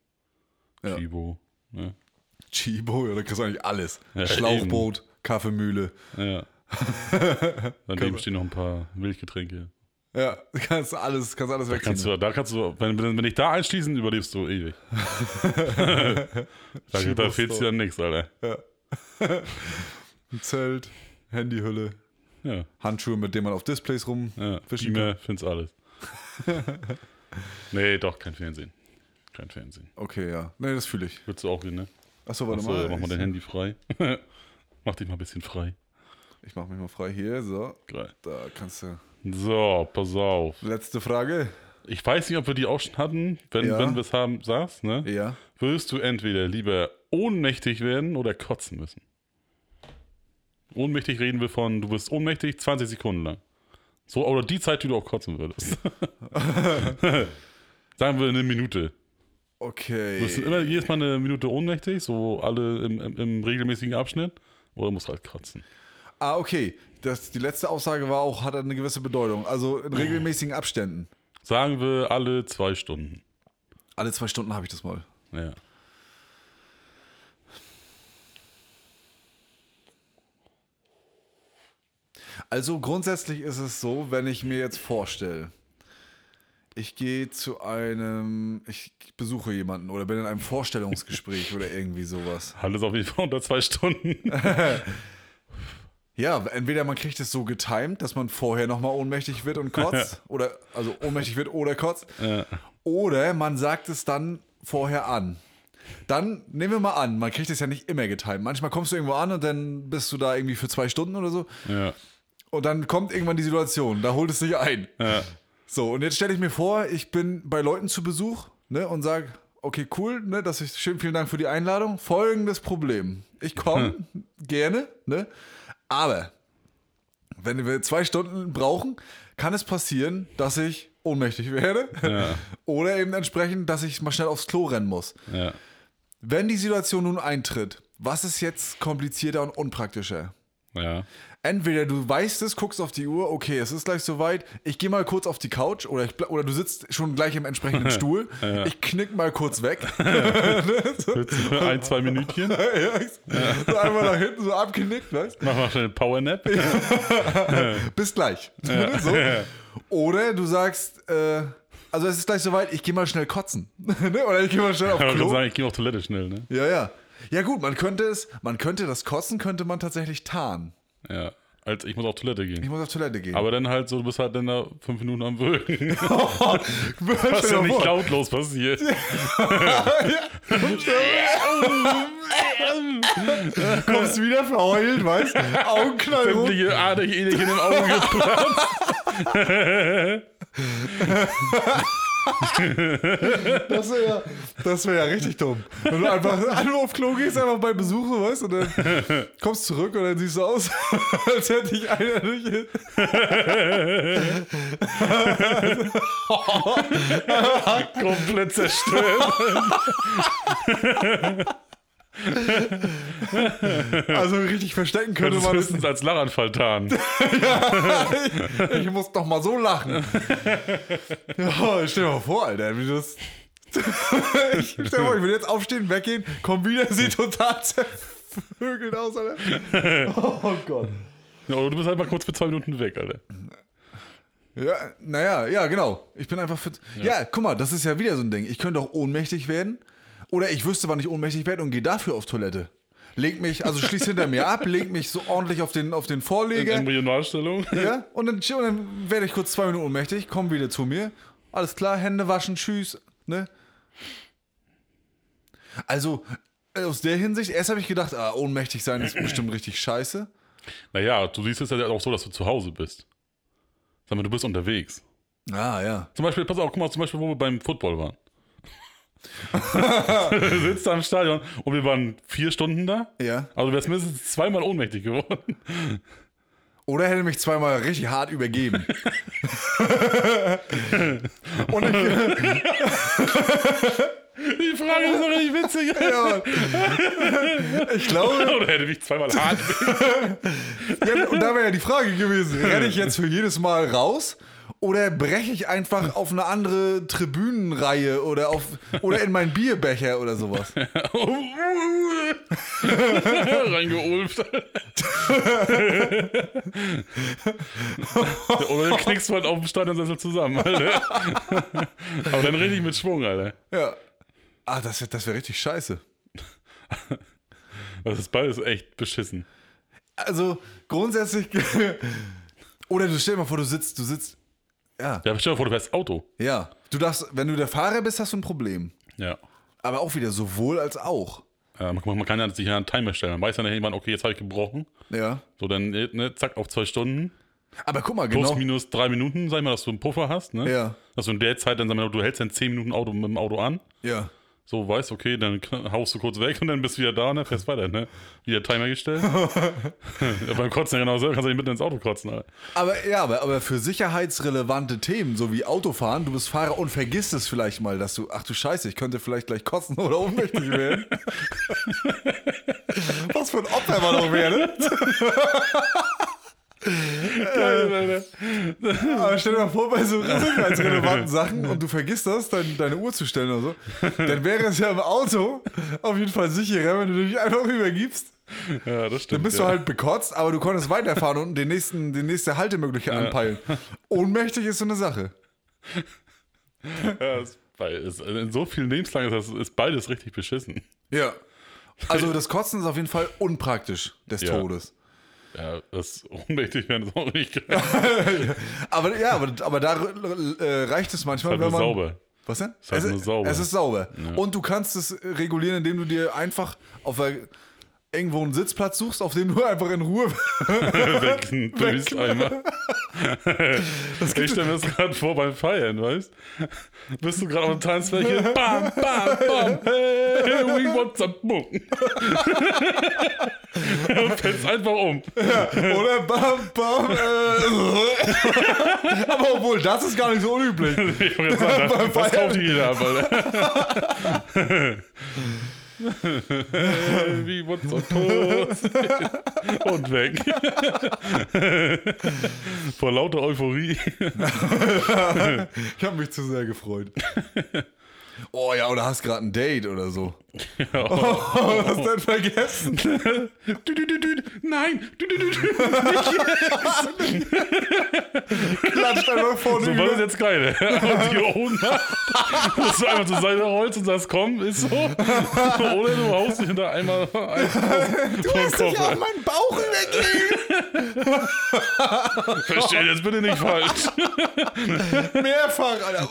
Speaker 2: Ja.
Speaker 1: Chibo. Ne?
Speaker 2: Chibo, ja, da kriegst du eigentlich alles.
Speaker 1: Ja,
Speaker 2: Schlauchboot, Kaffeemühle.
Speaker 1: Ja. Daneben stehen noch ein paar Milchgetränke.
Speaker 2: Ja, kannst alles, kannst alles wegziehen.
Speaker 1: Kannst du, da kannst du, wenn, wenn, wenn ich da einschließen, überlebst du ewig. da da
Speaker 2: Schiebus
Speaker 1: fehlt dir
Speaker 2: doch.
Speaker 1: dann nichts, Alter.
Speaker 2: Ein Zelt, Handyhülle,
Speaker 1: Ja,
Speaker 2: Handschuhe, mit denen man auf Displays rum.
Speaker 1: ja.
Speaker 2: Fischen
Speaker 1: Beamer, find's alles. nee, doch, kein Fernsehen. Kein Fernsehen.
Speaker 2: Okay, ja. Nee, das fühle ich.
Speaker 1: Willst du auch gehen, ne?
Speaker 2: Achso, warte
Speaker 1: Achso,
Speaker 2: mal.
Speaker 1: mach mal
Speaker 2: ich,
Speaker 1: dein Handy frei. mach dich mal ein bisschen frei.
Speaker 2: ich mach mich mal frei hier. So,
Speaker 1: Geil.
Speaker 2: da kannst du.
Speaker 1: So, pass auf.
Speaker 2: Letzte Frage.
Speaker 1: Ich weiß nicht, ob wir die auch schon hatten, wenn,
Speaker 2: Ja.
Speaker 1: wenn wir es haben, saß, ne?
Speaker 2: Ja.
Speaker 1: Würdest du entweder lieber ohnmächtig werden oder kotzen müssen? Ohnmächtig reden wir von, du bist ohnmächtig 20 Sekunden lang. So, oder die Zeit, die du auch kotzen würdest. Sagen wir eine Minute. Du bist
Speaker 2: Okay.
Speaker 1: immer jedes Mal eine Minute ohnmächtig, so alle im, im, im regelmäßigen Abschnitt. Oder musst halt kotzen.
Speaker 2: Ah, okay. Das, die letzte Aussage war auch, hat eine gewisse Bedeutung. Also
Speaker 1: Oh.
Speaker 2: in regelmäßigen Abständen.
Speaker 1: Sagen wir alle zwei Stunden.
Speaker 2: Alle zwei Stunden habe ich das mal.
Speaker 1: Ja.
Speaker 2: Also grundsätzlich ist es so, wenn ich mir jetzt vorstelle, ich gehe zu einem, ich besuche jemanden oder bin in einem Vorstellungsgespräch oder irgendwie sowas.
Speaker 1: Alles auf jeden Fall unter zwei Stunden.
Speaker 2: Ja, entweder man kriegt es so getimed, dass man vorher nochmal ohnmächtig wird und kotzt. oder, also ohnmächtig wird oder kotzt. Oder man sagt es dann vorher an. Dann nehmen wir mal an, man kriegt es ja nicht immer getimed. Manchmal kommst du irgendwo an und dann bist du da irgendwie für zwei Stunden oder so.
Speaker 1: ja.
Speaker 2: Und dann kommt irgendwann die Situation, da holt es dich ein.
Speaker 1: Ja.
Speaker 2: So, und jetzt stelle ich mir vor, ich bin bei Leuten zu Besuch ne, und sage, okay, cool, ne, dass ich, schön, vielen Dank für die Einladung. Folgendes Problem. Ich komme gerne, ne, aber wenn wir zwei Stunden brauchen, kann es passieren, dass ich ohnmächtig werde oder eben entsprechend, dass ich mal schnell aufs Klo rennen muss.
Speaker 1: ja.
Speaker 2: Wenn die Situation nun eintritt, was ist jetzt komplizierter und unpraktischer?
Speaker 1: Ja.
Speaker 2: Entweder du weißt es, guckst auf die Uhr, okay, es ist gleich soweit, ich gehe mal kurz auf die Couch oder, ich, ble- oder du sitzt schon gleich im entsprechenden Stuhl, ich knick mal kurz weg.
Speaker 1: Für ein, zwei Minütchen.
Speaker 2: ja, ich, so einmal nach hinten so abgenickt, weißt
Speaker 1: Mach mal schnell eine Powernap.
Speaker 2: bis gleich. so. Oder du sagst, äh, also es ist gleich soweit, ich gehe mal schnell kotzen. Ne? Oder ich gehe mal schnell auf
Speaker 1: Aber ich würde
Speaker 2: Klo.
Speaker 1: sagen, ich gehe auf Toilette schnell, ne?
Speaker 2: Ja, ja. Ja gut, man könnte es, man könnte das Kotzen könnte man tatsächlich tarnen.
Speaker 1: Ja. Als ich muss auf Toilette
Speaker 2: Ich
Speaker 1: gehen.
Speaker 2: muss auf Toilette gehen.
Speaker 1: Aber dann halt so, du bist halt dann da fünf Minuten am Würgen.
Speaker 2: was
Speaker 1: Was ja nicht lautlos passiert.
Speaker 2: kommst du wieder verheult, weißt? Augenknall rum.
Speaker 1: Sämtliche Aderchen im Auge geplatzt.
Speaker 2: Das wäre ja, das wär ja richtig dumm. Wenn du einfach, einfach auf Klo gehst, einfach bei Besuchen, weißt du, und dann kommst zurück und dann siehst du aus, als hätte ich einer durch.
Speaker 1: Komplett zerstört.
Speaker 2: Also richtig verstecken könnte
Speaker 1: Könntest du
Speaker 2: man es.
Speaker 1: höchstens als Lachanfall tarnen.
Speaker 2: Ich, ich muss doch mal so lachen. Ja, stell dir mal vor, Alter, wie das. Ich stell dir vor, ich will jetzt aufstehen, weggehen, komm wieder, sieht total zervögelt aus, Alter. Oh Gott.
Speaker 1: Ja, oder du bist halt mal kurz für zwei Minuten weg, Alter.
Speaker 2: Ja, naja, ja, genau. Ich bin einfach fit. Ja. guck mal, das ist ja wieder so ein Ding. Ich könnte auch ohnmächtig werden. Oder ich wüsste, wann ich ohnmächtig werde und gehe dafür auf Toilette. Leg mich, also schließ hinter mir ab, leg mich so ordentlich auf den, auf den Vorleger.
Speaker 1: Embryonalstellung.
Speaker 2: Ja, und dann, und dann werde ich kurz zwei Minuten ohnmächtig, komm wieder zu mir. Alles klar, Hände waschen, tschüss. Ne? Also, äh, aus der Hinsicht, erst habe ich gedacht, ah, ohnmächtig sein ist bestimmt richtig scheiße.
Speaker 1: Naja, du siehst es ja auch so, dass du zu Hause bist. Sag mal, du bist unterwegs.
Speaker 2: Ah, ja.
Speaker 1: Zum Beispiel, pass auf, guck mal, zum Beispiel, wo wir beim Football waren. du sitzt da im Stadion und wir waren vier Stunden da.
Speaker 2: Ja.
Speaker 1: Also du wärst mindestens zweimal ohnmächtig geworden.
Speaker 2: Oder hätte mich zweimal richtig hart übergeben. und ich,
Speaker 1: Die Frage ist doch richtig witzig.
Speaker 2: ja, ich glaube,
Speaker 1: Oder hätte mich zweimal hart.
Speaker 2: ja, und da wäre ja die Frage gewesen, renne ich jetzt für jedes Mal raus oder breche ich einfach auf eine andere Tribünenreihe oder auf oder in meinen Bierbecher oder sowas?
Speaker 1: Reingeulft. Oder dann knickst du halt auf dem Stadionsessel zusammen, Alter. Aber dann richtig mit Schwung, Alter.
Speaker 2: Ja. Ah, das wäre das wär richtig scheiße.
Speaker 1: Das ist beides echt beschissen.
Speaker 2: Also grundsätzlich oder du stell dir mal vor, du sitzt, du sitzt ja,
Speaker 1: Ja, aber stell dir vor, du wärst Auto.
Speaker 2: ja, du darfst, wenn du der Fahrer bist, hast du ein Problem.
Speaker 1: Ja.
Speaker 2: Aber auch wieder sowohl als auch.
Speaker 1: ja Äh, man, man kann ja sich ja einen Timer stellen. Man weiß ja nicht irgendwann, okay, jetzt habe ich gebrochen.
Speaker 2: Ja.
Speaker 1: So, dann, ne, zack, auf zwei Stunden.
Speaker 2: Aber guck mal,
Speaker 1: Plus,
Speaker 2: genau.
Speaker 1: minus drei Minuten, sag ich mal, dass du einen Puffer hast, ne?
Speaker 2: Ja.
Speaker 1: Dass du in der Zeit dann, sag mal, du hältst dann zehn Minuten Auto, mit dem Auto an.
Speaker 2: Ja.
Speaker 1: So, weißt, okay, dann k- haust du kurz weg und dann bist du wieder da und dann fährst weiter, ne? Wieder Timer gestellt. ja, beim Kotzen ja genau so, kannst du nicht mitten ins Auto kotzen, Alter.
Speaker 2: Aber ja, aber, aber für sicherheitsrelevante Themen, so wie Autofahren, du bist Fahrer und vergisst es vielleicht mal, dass du, ach du Scheiße, ich könnte vielleicht gleich kotzen oder ohnmächtig werden. Was für ein Opfer man doch wäre. ne? Äh. Aber stell dir mal vor, bei so sicherheitsrelevanten Sachen und du vergisst das, dein, deine Uhr zu stellen oder so, dann wäre es ja im Auto auf jeden Fall sicherer, wenn du dich einfach übergibst.
Speaker 1: Ja, das stimmt.
Speaker 2: Dann bist
Speaker 1: ja.
Speaker 2: du halt bekotzt, aber du konntest weiterfahren und den nächsten, die nächste Haltemöglichkeit anpeilen. Ohnmächtig ist so eine Sache.
Speaker 1: Ja, ist, weil es, äh, in so vielen Lebenslangen ist, das- ist beides richtig beschissen.
Speaker 2: Ja. Also das Kotzen ist auf jeden Fall unpraktisch des
Speaker 1: Ja.
Speaker 2: Todes.
Speaker 1: Ja, das ohnmächtig werden ist auch nicht geil.
Speaker 2: Aber ja, aber, aber da äh, reicht es manchmal,
Speaker 1: Halt
Speaker 2: wenn
Speaker 1: nur
Speaker 2: man.
Speaker 1: sauber.
Speaker 2: Was denn?
Speaker 1: halt
Speaker 2: es,
Speaker 1: nur sauber.
Speaker 2: es ist sauber. Und du kannst es regulieren, indem du dir einfach auf der, irgendwo einen Sitzplatz suchst, auf dem du einfach in Ruhe.
Speaker 1: Weg, du bist einmal. Ich stelle mir das gerade vor beim Feiern, weißt Bist du gerade auf der Tanzfläche? Bam, bam, bam. Hey, we want some boom. Und fällst einfach um.
Speaker 2: Oder bam, bam. Äh, aber obwohl, das ist gar nicht so unüblich.
Speaker 1: ne? Ich wollte jetzt sagen, das, das kauft jeder ab, Alter. Wie Wutz und Toast. und weg. Vor lauter Euphorie.
Speaker 2: Ich habe mich zu sehr gefreut. Oh ja, oder hast gerade ein Date oder so.
Speaker 1: Oh.
Speaker 2: Oh, hast du denn vergessen?
Speaker 1: Du, du, du, du. Nein! Du, du, du, du.
Speaker 2: Klatscht einmal vorne
Speaker 1: So war das jetzt geil. Und die Ona, dass du einmal zur Seite rollst und sagst, komm, ist so. Oder du haust dich hinter einmal ein. Du hast
Speaker 2: meinen Bauch hinweggehen.
Speaker 1: Versteh das bitte nicht falsch.
Speaker 2: Mehrfach, Alter.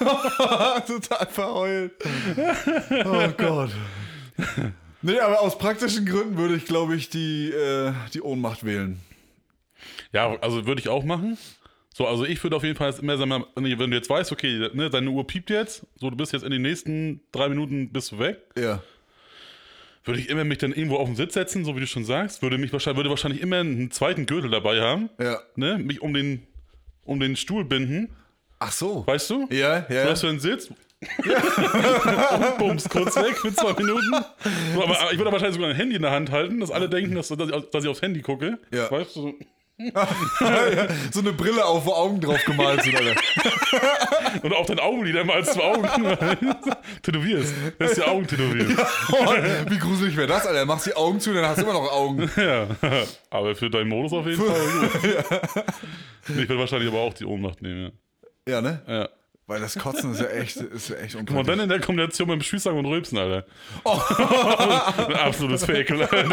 Speaker 2: Oh. Total verheult. Oh Gott. Nee, aber aus praktischen Gründen würde ich, glaube ich, die, äh, die Ohnmacht wählen.
Speaker 1: Ja, also würde ich auch machen. So, also ich würde auf jeden Fall jetzt immer sagen, nee, wenn du jetzt weißt, okay, ne, deine Uhr piept jetzt, so du bist jetzt in den nächsten drei Minuten bist du weg,
Speaker 2: Ja.
Speaker 1: würde ich immer mich dann irgendwo auf den Sitz setzen, so wie du schon sagst, würde mich wahrscheinlich, würde wahrscheinlich immer einen zweiten Gürtel dabei haben,
Speaker 2: Ja.
Speaker 1: ne, mich um den, um den Stuhl binden,
Speaker 2: Ach so.
Speaker 1: weißt du?
Speaker 2: Ja,
Speaker 1: Du
Speaker 2: ja.
Speaker 1: hast einen Sitz. und bums, kurz weg für zwei Minuten. So, aber, aber ich würde wahrscheinlich sogar ein Handy in der Hand halten, dass alle denken, dass, dass, ich, auf- dass ich aufs Handy gucke.
Speaker 2: Ja.
Speaker 1: Weißt du, so.
Speaker 2: So eine Brille auf, wo Augen drauf gemalt sind, Alter.
Speaker 1: Und auch dein Augenlid einmal als zwei Augen tätowierst. Das ist ja Augen tätowiert.
Speaker 2: Oh, wie gruselig wäre das, Alter? Machst die Augen zu, dann hast du immer noch Augen.
Speaker 1: Ja. Aber für deinen Modus auf jeden Fall. gut. Ich werde wahrscheinlich aber auch die Ohnmacht nehmen.
Speaker 2: Ja, ne?
Speaker 1: Ja. ja.
Speaker 2: Weil das Kotzen ist ja echt, ist ja echt
Speaker 1: Guck mal,
Speaker 2: unpraktisch.
Speaker 1: dann in der Kombination mit dem Schießsagen und Rülpsen, Alter. Ein absolutes Fake, Alter.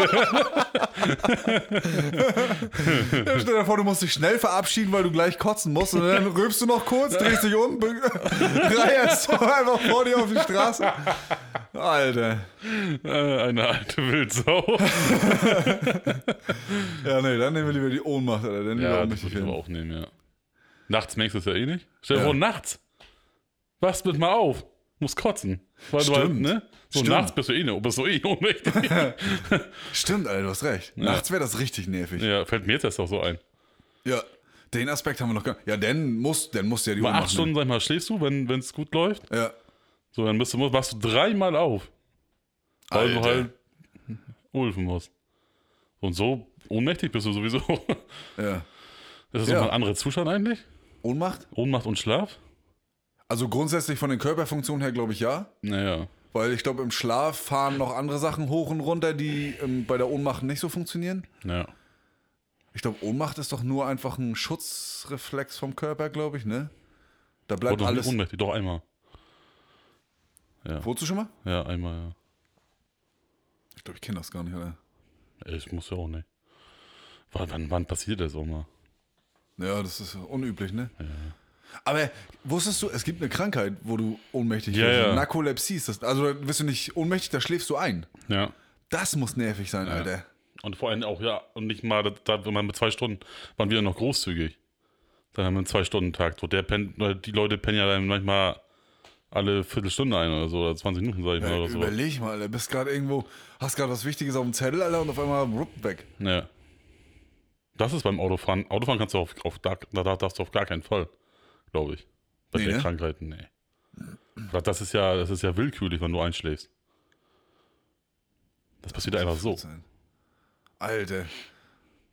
Speaker 2: Ja, stell dir vor, du musst dich schnell verabschieden, weil du gleich kotzen musst. Und dann rülpst du noch kurz, drehst dich um, be- reierst doch einfach vor dir auf die Straße. Alter.
Speaker 1: Äh, Eine alte Wildsau.
Speaker 2: Ja, nee, dann nehmen wir lieber die Ohnmacht, Alter. Dann lieber
Speaker 1: Ja,
Speaker 2: um
Speaker 1: das
Speaker 2: mich
Speaker 1: würde ich aber
Speaker 2: hin.
Speaker 1: auch nehmen, ja. Nachts merkst du es ja eh nicht. Stell dir vor, nachts. Wachst mit mal auf. Musst kotzen. Weil du halt,
Speaker 2: Stimmt.
Speaker 1: ne? So
Speaker 2: Stimmt.
Speaker 1: nachts bist du eh nicht, bist du eh ohnmächtig.
Speaker 2: Stimmt, Alter, du hast recht. Nachts wäre das richtig nervig. Ja.
Speaker 1: ja, fällt mir jetzt erst auch so ein.
Speaker 2: Den Aspekt haben wir noch gar Ja, dann musst, dann musst du ja die
Speaker 1: Bei
Speaker 2: Ohnmacht
Speaker 1: acht Stunden, sag ich mal, schläfst du, wenn es gut läuft.
Speaker 2: nehmen. Ja.
Speaker 1: So, dann bist du, wachst du dreimal auf. Weil du
Speaker 2: Alter.
Speaker 1: halt ulfen musst. Und so ohnmächtig bist du sowieso.
Speaker 2: ja.
Speaker 1: Ist das
Speaker 2: Ja.
Speaker 1: nochmal ein anderer Zustand eigentlich?
Speaker 2: Ohnmacht?
Speaker 1: Ohnmacht und Schlaf?
Speaker 2: Also grundsätzlich von den Körperfunktionen her, glaube ich, ja.
Speaker 1: Naja.
Speaker 2: Weil ich glaube, im Schlaf fahren noch andere Sachen hoch und runter, die ähm, bei der Ohnmacht nicht so funktionieren.
Speaker 1: Ja.
Speaker 2: Ich glaube, Ohnmacht ist doch nur einfach ein Schutzreflex vom Körper, glaube ich, ne? Da bleibt
Speaker 1: Wurde noch
Speaker 2: alles.
Speaker 1: nicht ohnmächtig, doch einmal.
Speaker 2: Wozu schon mal?
Speaker 1: Ja, einmal, ja.
Speaker 2: Ich glaube, ich kenne das gar nicht, oder?
Speaker 1: Ich muss ja auch nicht. Wann, wann, wann passiert das auch mal?
Speaker 2: Ja, das ist unüblich, ne? Aber wusstest du, es gibt eine Krankheit, wo du ohnmächtig
Speaker 1: Ja,
Speaker 2: wirst.
Speaker 1: ja.
Speaker 2: Narkolepsie ist das. Also da wirst du nicht ohnmächtig, da schläfst du ein.
Speaker 1: Ja.
Speaker 2: Das muss nervig sein, Alter.
Speaker 1: Und vor allem auch, ja, und nicht mal, da, da man mit zwei Stunden, waren wir noch großzügig. Dann haben wir einen Zwei-Stunden-Takt. So, der pennt, äh, die Leute pennen ja dann manchmal alle Viertelstunde ein oder so, oder 20 Minuten, sag ich mal, oder so.
Speaker 2: Überleg mal, Alter. Bist gerade irgendwo, hast gerade was Wichtiges auf dem Zettel, Alter, und auf einmal rupp, weg.
Speaker 1: Ja. Das ist beim Autofahren. Autofahren kannst du auf, auf da, da darfst du auf gar keinen Fall, glaube ich. Bei
Speaker 2: Nee,
Speaker 1: den
Speaker 2: ne?
Speaker 1: Krankheiten, nee. Das- Das ist ja, das ist ja willkürlich, wenn du einschläfst. Das passiert einfach so.
Speaker 2: Sein. Alter,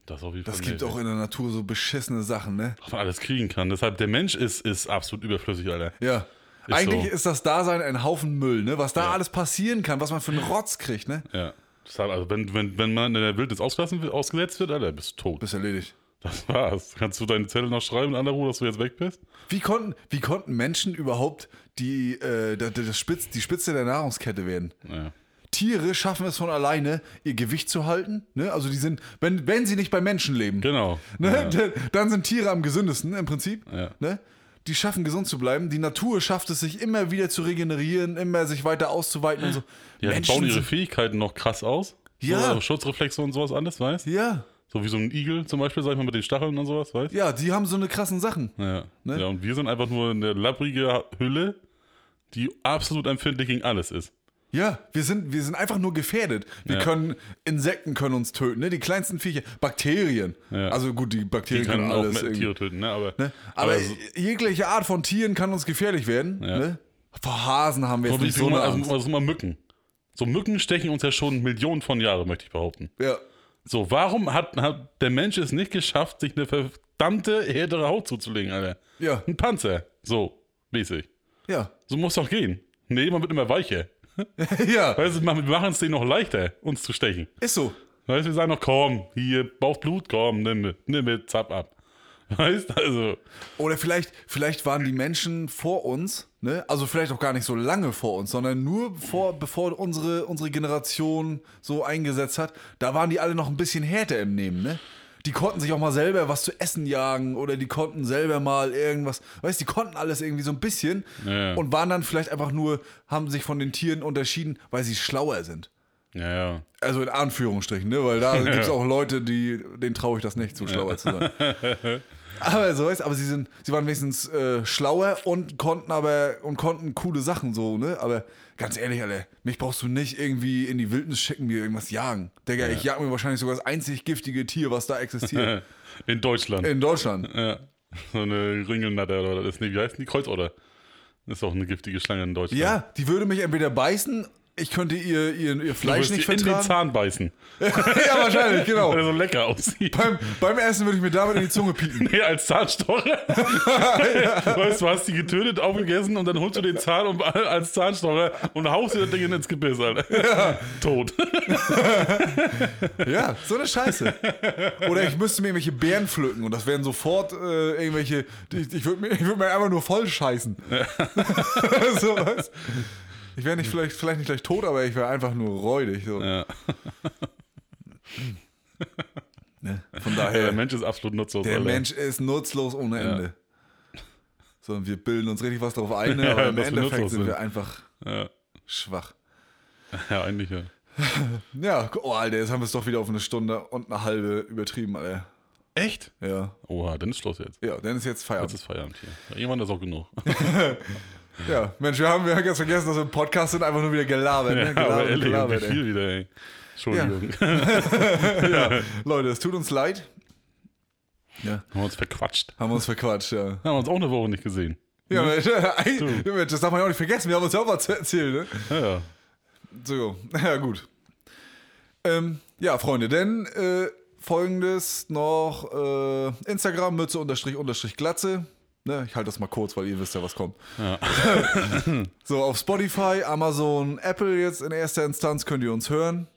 Speaker 1: Das, auf jeden
Speaker 2: das
Speaker 1: Fall
Speaker 2: gibt
Speaker 1: nervig.
Speaker 2: auch in der Natur so beschissene Sachen, ne?
Speaker 1: was man alles kriegen kann. Deshalb, der Mensch ist, ist absolut überflüssig, Alter.
Speaker 2: Ja.
Speaker 1: Ist
Speaker 2: Eigentlich
Speaker 1: so.
Speaker 2: ist das Dasein ein Haufen Müll, ne? Was da alles passieren kann, was man für einen Rotz kriegt, ne?
Speaker 1: Ja. Deshalb, also wenn, wenn, wenn man in der Wildnis ausgelassen, wird- ausgesetzt wird, Alter, bist du tot.
Speaker 2: Bist erledigt.
Speaker 1: Das war's. Kannst du deine Zettel noch schreiben in aller Ruhe, dass du jetzt weg bist?
Speaker 2: Wie konnten, wie konnten Menschen überhaupt die, äh, da- da- das Spitz, die Spitze der Nahrungskette werden?
Speaker 1: Ja.
Speaker 2: Tiere schaffen es von alleine, ihr Gewicht zu halten. Ne? Also die sind, wenn, wenn sie nicht bei Menschen leben,
Speaker 1: Genau.
Speaker 2: ne? d- dann sind Tiere am gesündesten im Prinzip.
Speaker 1: Ja.
Speaker 2: Ne? Die schaffen gesund zu bleiben. Die Natur schafft es, sich immer wieder zu regenerieren, immer sich weiter auszuweiten und so.
Speaker 1: Ja, die bauen ihre
Speaker 2: sind-
Speaker 1: Fähigkeiten noch krass aus.
Speaker 2: Ja.
Speaker 1: So, also Schutzreflexe und sowas alles, weißt du?
Speaker 2: ja,
Speaker 1: So wie so ein Igel zum Beispiel, sag ich mal, mit den Stacheln und sowas, weißt du?
Speaker 2: ja, die haben so eine krassen Sachen.
Speaker 1: Ja.
Speaker 2: Ne?
Speaker 1: ja. Und wir sind einfach nur eine labbrige Hülle, die absolut empfindlich gegen alles ist.
Speaker 2: Ja, wir sind, wir sind einfach nur gefährdet. Wir
Speaker 1: Ja.
Speaker 2: können, Insekten können uns töten, ne? Die kleinsten Viecher, Bakterien.
Speaker 1: Ja.
Speaker 2: Also gut, die
Speaker 1: Die
Speaker 2: Bakterien können,
Speaker 1: können auch
Speaker 2: alles.
Speaker 1: mit
Speaker 2: irgendwie-
Speaker 1: Tiere töten, ne? Aber,
Speaker 2: Ne? Aber
Speaker 1: so-
Speaker 2: jegliche Art von Tieren kann uns gefährlich werden.
Speaker 1: Ja.
Speaker 2: Ne? Vor Hasen haben wir jetzt
Speaker 1: Aber
Speaker 2: nicht
Speaker 1: ich
Speaker 2: so
Speaker 1: so
Speaker 2: eine
Speaker 1: mal, also,
Speaker 2: Angst.
Speaker 1: also mal Mücken. So Mücken stechen uns ja schon Millionen von Jahren, möchte ich behaupten.
Speaker 2: Ja.
Speaker 1: So, warum hat, hat der Mensch es nicht geschafft, sich eine verdammte härtere Haut zuzulegen, Alter?
Speaker 2: Ja.
Speaker 1: Ein Panzer. So, mäßig.
Speaker 2: Ja.
Speaker 1: So muss doch gehen. Nee, man wird immer weicher.
Speaker 2: ja.
Speaker 1: Weißt du, wir machen es denen noch leichter, uns zu stechen.
Speaker 2: Ist so.
Speaker 1: Weißt du, wir sagen noch, komm, hier, braucht Blut, komm, nimm mit, nimm mit, zapp ab. Weißt du, also,
Speaker 2: Oder vielleicht, vielleicht waren die Menschen vor uns, ne? also vielleicht auch gar nicht so lange vor uns, sondern nur vor, bevor unsere, unsere Generation so eingesetzt hat, da waren die alle noch ein bisschen härter im Nehmen. Ne? Die konnten sich auch mal selber was zu essen jagen oder die konnten selber mal irgendwas, weißt du, die konnten alles irgendwie so ein bisschen
Speaker 1: Ja.
Speaker 2: und waren dann vielleicht einfach nur, haben sich von den Tieren unterschieden, weil sie schlauer sind.
Speaker 1: ja, ja.
Speaker 2: Also in Anführungsstrichen, ne? Weil da gibt es auch Leute, die, denen traue ich das nicht, so schlauer zu sein. Aber so ist, aber sie sind, sie waren wenigstens äh, schlauer und konnten aber und konnten coole Sachen so, ne? Aber ganz ehrlich, Alter, mich brauchst du nicht irgendwie in die Wildnis schicken, mir irgendwas jagen. Digga, ich jag mir wahrscheinlich sogar das einzig giftige Tier, was da existiert.
Speaker 1: In Deutschland.
Speaker 2: in Deutschland.
Speaker 1: ja. So eine Ringelnatter oder das, nee, wie heißt die? Kreuzotter. Ist auch eine giftige Schlange in Deutschland.
Speaker 2: Ja, die würde mich entweder beißen, ich könnte ihr, ihr, ihr
Speaker 1: Du
Speaker 2: Fleisch
Speaker 1: wirst
Speaker 2: nicht
Speaker 1: dir in den
Speaker 2: vertragen.
Speaker 1: Zahn beißen,
Speaker 2: ja, wahrscheinlich, genau.
Speaker 1: weil er so lecker aussieht.
Speaker 2: beim, beim Essen würde ich mir damit in die Zunge pieken.
Speaker 1: Nee, als Zahnstocher. weißt du, hast die getötet, aufgegessen und dann holst du den Zahn um, als Zahnstocher und haust dir das Ding ins Gebiss, Alter. Tot.
Speaker 2: Ja, so eine Scheiße. Oder ich müsste mir irgendwelche Beeren pflücken und das wären sofort äh, irgendwelche. Ich, ich würde mir, ich würd mir einfach nur voll scheißen. so was. Ich wäre nicht vielleicht, vielleicht nicht gleich tot, aber ich wäre einfach nur räudig. So.
Speaker 1: Ja.
Speaker 2: Ne? Von
Speaker 1: Der
Speaker 2: daher,
Speaker 1: Mensch ist absolut nutzlos,
Speaker 2: der
Speaker 1: Alter.
Speaker 2: Mensch ist nutzlos ohne Ende. So, und wir bilden uns richtig was drauf ein, ne?
Speaker 1: Ja,
Speaker 2: aber im
Speaker 1: dass wir
Speaker 2: Endeffekt
Speaker 1: nutzlos
Speaker 2: sind wir
Speaker 1: sind.
Speaker 2: einfach
Speaker 1: Ja.
Speaker 2: schwach.
Speaker 1: ja, eigentlich ja.
Speaker 2: Ja, gu- oh, Alter, jetzt haben wir es doch wieder auf eine Stunde und eine halbe übertrieben, Alter.
Speaker 1: Echt?
Speaker 2: Ja.
Speaker 1: Oha, dann ist Schluss jetzt.
Speaker 2: Ja, dann ist jetzt
Speaker 1: Jetzt
Speaker 2: Feierabend.
Speaker 1: ist Feierabend hier. Irgendwann ist auch genug.
Speaker 2: Ja, Mensch, wir haben, wir haben ganz vergessen, dass wir im Podcast sind, einfach nur wieder gelabert. Ne?
Speaker 1: Ja,
Speaker 2: Gelabert,
Speaker 1: aber ehrlich,
Speaker 2: gelabert,
Speaker 1: wie
Speaker 2: ey.
Speaker 1: viel wieder, ey. Entschuldigung.
Speaker 2: Leute, es tut uns leid. Ja.
Speaker 1: Haben wir uns verquatscht.
Speaker 2: Haben wir uns verquatscht, ja.
Speaker 1: Haben wir uns auch eine Woche nicht gesehen.
Speaker 2: Ja, Mensch, ey, Mensch, das darf man ja auch nicht vergessen, wir haben uns ja auch was zu erzählen, ne?
Speaker 1: Ja, ja.
Speaker 2: So, ja, gut. Ähm, ja, Freunde, denn äh, folgendes noch: äh, Instagram, Mütze unterstrich unterstrich Glatze. Ne, ich halte das mal kurz, weil ihr wisst ja, was kommt. so, auf Spotify, Amazon, Apple jetzt in erster Instanz könnt ihr uns hören.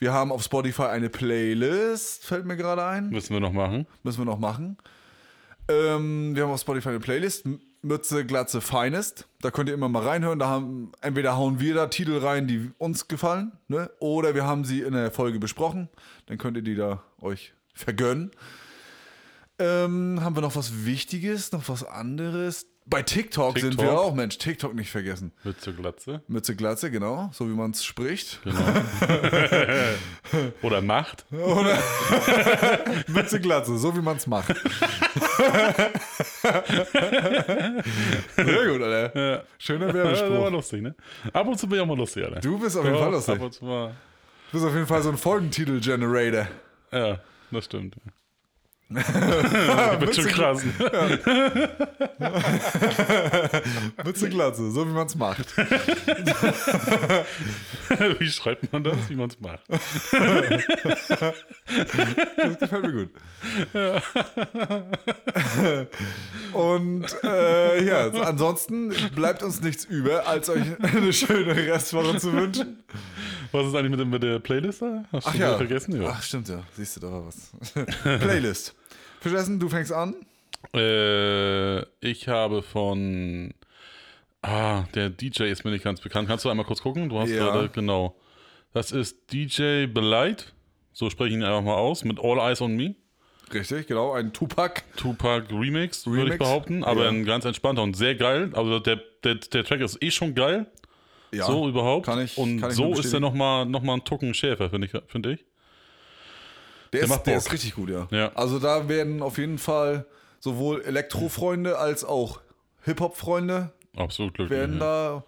Speaker 2: Wir haben auf Spotify eine Playlist, fällt mir gerade ein.
Speaker 1: Müssen wir noch machen.
Speaker 2: Müssen wir noch machen. Ähm, wir haben auf Spotify eine Playlist, M- Mütze, Glatze, Finest. Da könnt ihr immer mal reinhören. Da haben, entweder hauen wir da Titel rein, die uns gefallen, ne? oder wir haben sie in der Folge besprochen. Dann könnt ihr die da euch vergönnen. Ähm, haben wir noch was Wichtiges, noch was anderes? Bei TikTok, sind wir
Speaker 1: TikTok.
Speaker 2: auch, Mensch, TikTok nicht vergessen.
Speaker 1: Mit zur Glatze.
Speaker 2: Mütze, Glatze, genau, so wie man es spricht.
Speaker 1: Oder Macht.
Speaker 2: Mütze Glatze, so wie man es macht. Sehr gut, Alter.
Speaker 1: Ja.
Speaker 2: Schöner
Speaker 1: das war
Speaker 2: Werbespruch.
Speaker 1: lustig, ne? Ab und zu bin ich auch mal lustig, Alter.
Speaker 2: Du bist auf jeden Fall lustig.
Speaker 1: Ab und zu mal.
Speaker 2: Du bist auf jeden Fall so ein Folgentitel-Generator.
Speaker 1: Ja, das stimmt. Wird schon krass.
Speaker 2: Mütze Glatze, so wie man es macht.
Speaker 1: Wie schreibt man das? Wie man es macht.
Speaker 2: Das gefällt mir gut. Und äh, ja, ansonsten bleibt uns nichts über, als euch eine schöne Restwoche zu wünschen.
Speaker 1: Was ist eigentlich mit, der- mit der Playlist da? Hast du
Speaker 2: Ach
Speaker 1: die
Speaker 2: ja.
Speaker 1: vergessen? Ja.
Speaker 2: Ach, stimmt ja. Siehst du doch mal was. Playlist. Fischessen, du fängst an.
Speaker 1: Äh, ich habe von. Ah, der DJ ist mir nicht ganz bekannt. Kannst du einmal kurz gucken? Du hast
Speaker 2: Ja.
Speaker 1: gerade, genau. Das ist DJ Belight. So spreche ich ihn einfach mal aus. Mit All Eyes on Me.
Speaker 2: Richtig, genau. Ein Tupac.
Speaker 1: Tupac Remix, würde
Speaker 2: Remix,
Speaker 1: ich behaupten. Aber
Speaker 2: ja.
Speaker 1: ein ganz entspannter und sehr geil. Also der, der, der Track ist eh schon geil.
Speaker 2: Ja.
Speaker 1: so überhaupt.
Speaker 2: kann ich-
Speaker 1: und
Speaker 2: kann ich nur
Speaker 1: so ist
Speaker 2: bestätigen.
Speaker 1: er nochmal noch mal einen Tucken schärfer, finde ich, finde ich.
Speaker 2: Der, ist,
Speaker 1: macht
Speaker 2: der
Speaker 1: Bock.
Speaker 2: ist richtig gut, ja.
Speaker 1: Ja.
Speaker 2: Also da werden auf jeden Fall sowohl Elektro-Freunde als auch Hip-Hop-Freunde
Speaker 1: Absolut glücklich.
Speaker 2: werden da.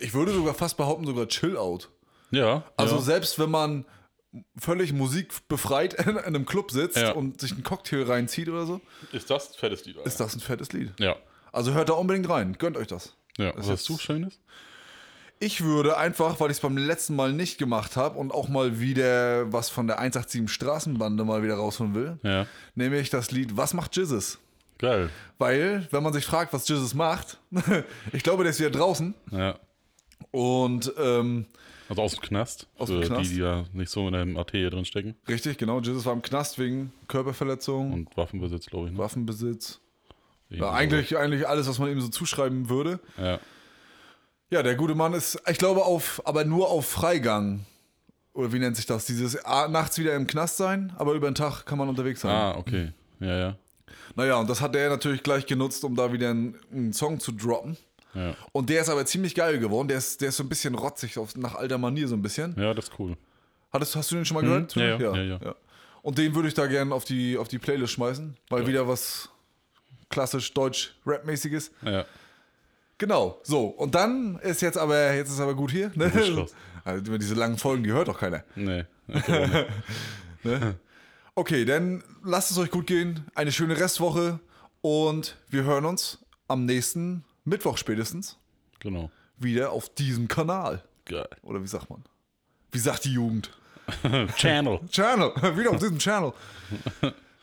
Speaker 2: Ich würde sogar fast behaupten, sogar Chill-Out.
Speaker 1: ja,
Speaker 2: Also
Speaker 1: ja.
Speaker 2: selbst wenn man völlig musikbefreit in einem Club sitzt
Speaker 1: Ja.
Speaker 2: und sich einen Cocktail reinzieht oder so,
Speaker 1: ist das ein fettes Lied. Alter.
Speaker 2: ist das ein fettes Lied.
Speaker 1: ja,
Speaker 2: Also hört da unbedingt rein, gönnt euch das.
Speaker 1: ja. Was
Speaker 2: jetzt-
Speaker 1: hast du Schönes?
Speaker 2: Ich würde einfach, weil ich es beim letzten Mal nicht gemacht habe und auch mal wieder was von der 187 Straßenbande mal wieder rausholen will,
Speaker 1: Ja.
Speaker 2: nehme ich das Lied Was macht Jizzes?
Speaker 1: Geil.
Speaker 2: Weil, wenn man sich fragt, was Jizzes macht, ich glaube, der ist wieder draußen
Speaker 1: Ja.
Speaker 2: und ähm,
Speaker 1: Also aus dem Knast.
Speaker 2: Aus dem
Speaker 1: für
Speaker 2: Knast.
Speaker 1: Die, die ja nicht so in einem AT hier drin stecken.
Speaker 2: richtig, genau, Jizzes war im Knast wegen Körperverletzung,
Speaker 1: Und Waffenbesitz, glaube ich. Ne?
Speaker 2: Waffenbesitz.
Speaker 1: Irgendwie
Speaker 2: Ja, eigentlich, eigentlich alles, was man ihm so zuschreiben würde.
Speaker 1: so. Ja.
Speaker 2: Ja, der gute Mann ist, ich glaube, auf, aber nur auf Freigang. Oder wie nennt sich das? Dieses ah, nachts wieder im Knast sein, aber über den Tag kann man unterwegs sein.
Speaker 1: Ah, okay. Ja, ja.
Speaker 2: Naja, und das hat der natürlich gleich genutzt, um da wieder einen, einen Song zu droppen.
Speaker 1: Ja,
Speaker 2: Und der ist aber ziemlich geil geworden. Der ist, der ist so ein bisschen rotzig, auf, nach alter Manier so ein bisschen.
Speaker 1: ja das ist cool.
Speaker 2: Hattest, hast du den schon mal gehört?
Speaker 1: Mhm. Ja, ja, ja, ja.
Speaker 2: Und den würde ich da gerne auf die, auf die Playlist schmeißen, weil wieder was klassisch deutsch-rap-mäßiges.
Speaker 1: Ja.
Speaker 2: Genau, so. Und dann ist jetzt aber, jetzt ist aber gut hier. Ne?
Speaker 1: Gut, Schluss.
Speaker 2: Also immer diese langen Folgen, die hört doch keiner.
Speaker 1: Nee. Okay.
Speaker 2: Okay, dann lasst es euch gut gehen. Eine schöne Restwoche und wir hören uns am nächsten Mittwoch spätestens
Speaker 1: genau.
Speaker 2: wieder auf diesem Kanal.
Speaker 1: Geil.
Speaker 2: Oder wie sagt man? Wie sagt die Jugend?
Speaker 1: Channel.
Speaker 2: Channel, wieder auf diesem Channel.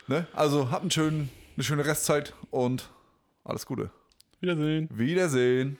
Speaker 2: Ne? Also habt einen schönen, eine schöne Restzeit und alles Gute.
Speaker 1: Wiedersehen.
Speaker 2: Wiedersehen.